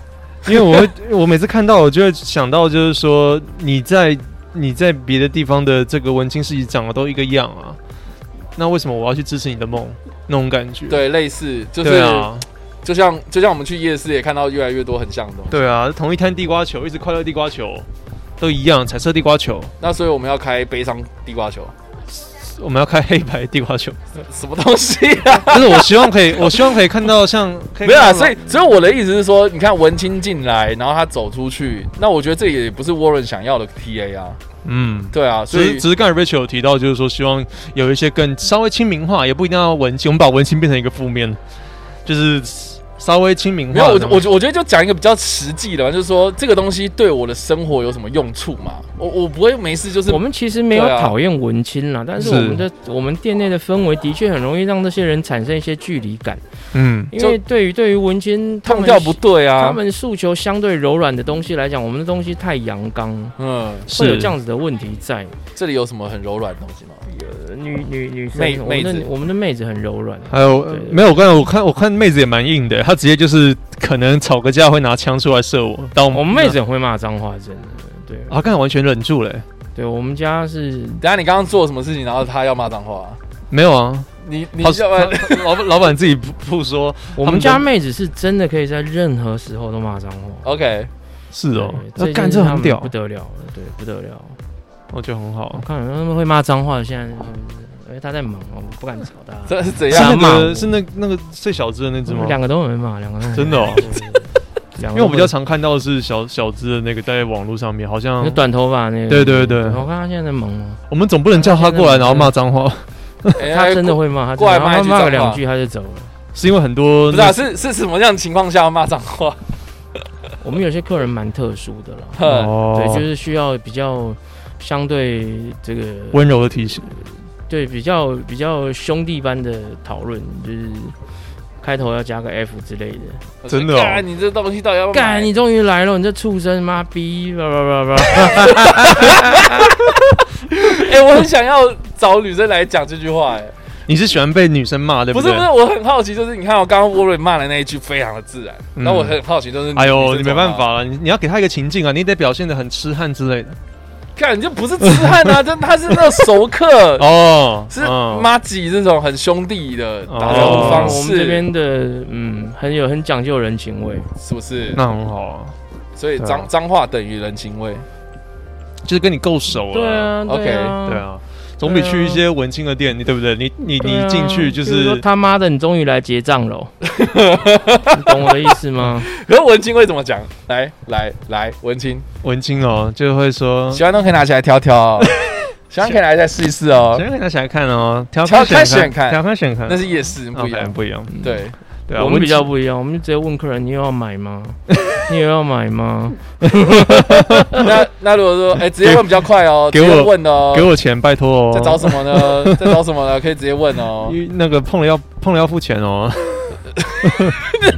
S2: (laughs)
S1: 因为我会，我每次看到，我就会想到，就是说你在你在别的地方的这个文青市集长得都一个样啊，那为什么我要去支持你的梦？那种感觉，
S2: 对，类似就是
S1: 对啊，
S2: 就像就像我们去夜市也看到越来越多很像的东西。
S1: 对啊，同一摊地瓜球，一直快乐地瓜球，都一样，彩色地瓜球，
S2: 那所以我们要开悲伤地瓜球，
S1: 我们要开黑白地
S2: (laughs)
S1: 瓜球。
S2: 什么东西啊？
S1: 但是我希望可以，我希望可以看到像可以
S2: (laughs) 没有
S1: 看
S2: 啊，
S1: 到
S2: 所以所以我的意思是说，你看文青进来，然后他走出去，那我觉得这也不是 Warren 想要的 TA 啊，
S1: 嗯。
S2: 对啊，所
S1: 只是
S2: 以
S1: 只是刚才 Rachel 有提到，就是说希望有一些更稍微亲民化，也不一定要文青，我们把文青变成一个负面，就是稍微亲民化
S2: 没有
S1: 的
S2: 我
S1: 东西。
S2: 我我觉得就讲一个比较实际的嘛，就是说这个东西对我的生活有什么用处嘛？我我不会没事就是
S7: 我们其实没有
S2: 对啊
S7: 讨厌文青啦，但是
S1: 是
S7: 我们的我们店内的氛围的确很容易让这些人产生一些距离感，
S1: 嗯，
S7: 因为对于对于文青他
S2: 痛
S7: 们
S2: 调不对啊，
S7: 他们诉求相对柔软的东西来讲，我们的东西太阳刚，
S2: 嗯，
S7: 会有
S1: 是
S7: 这样子的问题在。
S2: 这里有什么很柔软的东西吗？
S7: 呃女女女生
S2: 妹
S7: 我们的
S2: 妹子
S7: 我们的妹子很柔软，
S1: 还有
S7: 对对
S1: 没有？我刚才我看我看妹子也蛮硬的，她直接就是可能吵个架会拿枪出来射我，但
S7: 我们妹子很会骂脏话，真的。对
S1: 啊，刚才完全忍住了欸，
S7: 对，我们家是
S2: 等一下你刚刚做了什么事情，然后他要骂脏话、
S1: 没有啊，
S2: 你你
S1: 好
S2: 要不然
S1: 老板老板自己不不说，
S7: 我们家妹子是真的可以在任何时候都骂脏话。
S2: OK，
S1: 啊是哦，
S7: 对
S1: 那
S7: 这
S1: 干
S7: 这
S1: 这很屌
S7: 不，得了了，对，不得了。
S1: 我觉得很好
S7: 我。看他们会骂脏话，现在就是，因为他在忙，我们不敢吵他。
S2: 这是怎
S1: 是
S2: 样？
S7: 他
S1: 那
S7: 骂
S1: 个
S7: 我
S1: 是那那个最小只的那只
S7: 我们
S1: 吗？
S7: 两个都很骂，两个都很
S1: 真的哦
S7: 对对对两
S1: 因
S7: 个
S1: 为
S7: 都
S1: 我比较常看到的是小小只的那个在网络上面，好
S7: 那
S1: 像
S7: 个短头发那个。
S1: 对对对
S7: 我看他现在在忙哦，
S1: 我们总不能叫他过来然后骂脏话，
S2: 哎
S7: 他真的会骂，他
S2: 过来
S7: 真
S2: 骂一
S7: 的他
S2: 句脏
S7: 骂个
S2: 话
S7: 两句他就走了。
S1: 是因为很多
S2: 不是啊？是是什么样的情况下骂脏话？
S7: 我们有些客人蛮特殊的啦，
S2: 哼
S1: 哦
S7: 对，就是需要比较相对这个
S1: 温柔的提醒，
S7: 对比较比较兄弟般的讨论，就是开头要加个 F 之类的。
S2: 我说
S1: 真的哦
S2: 干你这东西到底要不要买
S7: 干，你终于来了，你这畜生妈逼！叭叭叭叭，
S2: 哎，我很想要找女生来讲这句话，哎，
S1: 你是喜欢被女生骂对
S2: 不是
S1: 对？
S2: 不是，我很好奇，就是你看哦我刚刚 Warren 骂的那一句非常的自然，
S1: 嗯
S2: 然后我很好奇，就是
S1: 哎呦，
S2: 女
S1: 你
S2: 生
S1: 没
S2: 怎么骂
S1: 办，法了，你你要给他一个情境啊，你得表现的很痴汉之类的
S2: 干你这不是痴汉
S1: (laughs)
S2: 啊，这他是那种熟客，
S1: 哦，
S2: 呃是
S1: 嗯
S2: 妈吉这种很兄弟的打
S1: 哦
S2: 招呼方
S7: 我们这
S2: 式，
S7: 边的嗯，很有很讲究人情味。
S2: 是不是？
S1: 那很好啊，
S2: 所以脏脏话等于人情味。
S1: 就是跟你够熟了，
S7: 对啊，
S2: OK，
S7: 对啊，
S1: 嗯对。啊，总比去一些文青的店，你对不对？你你你进去就
S7: 啊比如说
S1: 是
S7: 他妈的，你终于来结账了哦，你懂我的意思吗？
S2: 可是文青会怎么讲？来来来，文青
S1: 文青哦，就会说，
S2: 喜欢都可以拿起来挑挑
S1: (laughs)
S2: 哦，喜欢可以拿起来试一试哦。
S1: 先给他想看哦，挑
S2: 挑
S1: 开
S2: 开
S1: 选
S2: 选看
S1: 挑开选看，
S2: 那是夜市不一
S1: OK，
S2: 样，
S1: 不一样，
S2: 对，
S1: 对啊，
S7: 我们比
S1: 青
S7: 较不一样，我们就直接问客人：你有要买
S1: (laughs)
S7: 吗？你有要买吗？ (laughs)
S2: 那那如果说，哎，直接问比较快哦，
S1: 给
S2: 直接
S1: 我
S2: 问哦，
S1: 给我钱，拜托哦，
S2: 在找什么
S7: (laughs)
S2: 呢？在找什么呢？可以直接问哦。
S1: 因为那个碰了要碰了要付钱哦， (laughs)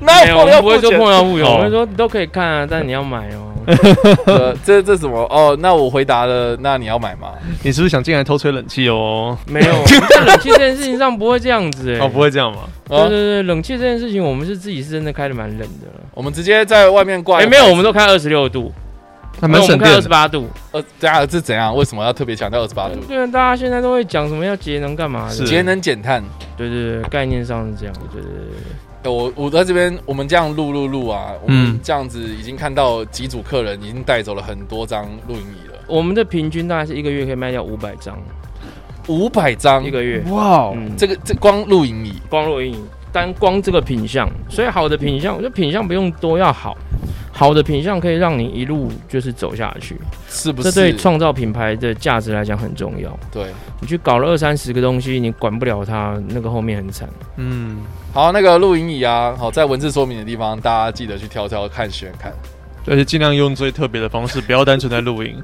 S2: 那
S1: 哎
S7: 没有，我
S2: 我
S7: 们
S2: 要
S7: 不会
S2: 付
S7: 说
S2: 钱
S7: 碰到物有，
S1: 哦
S7: 我们说你都可以看啊，但你要买哦。 (laughs)
S2: 呃这这什么？哦，那我回答了，那你要买吗？
S1: 你是不是想进来偷吹冷气哦？
S7: 没有，我们在冷气这件事情上不会这样子哎、
S1: 哦，不。会这样嘛？
S7: 对对
S2: 哦，
S7: 对，冷气这件事情，我们是自己是真的开的蛮冷的了。
S2: 我们直接在外面挂。
S7: 哎、没有，我们都开二十六度，
S1: 还蛮
S7: 没有我
S1: 省
S7: 们开
S1: 电
S7: 二十
S1: 的，
S7: 八度。
S2: 呃，等下这怎样？为什么要特别强调二十八度？
S7: 对，啊大家现在都会讲什么要节能干嘛的？
S1: 是
S2: 节能减碳。
S7: 对对对，概念上是这样。对对对对，
S2: 哎我我在这边，我们这样录录录啊，我
S1: 嗯
S2: 们这样子已经看到几组客人已经带走了很多张录影椅了，
S7: 我们的平均大概是一个月可以卖掉五百张，
S2: 五百张
S7: 一。个月。
S1: 哇哦
S7: 嗯，
S2: 这个这光录影椅，
S7: 光若影单光这个品相，所以好的品相，我觉得品相不用多，要好。好的品相可以让你一路就是走下去，
S2: 是不
S7: 这
S2: 是？
S7: 对创造品牌的价值来讲很重要。
S2: 对
S7: 你去搞了二三十个东西，你管不了它，那个后面很惨。
S1: 嗯，
S2: 好，那个录影椅啊，好，在文字说明的地方，大家记得去挑挑看、选看。
S1: 而且尽量用最特别的方式，不要单纯在露营，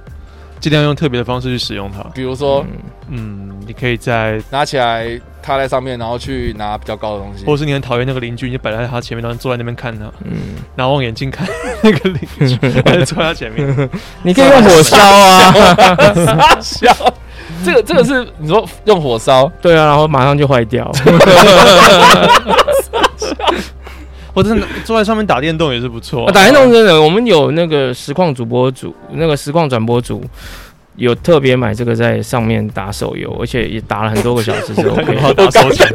S1: 尽量用特别的方式去使用它。
S2: 比如说，
S7: 嗯
S1: 嗯，你可以在，
S2: 拿起来踏在上面，然后去拿比较高的东西
S1: 或。是你很讨厌那个邻居，你就摆在他前面，然后坐在那边看他，
S7: 嗯，
S1: 然后望远镜看那个邻
S7: (laughs)
S1: 居，然后坐在他前面。
S7: 你可以用火烧啊，
S2: 傻笑， (laughs) 这个这个是你说用火烧，
S7: 对啊，然后马上就坏 (laughs) 掉。
S1: 或者是坐在上面打电动也是不错、
S7: 啊打电动真的，我们有那个实况主播组，那个实况转播组。有特别买这个在上面打手游，而且也打了很 (laughs) 多个小时是 OK
S1: 很
S7: 的。
S1: 好打手枪，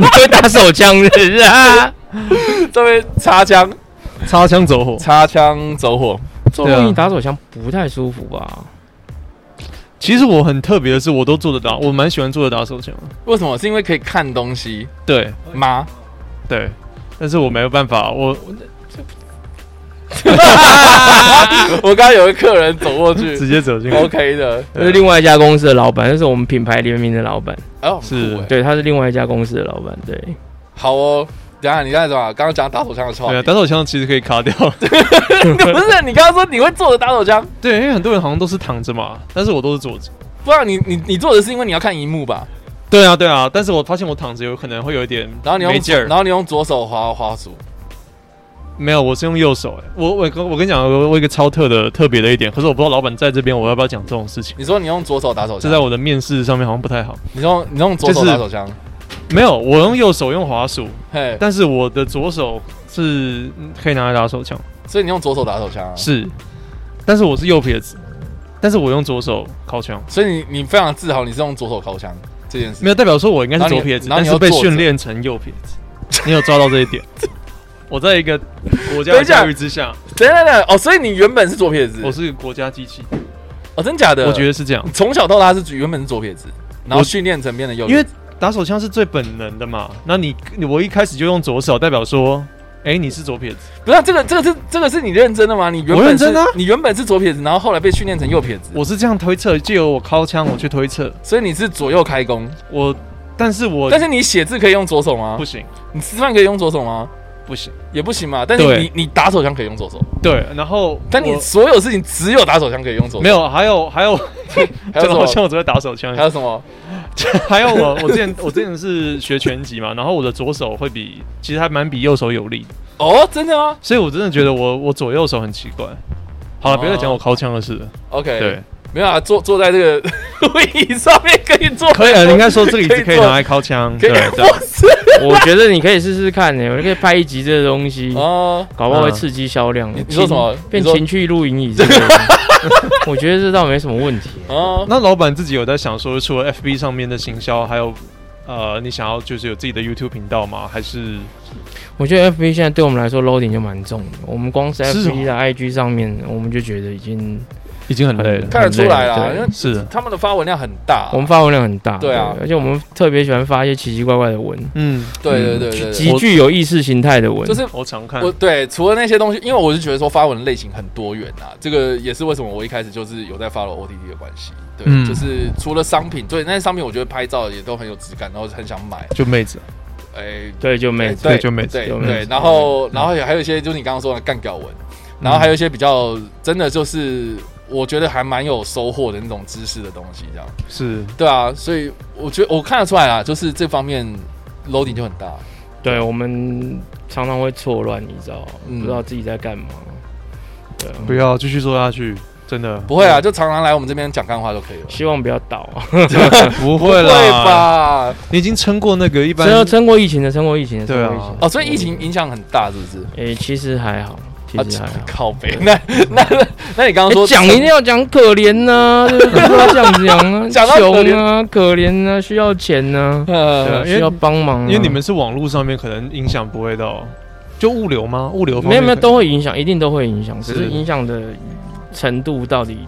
S7: 你会打手枪是不是啊？
S2: 这边擦枪，
S1: 擦枪走火。
S2: 擦枪走火，
S7: 做
S1: 对啊
S7: 录音打手枪不太舒服吧？
S1: 其实我很特别的是，我都做得到，我蛮喜欢做得到手枪的。
S2: 为什么？是因为可以看东西
S1: 对
S2: 吗？
S1: 对，但是我没有办法，我
S2: 我刚刚有个客人走
S1: (laughs)
S2: 过去
S1: 直接走进去。
S2: 哦
S1: 啊
S2: ，OK 的，
S7: 这是另外一家公司的老板，那是我们品牌联名的老板，
S2: 哦，
S1: 是
S2: 很酷欸
S7: 对，他是另外一家公司的老板，
S2: (laughs)
S7: 对，
S2: 好哦。等一下你刚才怎么？刚刚讲打手枪的错
S1: 对，啊，打手枪其实可以
S2: (laughs)
S1: 卡掉。
S2: 不是你刚刚说你会坐着打手枪，
S1: 对，因为很多人好像都是躺着嘛，但是我都是坐着。
S2: 不然你你你坐着是因为你要看荧幕吧？
S1: 对啊，对啊，但是我发现我躺着有可能会有一点，
S2: 然后你
S1: 没
S2: 用
S1: 劲
S2: 左
S1: 儿
S2: 然。后你用左手滑滑鼠，
S1: 没有，我是用右手、欸。我我跟我跟你讲，我我有一个超特的特别的一点，可是我不知道老板在这边我要不要讲这种事情。
S2: 你说你用左手打手
S1: 这
S2: 枪
S1: 在，我的面试上面好像不太好。
S2: 你用你用左手
S1: 就是
S2: 打手枪，
S1: 没有，我用右手用滑鼠，
S2: 嘿，
S1: 但是我的左手是嗯可以拿来打手枪，
S2: 所以你用左手打手枪啊，
S1: 是，但是我是右撇子，但是我用左手靠枪，
S2: 所以你你非常自豪你是用左手靠枪这件事
S1: 没，有代表说我应该是左撇子，
S2: 然
S1: 但
S2: 后你
S1: 是被
S2: 然后你又坐着
S1: 训练成右撇子。你有抓到这一
S2: (laughs)
S1: 点？我在一个国家
S2: 等
S1: 的
S2: 一下
S1: 教育之下，
S2: 等等等哦，所以你原本是左撇子，
S1: 我是一个国家机器，
S2: 哦，真假的？
S1: 我觉得是这样
S2: 你，从小到大是原本是左撇子，然后
S1: 我
S2: 训练成变得右
S1: 因
S2: 撇子，
S1: 为打手枪是最本能的嘛。那你你我一开始就用左手，代表说，哎、你是左撇子，
S2: 不是啊这个这个是这个是你认真的吗？你
S1: 我
S2: 原本
S1: 认
S2: 是
S1: 真啊
S2: 你原本是左撇子，然后后来被训练成右撇子，
S1: 我是这样推测，借由我靠枪我去推测，
S2: 所以你是左右开弓，
S1: 我，但是我
S2: 但是你写字可以用左手吗
S1: 不？行
S2: 你吃饭可以用左手吗？
S1: 不行，
S2: 也不行嘛。但是
S1: 对
S2: 你你打手枪可以用左手，
S1: 对，然后
S2: 但你
S1: 我
S2: 所有事情只有打手枪可以用左手。
S1: 没有，还有还有，
S2: 还有
S1: 真的好
S2: 什么？
S1: 像我 (laughs) 只会打手枪一
S2: 还
S1: 样，
S2: 有什么？
S1: 还有我我之前我之前是学拳击嘛，然后我的左手会比其实还蛮比右手有力的，
S2: 哦，真的吗
S1: 所以我真的觉得我我左右手很奇怪。好了，
S2: 哦
S1: 不要再讲我靠枪的事了。
S2: ？OK，
S1: 对，，
S2: 没有啊，坐坐在这个 (laughs) 会议上面可以坐，
S1: 可以，呃应该说这个椅子可以
S2: 做
S1: 拿来靠枪。
S2: 可以
S1: 对对，
S7: 我觉得你可以试试看呢、我可以拍一集这个东西，
S2: 哦，啊
S7: 搞不好会刺激销量。
S2: 你你说什么
S7: 情
S2: 你
S7: 变
S2: 说
S7: 情趣露营椅之类
S2: (laughs)
S7: 的？我觉得这倒没什么问题。
S2: 哦，
S1: 那老板自己有在想说，除了 FB 上面的行销，还有呃，你想要就是有自己的 YouTube 频道吗？还是
S7: 我觉得 FB 现在对我们来说 loading 就蛮重的，我们光是
S1: 是哦
S7: FB 的 IG 上面，我们就觉得已经
S1: 已经很累了？
S2: 看得出来啦，
S7: 对
S2: 因为
S1: 是，
S2: 他们的发文量很大
S7: 我。们发文量很大。
S2: 啊对啊
S7: 而且我们特别喜欢发一些奇奇怪怪的文，
S1: 嗯，
S2: 对对
S7: 嗯
S2: 对对对，
S7: 极具嗯有意识形态的文，
S2: 就是
S1: 我常看
S2: 我。对，除了那些东西，因为我是觉得说发文类型很多元啊，这个也是为什么我一开始就是有在发了 OTT 的关系。对，
S1: 嗯
S2: 就是除了商品，对那些商品，我觉得拍照也都很有质感，然后很想买。
S1: 就妹子，
S2: 哎、
S7: 对，就没
S1: 对就没
S2: 对
S7: 就没
S2: 对，
S7: 错
S2: 然后然后也还有一些就是你刚刚说的干屌文，然后还有一些比较真的就是我觉得还蛮有收获的那种知识的东西，这样
S1: 是
S2: 对啊，所以我觉得我看得出来啊，就是这方面 loading 就很大，
S7: 对我们常常会错乱，你知道，
S2: 嗯
S7: 不知道自己在干嘛。对啊，
S1: 不要继续做下去，真的
S2: 不会
S7: 嗯
S2: 啊，就常常来我们这边讲干话就可以了，
S7: 希望不要倒啊！
S1: 不
S2: 不
S1: 会
S2: 会
S1: 啦，
S2: 吧？
S1: 你已经撑过那个一
S7: (laughs)
S1: 般，
S7: 撑撑过疫情的，撑过疫情的，撑
S1: 对啊
S7: 过疫情的。
S2: 哦，所以疫情影响很大，是不是？啊
S7: 诶，其实还好，其实嗯
S1: 啊
S7: 还
S2: (laughs)
S7: 好。
S2: 靠北，那那那那你刚刚
S7: 诶
S2: 说
S7: 讲一定要讲可怜
S2: (laughs)
S7: 呐，对不对？不要这样讲啊，
S2: 讲到可怜
S7: 穷啊，可怜啊，需要钱呐，
S2: 呃
S1: 对啊因为
S7: 需要帮忙啊。
S1: 因为你们是网络上面，可能影响不会到，就物流吗？物流方
S7: 没有
S1: 面
S7: 没有
S1: 可能
S7: 都会影响，一定都会影响，只
S1: 是
S7: 是影响的程度到底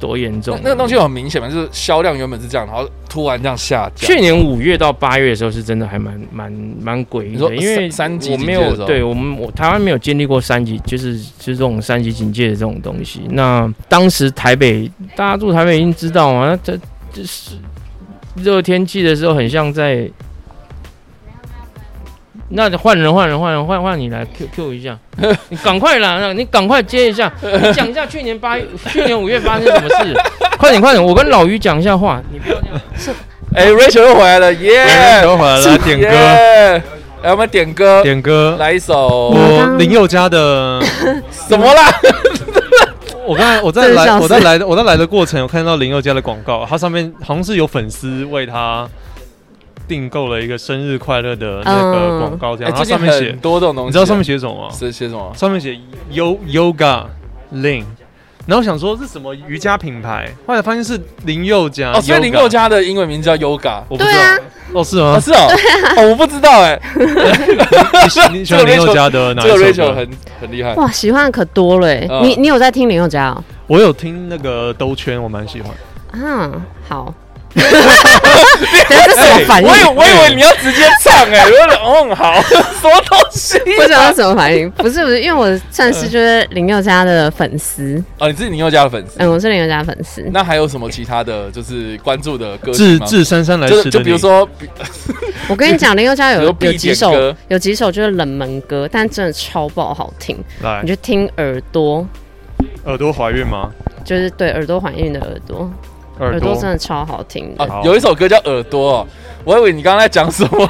S7: 多严重
S2: 那。那个东西很明显嘛，就是销量原本是这样，然后突然这样下降。
S7: 去年五月到八月的时候是真的还蛮蛮蛮诡异
S2: 你说
S7: 的，因为
S2: 三三级
S7: 我
S2: 警
S7: 没
S2: 戒的
S7: 有
S2: 时候
S7: 对我们我台湾没有经历过三级，就是就是这种三级警戒的这种东西。那当时台北大家住台北已经知道嘛，那这这是热天气的时候很像在。那换人换人换人换换你来 Q Q 一
S2: (laughs)
S7: 下，你赶快啦！那你赶快接一下，你讲一下去年八月、去年五月发生什么事，快点快点！我跟老于讲一下话，你不要这样。
S2: 哎，Rachel 又回来了，
S1: 哎
S2: 耶！
S1: 等会儿来点歌，
S2: 耶，来我们点歌，
S1: 点歌，
S2: 哎来一首
S1: 我林宥嘉的，
S2: 什么啦？
S1: 我刚才我在
S3: 真的
S1: 来
S3: 笑死
S1: 我在来的我在来的过程，我看到林宥嘉的广告，它上面好像是有粉丝为他订购了一个生日快乐的那个
S3: 嗯
S1: 广告，这
S2: 哎，
S1: 样，它
S2: (laughs) 最近
S1: 上面写
S2: 很，多这种东西，
S1: 你知道上面写什么吗？
S2: 是写什么？
S1: 上面写 Yo Yoga Lin 然后想说是什么瑜伽品牌，后来发现是林宥嘉
S2: 哦，所以林
S1: Yoga
S2: 宥嘉的英文名字叫 Yoga。
S1: 我不知
S3: 对
S1: 道
S3: 啊，
S1: 哦是
S2: 哦，
S1: 吗？
S2: 是
S1: (laughs)
S2: 哦，哦，我不知道哎，
S1: 你你喜欢
S2: 哦啊这个
S1: 林
S2: Rachel-
S1: 宥嘉的哪
S2: 这个
S1: 一
S2: Rachel
S1: 首歌？
S2: 很很厉害。
S3: 哇，喜欢的可多了欸、
S2: 嗯
S3: 你你有在听林宥嘉哦？
S1: 我有听那个兜圈，我蛮喜欢。
S3: 啊，
S2: (laughs)
S3: 好。等一下这什么反应？
S2: 我以我以为你要直接唱哎， (laughs) 我说嗯好，什么东西？啊
S3: 不知道什么反应，不是不是，因为我算是就是林宥嘉的粉丝，
S2: 哦，你是林宥嘉的粉丝，
S3: 嗯，我是林宥嘉粉丝。
S2: 那还有什么其他的就是关注的歌曲
S1: 自
S2: 吗？
S1: 自姗姗来
S2: 就
S1: 迟的
S2: 是就比如
S1: 你
S2: 说，
S3: 我跟你讲，林宥嘉有
S2: 比如必
S3: 有几
S2: 点
S3: 首
S2: 歌
S3: 有几首就是冷门歌，但真的超爆好听，
S2: 哎
S1: 来
S3: 你就听耳朵，
S1: 耳朵怀孕吗？
S3: 就是对耳朵怀孕的耳朵，
S1: 耳
S3: 耳朵
S1: 朵
S3: 真的超好听的，
S2: 啊，有一首歌叫《耳朵》哦，我以为你刚刚在讲什
S1: (laughs)
S2: 么，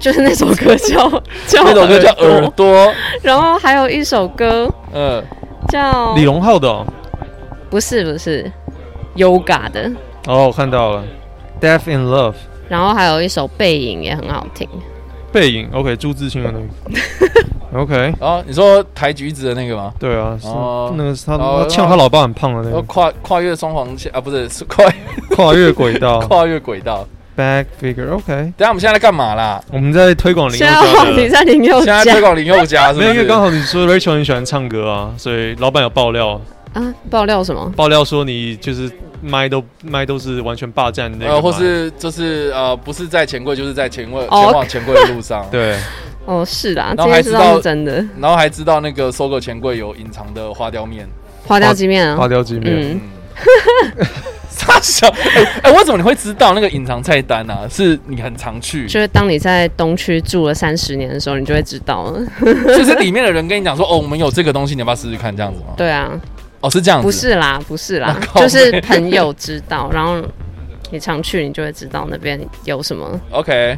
S3: 就是那首
S2: (laughs)
S3: 歌叫叫
S2: 那首歌叫《
S3: 耳
S2: 耳
S3: 朵，
S2: 朵》。
S3: 然后还有一首歌
S2: 嗯，
S3: 叫
S1: 李荣浩的哦，
S3: 不是不是 Yoga 的，
S1: 哦我看到了，Deaf in Love
S3: 然后还有一首背影也很好听，
S1: 背影，OK，朱自清的那个
S2: (laughs)
S1: ，OK，
S2: 然哦后你说抬橘子的那个吗？
S1: 对啊，是
S2: 哦
S1: 那个是他
S2: 哦
S1: 他呛他老爸很胖的那
S2: 说
S1: 个
S2: 跨跨越双黄线啊，不是是 (laughs) 跨
S1: 跨越轨道
S2: (laughs) 跨越轨道。
S1: Back Figure，OK，
S2: 等一下我们现在在干嘛啦？
S1: 我们在推广林宥
S3: 现在话
S1: 嘉
S3: 题
S1: 的。
S3: 在林宥
S2: 现在
S3: 嘉
S2: 推广林宥嘉是不
S1: 哦没有，
S2: 是？
S1: 因为刚好你说 Rachel 很喜欢唱歌啊，所以老板有爆料，
S3: 啊，爆料什么？
S1: 爆料说你就是麦都麦都是完全霸占那个麦，
S2: 呃，或是就是呃，不是在钱柜，就是在钱柜
S3: 哦
S2: 前往钱柜的路上。
S1: 对，
S3: 哦，是啦，
S2: 然
S3: 这
S2: 后还
S3: 些
S2: 知
S3: 知
S2: 道
S3: 道是真的。
S2: 然后还知道那个搜狗钱柜有隐藏的花雕面。
S3: 花雕鸡面啊，
S1: 花雕鸡面，
S3: 嗯，
S2: 嗯， (laughs) 傻笑。哎、哎，为什么你会知道那个隐藏菜单啊？是你很常去，
S3: 就是当你在东区住了三十年的时候，你就会知道了。
S2: 就是里面的人跟你讲说，哦，我们有这个东西，你要不要试试看？这样子吗？
S3: 对啊，
S2: 哦，是这样子。
S3: 不是啦，不是
S2: (laughs)
S3: 啦
S2: 我，靠
S3: 就是朋友知道，然后你常去，你就会知道那边有什么
S2: OK，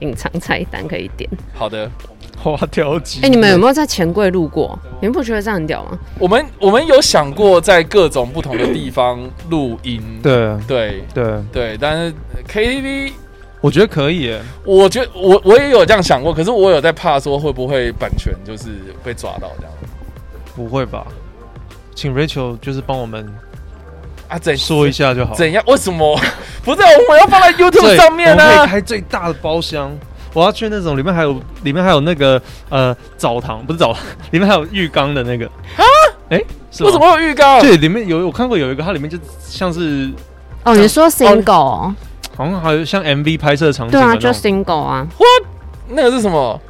S3: 隐藏菜单可以点。
S2: 好的。
S1: 花雕鸡。
S3: 哎、你们有没有在钱柜路过？你们不觉得这样很屌吗？
S2: 我们我们有想过在各种不同的地方录音，
S1: 对
S2: 对
S1: 对，
S2: 对，但是 KTV，
S1: 我觉得可以耶，
S2: 我觉得我我也有这样想过，可是我有在怕说会不会版权就是被抓到这样
S1: 不会吧？请 Rachel 就是帮我们
S2: 啊？怎
S1: 说一下就好。
S2: 怎样？为什么 (laughs) 不是啊我们要放在 YouTube 上面呢、啊
S1: 我们可以开最大的包厢。我要去那种里面还有里面还有那个呃澡堂，不是澡堂， (laughs) 里面还有浴缸的那个啊？哎、是吗
S2: 为什？么会有浴缸？
S1: 对，里面有我看过有一个，它里面就像是
S3: 哦，你说 single，、哦、
S1: 好像还有像 MV 拍摄场景
S3: 对
S1: 的
S3: 啊，
S1: 那种。
S3: 就 single 啊
S2: 那个是什
S1: 啊
S2: 么？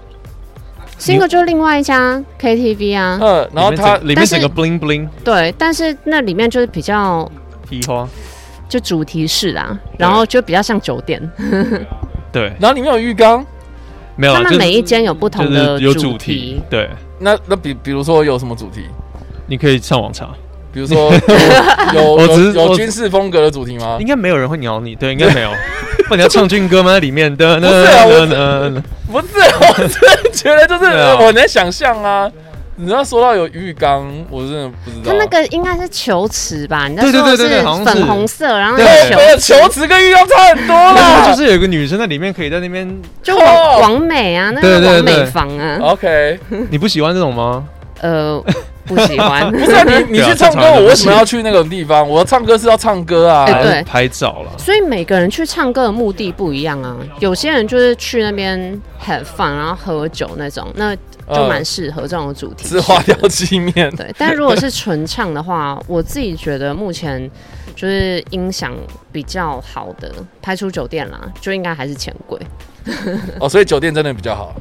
S3: ，single 就是另外一家 KTV 啊。
S2: 嗯，然后它
S1: 里面整里面
S3: 但
S1: 整
S3: 是
S1: 个 bling bling
S3: 对，但是那里面就是比较
S1: 皮花，
S3: 就主题式啦，然后就比较像酒店。
S1: 对，
S2: 然后里面有浴缸。
S1: 没有啊，
S3: 他
S1: 就
S3: 们
S1: 是
S3: 每一间有不
S1: 就
S3: 同的
S1: 是有
S3: 主
S1: 题，对，
S2: 那那比比如说有什么主题？
S1: 你可以上网查，
S2: 比如说
S1: (laughs)
S2: 有
S1: 我
S2: 有
S1: 只
S2: 有
S1: 是我
S2: 有军事风格的主题吗
S1: 应？该没有人会鸟你，对，应该没有。不，你要唱军歌吗？在里面的
S2: 不是啊我
S1: 呢，
S2: 不是，我真的觉得就是
S1: 对啊
S2: 我能想象啊。你要说到有浴缸，我真的不知道。
S3: 它那个应该是球池吧？你那
S1: 对
S3: 时
S1: 对
S3: 候
S1: 对对对好像是
S3: 粉红色，然后
S1: 对
S3: 那
S2: 对
S3: 球
S2: 没有球池跟浴缸差很多
S3: (laughs)
S1: 那
S2: 啦。
S1: 就是有个女生在里面可以在那边，
S3: 就
S2: 哦
S3: 王王美啊，那
S1: 对
S3: 个
S1: 对
S3: 王
S1: 对
S3: 美房啊，
S2: OK，
S1: 你不喜欢这种吗？
S3: 呃，不喜 (laughs) 欢。
S2: 不是啊你
S1: (laughs)
S2: 你
S1: 对啊
S2: 去唱歌，
S1: 正常人
S2: 我为什
S1: 不行
S2: 么要去那种地方？我唱歌是要唱歌啊。
S3: 哎对
S1: 还是拍照啦。
S3: 所以每个人去唱歌的目的不一样啊，有些人就是去那边 have fun，然后喝酒那种，那就
S2: 呃
S3: 蛮适合这种主题式
S2: 吃
S3: 的。
S2: 花雕鸡面。
S3: 对，但如果是纯唱的话，我自己觉得目前就是音响比较好的，排除酒店啦，就应该还是钱柜。
S2: 哦，所以酒店真的比较好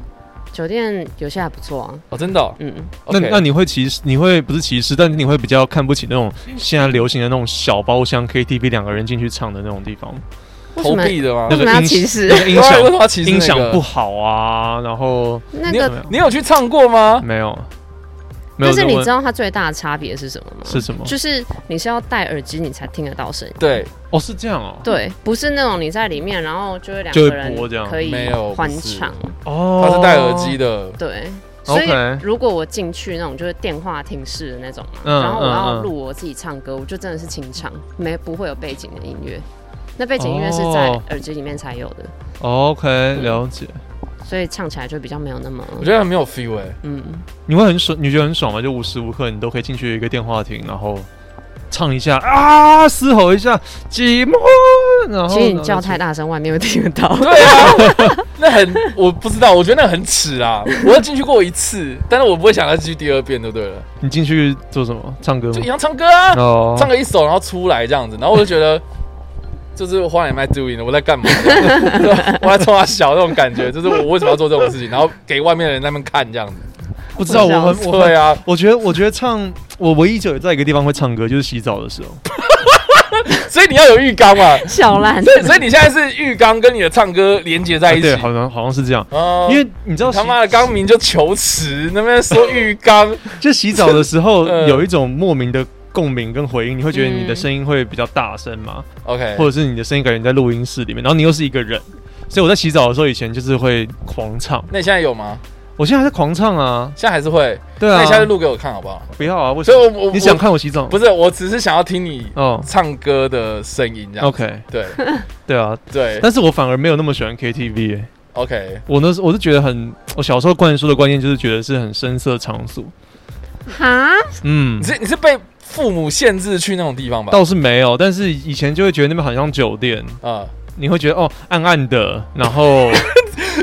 S3: 酒店有些还不错啊，
S2: 哦，真的哦。
S3: 嗯，
S1: 那
S2: OK
S1: 那你会歧视？你会不是歧视，但是你会比较看不起那种现在流行的那种小包厢 KTV 两个人进去唱的那种地方，
S3: 为什
S2: 投
S3: 么
S2: 币的吗
S1: 那？
S3: 为什么
S1: 个
S3: 要
S1: 音
S3: 歧视
S1: 那个音
S2: 对啊为什
S1: 响
S2: 么要歧视那
S1: 音
S2: 个
S1: 响不好啊，然后
S3: (laughs) 那
S2: 你
S3: 个
S2: 有你有去唱过吗？
S1: 没有没有
S3: 但是
S1: 这
S3: 你
S1: 问
S3: 知道它最大的差别是什么吗？
S1: 是什么？
S3: 就是你是要戴耳机你才听得到声音。
S2: 对，
S1: 哦，是这样哦，
S3: 对，不是那种你在里面，然后就会两
S1: 就
S3: 个
S1: 会
S3: 人
S1: 播这样
S3: 可以
S2: 没有不
S3: 欢
S2: 是
S3: 唱。
S1: 哦，
S2: 他是戴耳机的。
S3: 对，所以
S1: OK，
S3: 如果我进去那种就是电话亭式的那种嘛，
S1: 嗯
S3: 然后
S1: 嗯
S3: 我
S1: 嗯
S3: 要录我自己唱歌，我就真的是清唱，没不会有背景的音乐。那背景音乐是在
S1: 哦
S3: 耳机里面才有的，
S1: OK，了解。
S3: 所以唱起来就比较没有那么
S2: 我觉得很没有 feel 哎、
S3: 嗯。
S1: 你会很爽？你觉得很爽吗？就无时无刻你都可以进去一个电话亭，然后唱一下啊，嘶吼一下，寂寞。然后
S3: 其实你叫太，大声，外面会听得到。 (laughs)
S2: 对啊， (laughs) 那很我不知道，我觉得那很耻啊！我要进去过一次，但是我不会想再去第二遍，就对了，
S1: 你进去做什么？唱歌吗
S2: 就一？样唱歌啊，
S1: 嗯哦
S2: 唱个一首，然后出来这样子，然后我就觉得。 (laughs) 就是 What am I doing？我在干嘛？ (laughs) 对吧我在冲他小那种感觉，就是我为什么要做这种事情？然后给外面的人在那边看这样子。
S1: 不知道，我很我
S2: 对
S1: 很，
S2: 啊，
S1: 我觉得我觉得唱，我唯一就有在一个地方会唱歌，就是洗澡的时候。
S2: 所以你要有浴缸嘛。
S3: 小兰，
S2: 所以所以你现在是浴缸跟你的唱歌连接在
S1: 哎，
S2: 一起
S1: 对，。好像好像是这样。
S2: 哦
S1: 因为你知道洗
S2: 他妈的刚明就求词，那边说浴缸，
S1: 就洗澡的时
S2: (laughs)
S1: 候
S2: 呃
S1: 有一种莫名的共鸣跟回应，你会觉得你的声音会比较大声嘛，
S2: OK，
S1: 或者是你的声音感觉你在录音室里面，然后你又是一个人，所以我在洗澡的时候以前就是会狂唱，
S2: 那你现在有吗？
S1: 我现在还在狂唱啊，
S2: 现在还是会，
S1: 对
S2: 那
S1: 啊
S2: 你，下次录给我看好不好？
S1: 不要啊，为什
S2: 所以
S1: 么？
S2: 我，我我
S1: 你想看我洗澡？
S2: 不是？我只是想要听你
S1: 哦
S2: 唱歌的声音，这样。
S1: ，OK，
S2: 对啊
S1: 对啊，(laughs)
S2: 对
S1: 但是我反而没有那么喜欢 KTV，、欸、
S2: ，OK，
S1: 我那时我是觉得很，我小时候灌输的观念就是觉得是很声色场所，
S3: 哈，
S1: 嗯
S2: 你，是你是被父母限制去那种地方吧？
S1: 倒是没有，但是以前就会觉得那边很像酒店， (laughs)
S2: 啊，
S1: 你会觉得哦暗暗的，然
S2: (laughs)
S1: 后。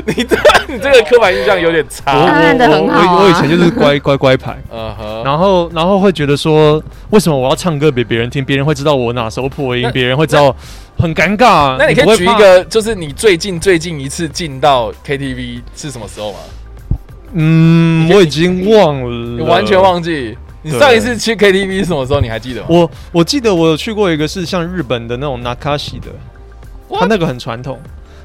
S2: 你这你这个刻板印象有点
S1: 我
S2: 差。
S3: 暗暗地很好啊
S1: 我我我以前就是
S2: (laughs)
S1: 乖乖乖牌，
S2: 嗯哼，
S1: 然后然后会觉得说，为什么我要唱歌给别人听？别人会知道我哪首破音
S2: 那，
S1: 别人会知道，很尴尬啊。
S2: 那你可
S1: 不会
S2: 以举
S1: 怕
S2: 一，个，就是你最近最近一次进到 KTV 是什么时候吗？
S1: 嗯，我已经忘
S2: 你
S1: 了，
S2: 完全。忘记。你
S1: 对
S2: 上一次去 KTV 是什么时候？你还记得吗？
S1: 我我记得我有去过一个是像日本的那种 nakashi 的，它
S2: What？
S1: 那个很传统，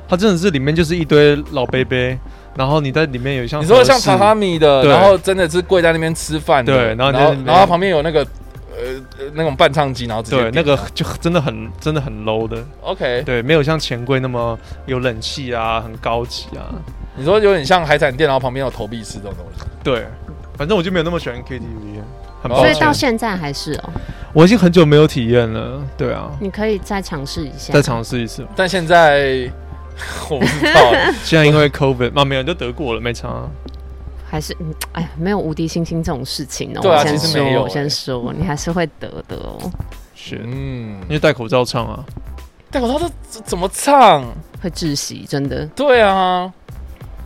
S1: 它真的是里面就是一堆老杯杯，然后你在里面有像
S2: 你说像
S1: 和室
S2: 榻榻米的，
S1: 嗯对
S2: 然后真的是跪在那边吃饭的，
S1: 对然后
S2: 然后
S1: 你在那边
S2: 然后旁边有那个呃呃那种伴唱机，然后直接
S1: 对
S2: 点
S1: 那个就真的很真的很 low 的，
S2: OK，
S1: 对，没有像钱柜那么有冷气啊，很高级啊。
S2: 你说有点像海产店，然后旁边有投币式这种东西。
S1: 对，反正我就没有那么喜欢 KTV，很啊抱
S3: 所
S1: 歉。
S3: 以到现在还是哦，
S1: 我已经很久没有体验了，对啊，
S3: 你可以再尝试一下
S1: 再。尝试一次。
S2: 但现在 (laughs) 我不知
S1: (laughs)
S2: 道，
S1: 现在因为 COVID 嘛，没有，你都得过了，没差啊、
S3: 还是，嗯哎呀，没有无敌星星这种事情哦。
S2: 对啊
S3: 我先
S2: 其实
S3: 说，
S2: 没有
S3: 我
S2: 哎
S3: 先说，你还是会得的哦，
S1: 是，因
S2: 嗯，
S1: 为戴口罩唱啊，
S2: 戴口罩这这怎么唱？
S3: 会窒息，真的。
S2: 对啊，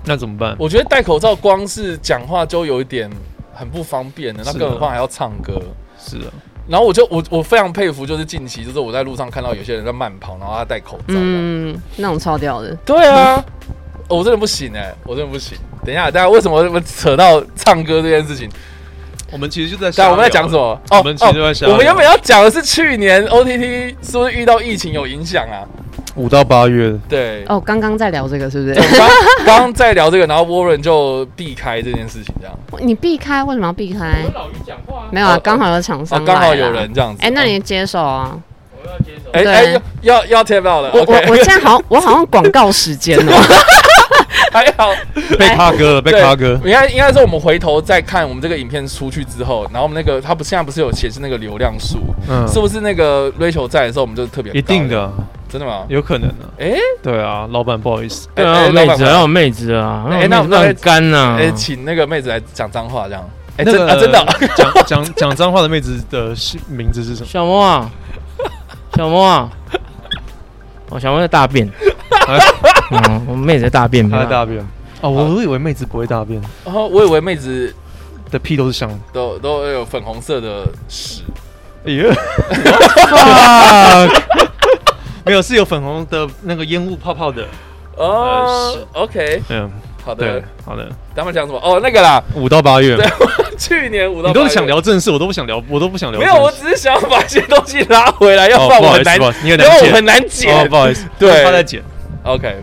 S1: 那怎么办？
S2: 我觉得戴口罩光是讲话就有一点很不方便了，那
S1: 是啊
S2: 更何况还要唱歌。
S1: 是啊，
S2: 然后我就我我非常佩服，就是近期就是我在路上看到有些人在慢跑，然后他戴口罩。嗯，
S3: 嗯，那种超屌的，
S2: 对啊，哦我真的不行哎、我真的不行。等一下，大家为什么我们扯到唱歌这件事情？
S1: 我们其实就在
S2: 大家我们在讲什？么？哦，
S1: 我们其实就在瞎
S2: 哦我们
S1: 聊
S2: 原本要讲的是去年 OTT 是不是遇到疫情有影响啊？
S1: 五到八月，
S2: 对，
S3: 哦，刚刚在聊这个是不
S2: 对我
S3: 是？
S2: 刚刚刚在聊这个，然后 Warren 就避开这件事情，这样。
S3: 哦你避开，为什么要避开
S7: 我？跟老于讲话啊，
S3: 没有啊
S2: 哦，
S3: 刚好有厂
S2: 哦
S3: 商，
S2: 刚好
S3: 来啦
S2: 有人。这哦样子。
S3: 哎，那你接手啊！
S7: 我要接手。
S2: 哎
S3: 对啊
S2: 哎要要要 tap out 了
S3: 我我我
S2: ，OK，
S3: 现在好，我好像广告时间哦。
S2: 还
S1: (laughs)
S2: 好。
S1: 被咖哥了，被
S2: 哎对
S1: 咖哥。
S2: 应该应该是我们回头再看我们这个影片出去之后，然后我们那个他不现在不是有显示那个流量数，
S1: 嗯，
S2: 是不是那个 Rachel 在的时候我们就特别
S1: 一定
S2: 高，
S1: 的，啊
S2: 真的吗？
S1: 有可能啊。
S2: 哎
S1: 对啊，老板不好意思，
S7: 对
S2: 哎
S7: 啊，
S2: 哎
S7: 妹
S2: 老
S7: 子
S2: 板
S7: 啊，有妹子啊，
S2: 哎那
S7: 那
S2: 我们
S7: 很干啊呐。
S2: 哎，请那个妹子来讲脏话这样。哎，
S1: 那
S2: 真
S1: 个
S2: 啊真的啊，
S1: 讲讲讲脏话的妹子的姓名字是什么？
S7: 小
S2: (laughs)
S7: 莫啊，小莫啊，哦，小莫在大
S2: (laughs)
S7: 便。嗯，我妹子在大便。
S1: 她在大便。哦，我以为妹子不会大便，
S2: 哦我以为妹子
S1: 的屁都是香的。
S2: 都都有粉红色的屎。
S1: 哎呀 (laughs) fuck！没有，是有粉红的那个烟雾泡泡的。
S2: 哦
S1: 呃
S2: ，OK，
S1: 嗯，
S2: 好的
S1: 对，，好的，
S2: 咱们讲什么？哦，那个啦，
S1: 五到八月
S2: 对，去年五到
S1: 你
S2: 八
S1: 都
S2: 月
S1: 想，聊正事，我都不想聊，我都不想聊
S2: 没
S1: 正
S2: 有，
S1: 事。
S2: 我只是想要把一些东西拉回来，要
S1: 哦
S2: 不然
S1: 不
S2: 我
S1: 好
S2: 很
S1: 意思
S2: 难，
S1: 不好意思你很
S2: 要
S1: 难
S2: 不然
S1: 解
S2: 我很难
S1: 哦，
S2: 解
S1: 不。好意思，
S2: 对
S1: 他在剪。
S2: OK，
S7: 去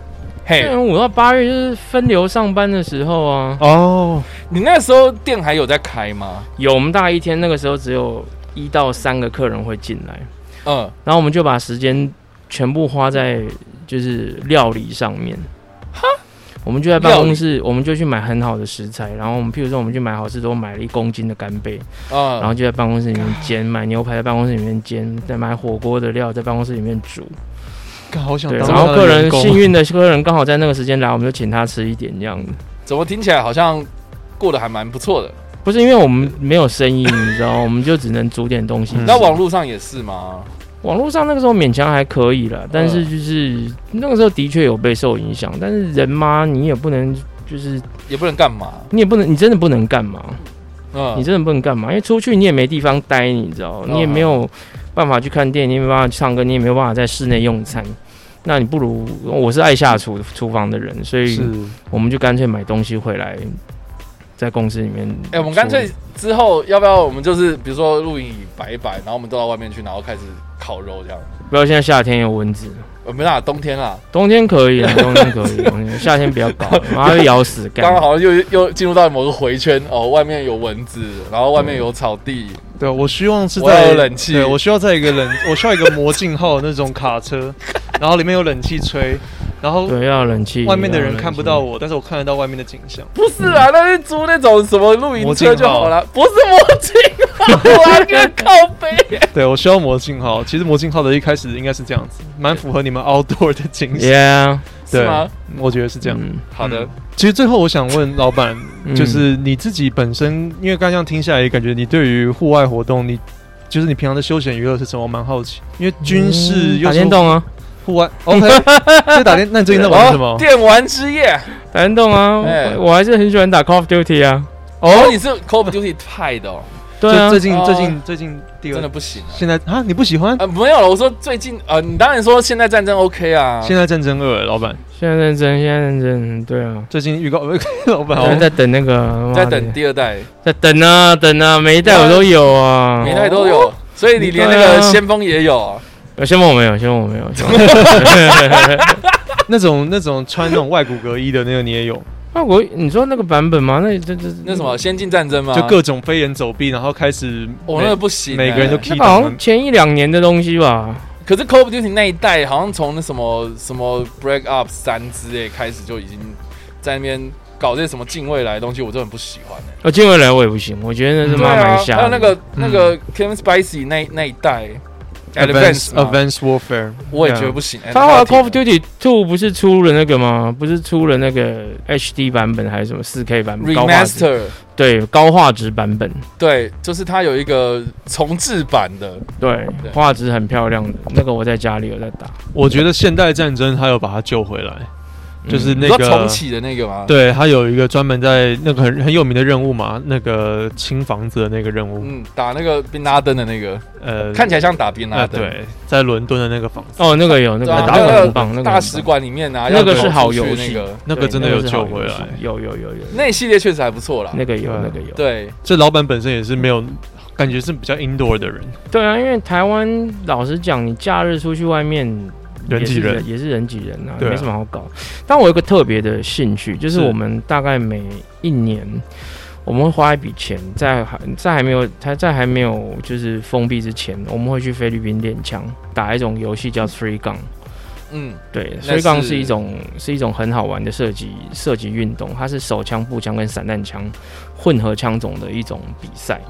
S2: 嘿，
S7: 年五到八月就是分流上班的时候啊，
S1: 哦，
S2: 你那时候店还有在开吗？
S7: 有我们大概一天那个时候只有一到三个客人会进来，
S2: 嗯，
S7: 然后我们就把时间全部花在就是料理上面。我们就在办公室，我们就去买很好的食材，然后我们譬如说我们去买好市多买了一公斤的干贝，然
S2: 啊
S7: 后就在办公室里面煎，买牛排在办公室里面煎，再买火锅的料在办公室里面煮。
S1: 干好想
S7: 对，
S1: 当
S7: 然后
S1: 他的
S7: 客人
S1: 员工
S7: 幸运的客人刚好在那个时间来，我们就请他吃一点这样子。
S2: 怎么听起来好像过得还蛮不错的？
S7: 不是因为我们没有生意，你知道吗，我们就只能煮点东西吃。
S1: 嗯
S2: 那网络上也是吗？
S7: 网络上那个时候勉强还可以了，但是就是、那个时候的确有被受影响，但是人嘛，你也不能就是
S2: 也不能干嘛？
S7: 你也不能，你真的不能干嘛，
S2: 嗯
S1: 啊
S7: 你，真的不能干嘛，因为出去你也没地方待，你知
S1: 哦
S7: 道，你也没有办法去看电影，你也没办法去唱歌，你也没有办法在室内用餐。那你不如我是爱下厨厨房的人，所以
S1: 是
S7: 我们就干脆买东西回来，在公司里面。
S2: 哎、我们干脆之后要不要？我们就是比如说露营摆一摆，然后我们都到外面去，然后开始烤肉这样。
S7: 不要现在夏天有蚊子，
S2: 呃，没啦，冬天啦，
S7: 冬天
S1: (laughs)
S7: 可以啊，冬天可以，冬天夏天不要搞了，妈会咬死干
S2: 刚。刚好像又又进入到某个回圈哦，外面有蚊子，然后外面有草地，
S1: 对，我希望是
S2: 我要
S1: 在
S2: 有冷气
S1: 对我需要在一个冷，我需要一个魔镜号那种卡车，然后里面有冷气吹，然后
S7: 对，要有冷气。
S1: 外面的人
S7: 要有冷气
S1: 看不到，我，但是我看得到外面的景象。
S2: 不是啊，那是租那种什么露营车就好了，不是魔镜啊，我还跟靠背。
S1: 对我需要魔镜号，其实魔镜号的一开始应该是这样子，蛮符合你们 outdoor 的精神。
S7: Yeah，
S2: 是吗？
S1: 我觉得是这样。
S7: 嗯
S2: 好的，
S1: 其实最后我想问老板，
S7: 嗯
S1: 就是你自己本身，因为刚刚这样听下来，也感觉你对于户外活动，你就是你平常的休闲娱乐是什么？我蛮好奇，因为军事
S7: 嗯
S1: 又
S7: 打
S1: 是
S7: 电动啊，
S1: 户外，OK，在哦 (laughs) 打电，那你最近在玩什么？
S2: 哦电玩之夜。
S7: 打电动啊，
S2: 哎
S7: 我我还是很喜欢打 Call of Duty 啊。
S2: 哦，你是 Call of Duty 派的哦，
S7: 对啊
S1: 就最，近
S2: 哦
S1: 最近最近第
S2: 真的
S1: 二，
S2: 不行啊。
S1: 现在啊你不喜欢？
S2: 呃，没有了，我说最近呃，你当然说现在战争 OK 啊，
S1: 现在战争二，老板
S7: 现在认真，现在认真，对啊。
S1: 最近预告， (laughs) 老板好
S7: 我
S1: 像
S7: 在等那个，
S2: 哦在
S7: 妈的
S2: 等第二代，
S7: 在等啊等啊，每一代我都有
S1: 哦
S7: 啊。
S2: 每代都有，所以你连那
S7: 对
S2: 个
S7: 啊
S2: 先锋也有，
S7: 有先问我没有，先问我没有。先问我没有
S1: 那种那种穿那种外骨骼衣的那个你也有，
S7: 那啊我你说那个版本吗？那这这
S2: 那什么先进战争
S1: 嗯
S2: 吗？
S1: 就各种飞檐走壁，然后开始
S2: 我那个不行欸，
S1: 每个人都
S7: 那
S1: key
S7: 个
S1: 档
S7: 好像，前一两年的东西吧。
S2: 可是 Call of Duty 那一代好像从那什么什么 Break Up 三之类开始就已经在那边搞这些什么近未来的东西，我真的很不喜欢欸
S7: 我金未来我也不行，我觉得那是
S1: 嗯
S2: 对
S7: 妈
S2: 啊
S7: 蛮，瞎的。
S2: 还有那个那个 Kevin Spicy 那那一代 Advance，嘛
S1: Advanced Warfare，
S2: 我也觉
S1: Yeah
S2: 得不行。
S7: 他后来 Call of
S2: 就
S7: Duty Two 不是出了那个吗？不是出了那个 HD 版本还是什么 4K 版本？高画质
S2: Remaster，
S7: 对高画质版本，
S2: 对，就是它有一个重置版的，
S7: 对
S2: 对
S7: 画质很漂亮的那个，我在家里有在打，
S1: 我觉得现代战争他有把他救回来，就是
S2: 你
S7: 嗯
S1: 那
S2: 说
S1: 个
S2: 重启的那个吗？，
S1: 对他有一个专门在那个很很有名的任务嘛，那个清房子的那个任务，
S2: 嗯，打那个宾拉登的那个，
S1: 呃，
S2: 看起来像打宾
S1: 啊
S2: 拉登，
S1: 对，在伦敦的那个房子，
S7: 哦那个有那个
S2: 对啊
S7: 打得
S2: 那个
S7: 很棒，那个
S2: 大
S7: 很
S2: 使
S7: 棒
S2: 馆里面啊，
S7: 那个
S2: 要
S7: 是好
S2: 走出去
S7: 游戏
S2: 那个
S1: 那个
S7: 对
S1: 真的
S7: 那
S1: 有
S7: 个是好
S1: 救
S7: 游
S1: 回
S7: 戏
S1: 来。
S7: 有有有有有
S2: 那一系列确实还不错啦。
S7: 那个有
S1: 对
S7: 那个有，
S2: 对，
S1: 这老板本身也是没有，感觉是比较 indoor 的人，
S7: 对啊，因为台湾老实讲，你假日出去外面
S1: 人挤人
S7: 也是也是人挤人啊，
S1: 对啊
S7: 没什么好搞。但我有一个特别的兴趣，就是
S1: 是
S7: 我们大概每一年。我们会花一笔钱，在还在还没有他在还没有就是封闭之前，我们会去菲律宾练枪，打一种游戏叫 Three Gun。
S2: 嗯，
S7: 对
S2: 那
S7: ，Three Gun
S2: 是
S7: 是一种是一种很好玩的射击射击运动，它是手枪、步枪跟散弹枪混合枪种的一种比赛。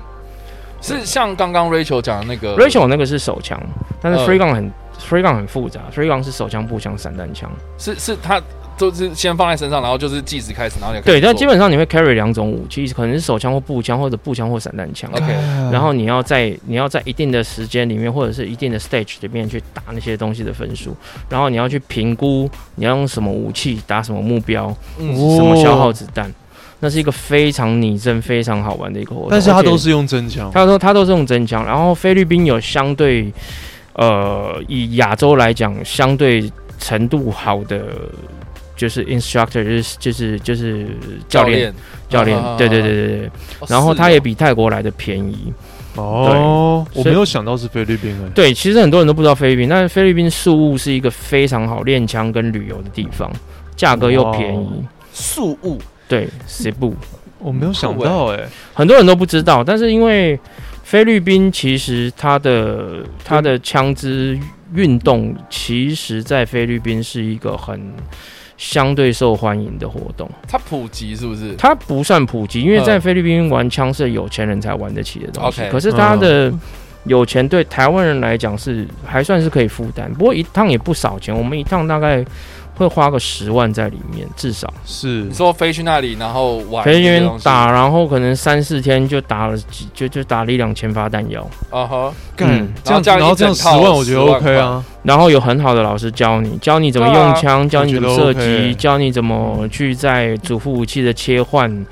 S2: 是像刚刚 Rachel 讲的那个
S7: Rachel 那个是手枪，但是
S2: 嗯
S7: Free Gun 很、Free Gun 很复杂，Free Gun 是手枪、步枪、散弹枪。
S2: 是是他都是先放在身上，然后就是计时开始，然后你
S7: 对，但基
S2: 本
S7: 本上你会 carry 两种武器，可能是手枪或步枪，或者步枪或散弹枪。
S2: OK，
S7: 然后你要在你要在一定的时间里面，或者是一定的 stage 里面去打那些东西的分数，然后你要去评估你要用什么武器打什么目标，
S2: 嗯，
S1: 哦
S7: 什么消耗子弹。那是一个非常拟真、非常好玩的一个活动。
S1: 但是
S7: 而
S1: 他
S7: 且
S1: 都是用真枪，
S7: 他说他都是用真枪，然后菲律宾有相对，呃，以亚洲来讲，相对程度好的就是 instructor，就是就是就是教练，教练，
S2: 啊
S7: 对对对对对。
S2: 哦
S7: 然后
S2: 是
S7: 他也
S2: 哦
S7: 比泰国来的便宜。
S1: 哦，我没
S7: 所以
S1: 有想到是菲律宾哎，
S7: 对，其实很多人都不知道菲律宾，但是菲律宾宿务是一个非常好练枪跟旅游的地方，价格又便宜。
S1: 哦
S2: 素物，
S7: 对，西部。
S1: 我没有想到哎，
S7: 很多人都不知道，但是因为菲律宾其实它的它的枪支运动，其实在菲律宾是一个很相对受欢迎的活动。
S2: 它普及是不是？
S7: 它不算普及，因为
S2: 嗯
S7: 在菲律宾玩枪是有钱人才玩得起的东西。
S2: OK
S7: 可是它的有钱对台湾人来讲是还算是可以负担，不过一趟也不少钱，我们一趟大概。会花个十万在里面，至少。
S1: 是
S2: 你说飞去那里，然后玩
S7: 可是因
S2: 这些
S7: 为
S2: 东西
S7: 打，然后可能三四天就打了几，就就打了一两千发弹药，
S2: 啊哈，
S1: 干
S7: 嗯
S1: 这样子，
S2: 然
S1: 然后
S2: 后这样一
S1: 这样
S2: 整
S1: 十
S2: 套
S1: 万，我觉得
S2: 10万
S1: OK 啊，
S7: 然后有很好的老师教你，教你怎么用枪，教你怎么射
S1: 我觉得
S7: 击，
S1: OK
S7: 教你怎么去在主副武器的切换。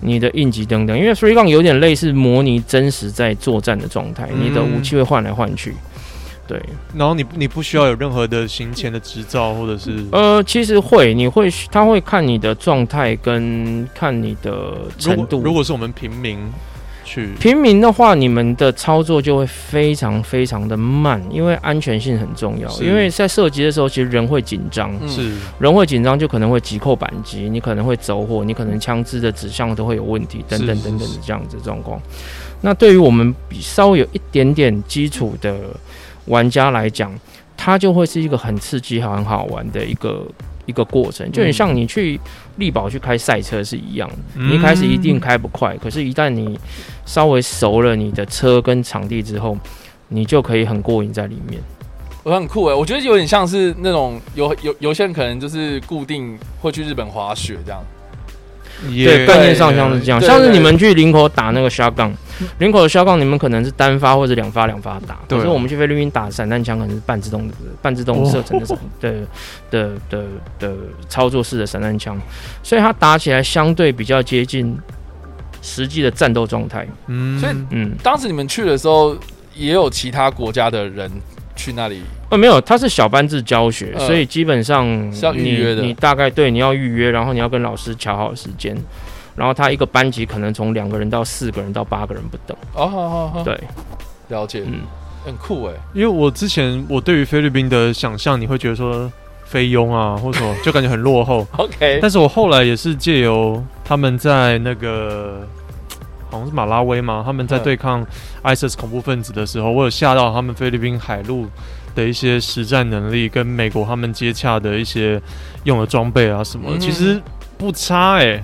S7: 你的应急等等，因为 free gun 有点类似模拟真实在作战的状态，
S1: 嗯
S7: 你的武器会换来换去。对，
S1: 然后你你不需要有任何的行前的执照或者是
S7: 呃，其实会，你会，他会看你的状态跟看你的
S1: 如
S7: 程
S1: 果
S7: 度。
S1: 如果是我们平民去，
S7: 平民的话，你们的操作就会非常非常的慢，因为安全性很重要。
S1: 是
S7: 因为在射击的时候，其实人会紧张，
S2: 嗯
S1: 是
S7: 人会紧张就可能会急扣扳机，你可能会走火，你可能枪支的指向都会有问题，等等
S1: 嗯是是
S7: 等等
S1: 是
S7: 的这样子状况。那对于我们比稍微有一点点基础的玩家来讲，它就会是一个很刺激、很好玩的一个一个过
S1: 嗯
S7: 程，就很像你去力宝去开赛车是一样的。嗯
S1: 嗯
S7: 你一开始一定开不快，可是，一旦你稍微熟了你的车跟场地之后，你就可以很过瘾在里面。
S2: 我很酷哎，我觉得有点像是那种有有有些人可能就是固定会去日本滑雪这样，
S1: 也
S7: 对，概念上像是这样，像是
S2: 对
S7: 你们去林口打那个 shotgun，林口的 shotgun 你们可能是单发或者两发两发打，
S1: 对啊
S7: 可是我们去菲律宾打散弹枪可能是半自动的半自动射程的
S2: 哦
S7: 的的的的操作式的散弹枪，所以它打起来相对比较接近实际的战斗状态。
S1: 嗯，
S2: 所以
S7: 嗯，
S2: 当时你们去的时候，也有其他国家的人去那里，
S7: 呃，没有，它是小班制教学，
S2: 呃
S7: 所以基本上
S2: 是要预
S7: 你
S2: 约的
S7: 你大概对你要预约，然后你要跟老师瞧好时间，然后他一个班级可能从两个人到四个人到八个人不等。
S2: 哦，好好好，
S7: 对，
S2: 了解，
S7: 嗯，
S2: 很酷
S7: (laughs)
S2: 哎，
S1: 因为我之前我对于菲律宾的想象，你会觉得说菲佣啊或什么，就感觉很落后。
S2: OK，
S1: 但是我后来也是借由他们在那个好像是马拉维嘛，他们在
S2: 嗯
S1: 对抗 ISIS 恐怖分子的时候，我有吓到他们菲律宾海陆的一些实战能力，跟美国他们接洽的一些用的装备啊什么的，
S2: 嗯
S1: 其实不差哎、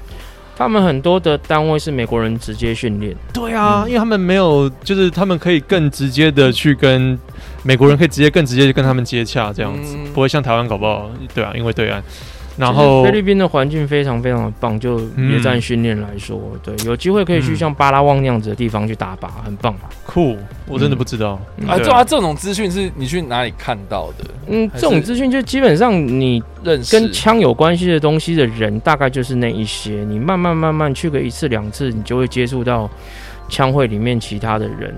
S7: 他们很多的单位是美国人直接训练，
S1: 对啊，因为他们没有，就是他们可以更直接的去跟美国人，可以直接更直接地跟他们接洽，这样子、
S2: 嗯
S1: 不会像台湾搞不好，对啊，因为对岸，然
S7: 就
S1: 后
S7: 是菲律宾的环境非常非常的棒，就野战训练来说，对，有机会可以去
S1: 嗯
S7: 像巴拉望那样子的地方去打靶，很棒。啊
S1: 酷，我真的不知道，
S7: 嗯
S2: 啊，
S1: 对
S2: 对啊，这种资讯是你去哪里看到的？
S7: 嗯，
S2: 还
S7: 这
S2: 是
S7: 种资讯就基本上你
S2: 认识
S7: 跟枪有关系的东西的人，大概就是那一些。你慢慢慢慢去个一次两次，你就会接触到枪会里面其他的人。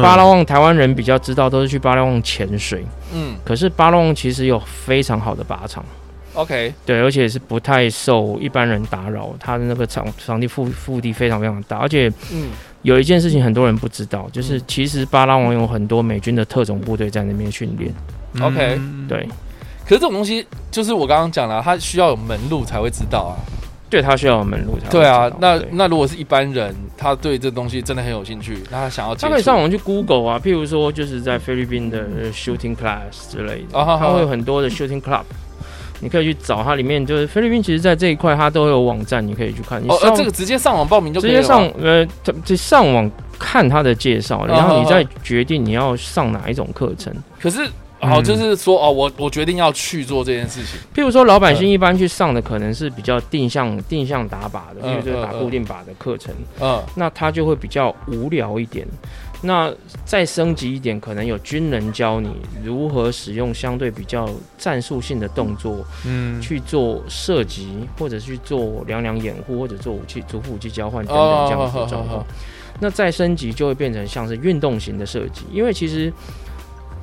S1: 嗯
S7: 巴拉望，台湾人比较知道都是去巴拉望潜水，
S2: 嗯
S7: 可是巴拉望其实有非常好的靶场，
S2: ，OK，
S7: 对，而且是不太受一般人打扰。它的那个场场地腹腹地非常非常大，而且
S2: 嗯，
S7: 有一件事情很多人不知道，就是
S2: 嗯
S7: 其实巴拉望有很多美军的特种部队在那边训练，
S1: 嗯
S2: OK
S7: 对，
S2: 可是这种东西就是我刚刚讲了，它需要有门路才会知道啊。
S7: 对，他需要有门路才会
S2: 对啊
S7: 知道，
S2: 那
S7: 对
S2: 那如果是一般人，他对这东西真的很有兴趣，那他想要接
S7: 他可以
S2: 触
S7: 上网去 Google 啊，譬如说就是在菲律宾的呃 shooting class 之类的，
S2: 啊哈哈
S7: 它会有很多的 shooting club，你可以去找它里面就是菲律宾其实在这一块它都会有网站，你可以去看。你
S2: 哦，
S7: 上、
S2: 呃，这个直接上网报名就可
S7: 直
S2: 以
S7: 接
S2: 了
S7: 上
S2: 吗。
S7: 呃，它这上网看它的介绍，
S2: 啊哈哈
S7: 然后你再决定你要上哪一种课程。
S2: 可是好，
S1: 嗯
S2: 就是说哦，我我决定要去做这件事情。
S7: 譬如说老百姓一般去上的可能是比较定向定向打靶的，譬如说打
S2: 嗯嗯嗯
S7: 固定靶的课程。
S2: 嗯，
S7: 那它就会比较无聊一点。那再升级一点，可能有军人教你如何使用相对比较战术性的动作
S1: 嗯，
S7: 去做射击，或者去做两两掩护，或者做武器、主副武器交换等
S2: 哦
S7: 等这样子
S2: 好好
S7: 的状
S2: 好
S7: 况。那再升级就会变成像是运动型的射击，因为其实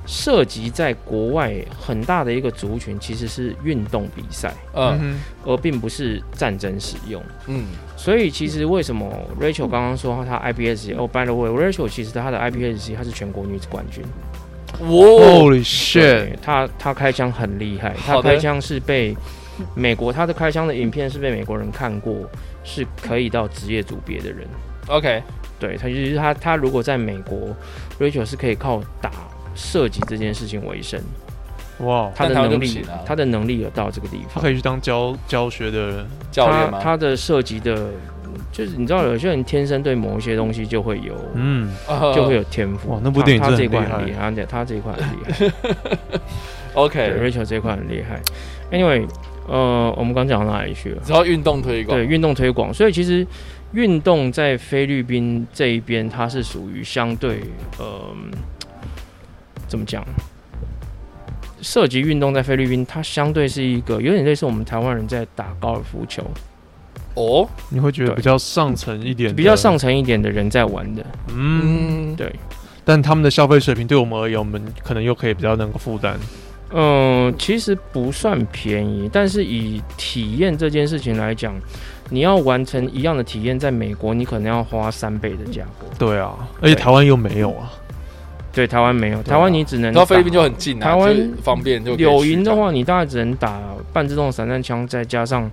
S7: 射击在国外很大的一个族群其实是运动比赛，
S2: 嗯
S1: 嗯
S7: 而并不是战争使用。
S2: 嗯
S7: 所以其实为什么 Rachel 刚刚说她 IPS 哦，by the way，Rachel 其实她的 IPS 她是全国女子冠军，
S1: 哦
S7: 哦
S2: 哇，
S1: ，Holy shit，
S7: 对她她开枪很厉害，她
S2: 好的
S7: 开枪是被美国她的开枪的影片是被美国人看过，是可以到职业组别的人。
S2: ，OK，
S7: 对，她就是她她如果在美国，Rachel 是可以靠打射击这件事情为生，
S1: 哇，
S7: 她的
S2: 但她就
S7: 能
S2: 不
S7: 力
S2: 行啊
S7: 她的能力有到这个地
S1: 他
S7: 方
S1: 可。以去当教教学的人，
S2: 教练
S7: 她
S2: 吗？嗯
S7: 她的射击的，就是你知道有些人天生对某一些东西就会有。
S1: 嗯，
S2: 呃
S7: 就会有天赋。
S1: 哇那部电影
S7: 他他
S1: 真
S7: 这
S1: 的
S7: 一
S1: 很
S7: 块
S1: 厉
S2: (laughs)
S7: 很厉害，他这他这一块很厉害。对
S2: OK，
S7: ，Rachel 这一块很厉害。Anyway，呃，我们刚讲到哪里去了？
S2: 只要运动推广
S7: 对，运动推广，所以其实运动在菲律宾这一边，它是属于相对，呃，怎么讲？涉及运动在菲律宾，它相对是一个有点类似我们台湾人在打高尔夫球，
S2: 哦，
S1: 你会觉得
S7: 对
S1: 比较上层一点，
S7: 比较上，层一点的人在玩的。
S1: 嗯，
S2: 嗯，
S7: 对，
S1: 但他们的消费水平对我们而言，我们可能又可以比较能够负担。
S7: 嗯，其实不算便宜，但是以体验这件事情来讲，你要完成一样的体验，在美国你可能要花三倍的价格。
S1: 对啊，而且台湾又没有啊，
S7: 对，台湾没有，
S1: 对啊
S7: 台湾你只能
S2: 然后菲律
S7: 打
S2: 宾就很近啊，
S7: 台湾
S2: 就方便就可以
S7: 柳
S2: 去
S7: 营
S2: 这
S7: 的
S2: 样，
S7: 话，你大概只能打半自动散弹枪，再加上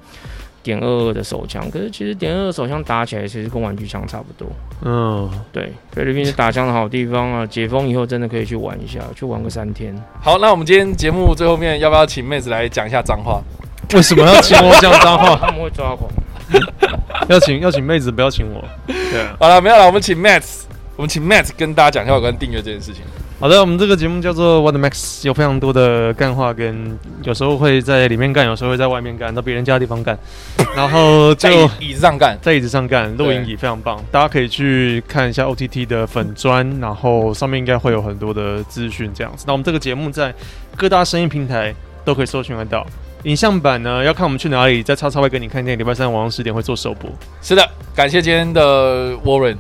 S7: 点二二的手枪。可是其实点二二手枪打起来，其实跟玩具枪差不多。
S1: 嗯，
S7: 对，菲律宾是打枪的好地方啊！解封以后真的可以去玩一下，去玩个三天。
S2: 好，那我们今天节目最后面要不要请妹子来讲一下脏话？
S1: (laughs) 为什么要请我讲脏话？ (laughs)
S2: 哦
S7: 他们会抓狂。
S1: 要请要请妹子，不要请我。对啊，
S2: 好了，没有了，我们请 Max，我们请 Max 跟大家讲一下有关订阅这件事情。
S1: 好的，我们这个节目叫做 What the Max，有非常多的干话跟，有时候会在里面干，有时候会在外面干，到别人家的地方干，然后
S2: 在
S1: 就
S2: 椅哎子上干，
S1: 在椅子上干，录影
S2: 对
S1: 椅非常棒，大家可以去看一下 OTT 的粉砖，然后上面应该会有很多的资讯这样子。那我们这个节目在各大声音平台都可以搜寻得到。影像版呢，要看我们去哪里，在叉叉会跟你看见，礼拜三晚上十点会做首
S2: (laughs)
S1: 播。
S2: 是的，感谢今天的 Warren。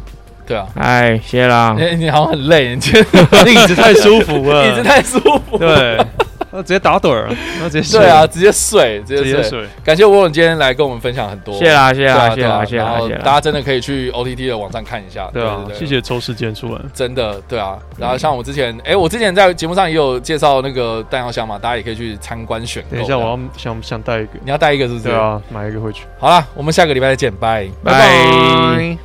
S2: 对啊，
S7: 哎，谢啦
S2: 你、。你好像很累，你今天 (laughs)
S1: 那椅子
S7: (laughs)
S1: 太舒服了，
S2: 椅子太舒服。
S1: 对，那直接打盹儿，那直接睡
S2: (laughs) 对啊，，直接睡，直接
S1: 直
S2: 睡。
S1: 接睡。
S2: 感谢 Warren 今天来跟我们分享很多。
S7: 谢啦，谢
S2: 对啊，
S7: 啦，谢
S2: 对啊
S7: 啦，谢
S2: 然
S7: 啦，
S2: 后
S7: 谢
S2: 大
S7: 啦。
S2: 家真的可以去 OTT 的网站看一下。
S1: 对啊，
S2: 对
S1: 谢。谢抽时间出来。
S2: 真的，对啊。然后像我之前，哎，我之前在节目上也有介绍那个弹药箱嘛，大家也可以去参观选购。
S1: 等一下，我要啊想想带一个，
S2: 你要带一个是不是？
S1: 对。啊，买一个回去。
S2: 好啦，我们下个礼拜再见，拜。
S7: 拜拜。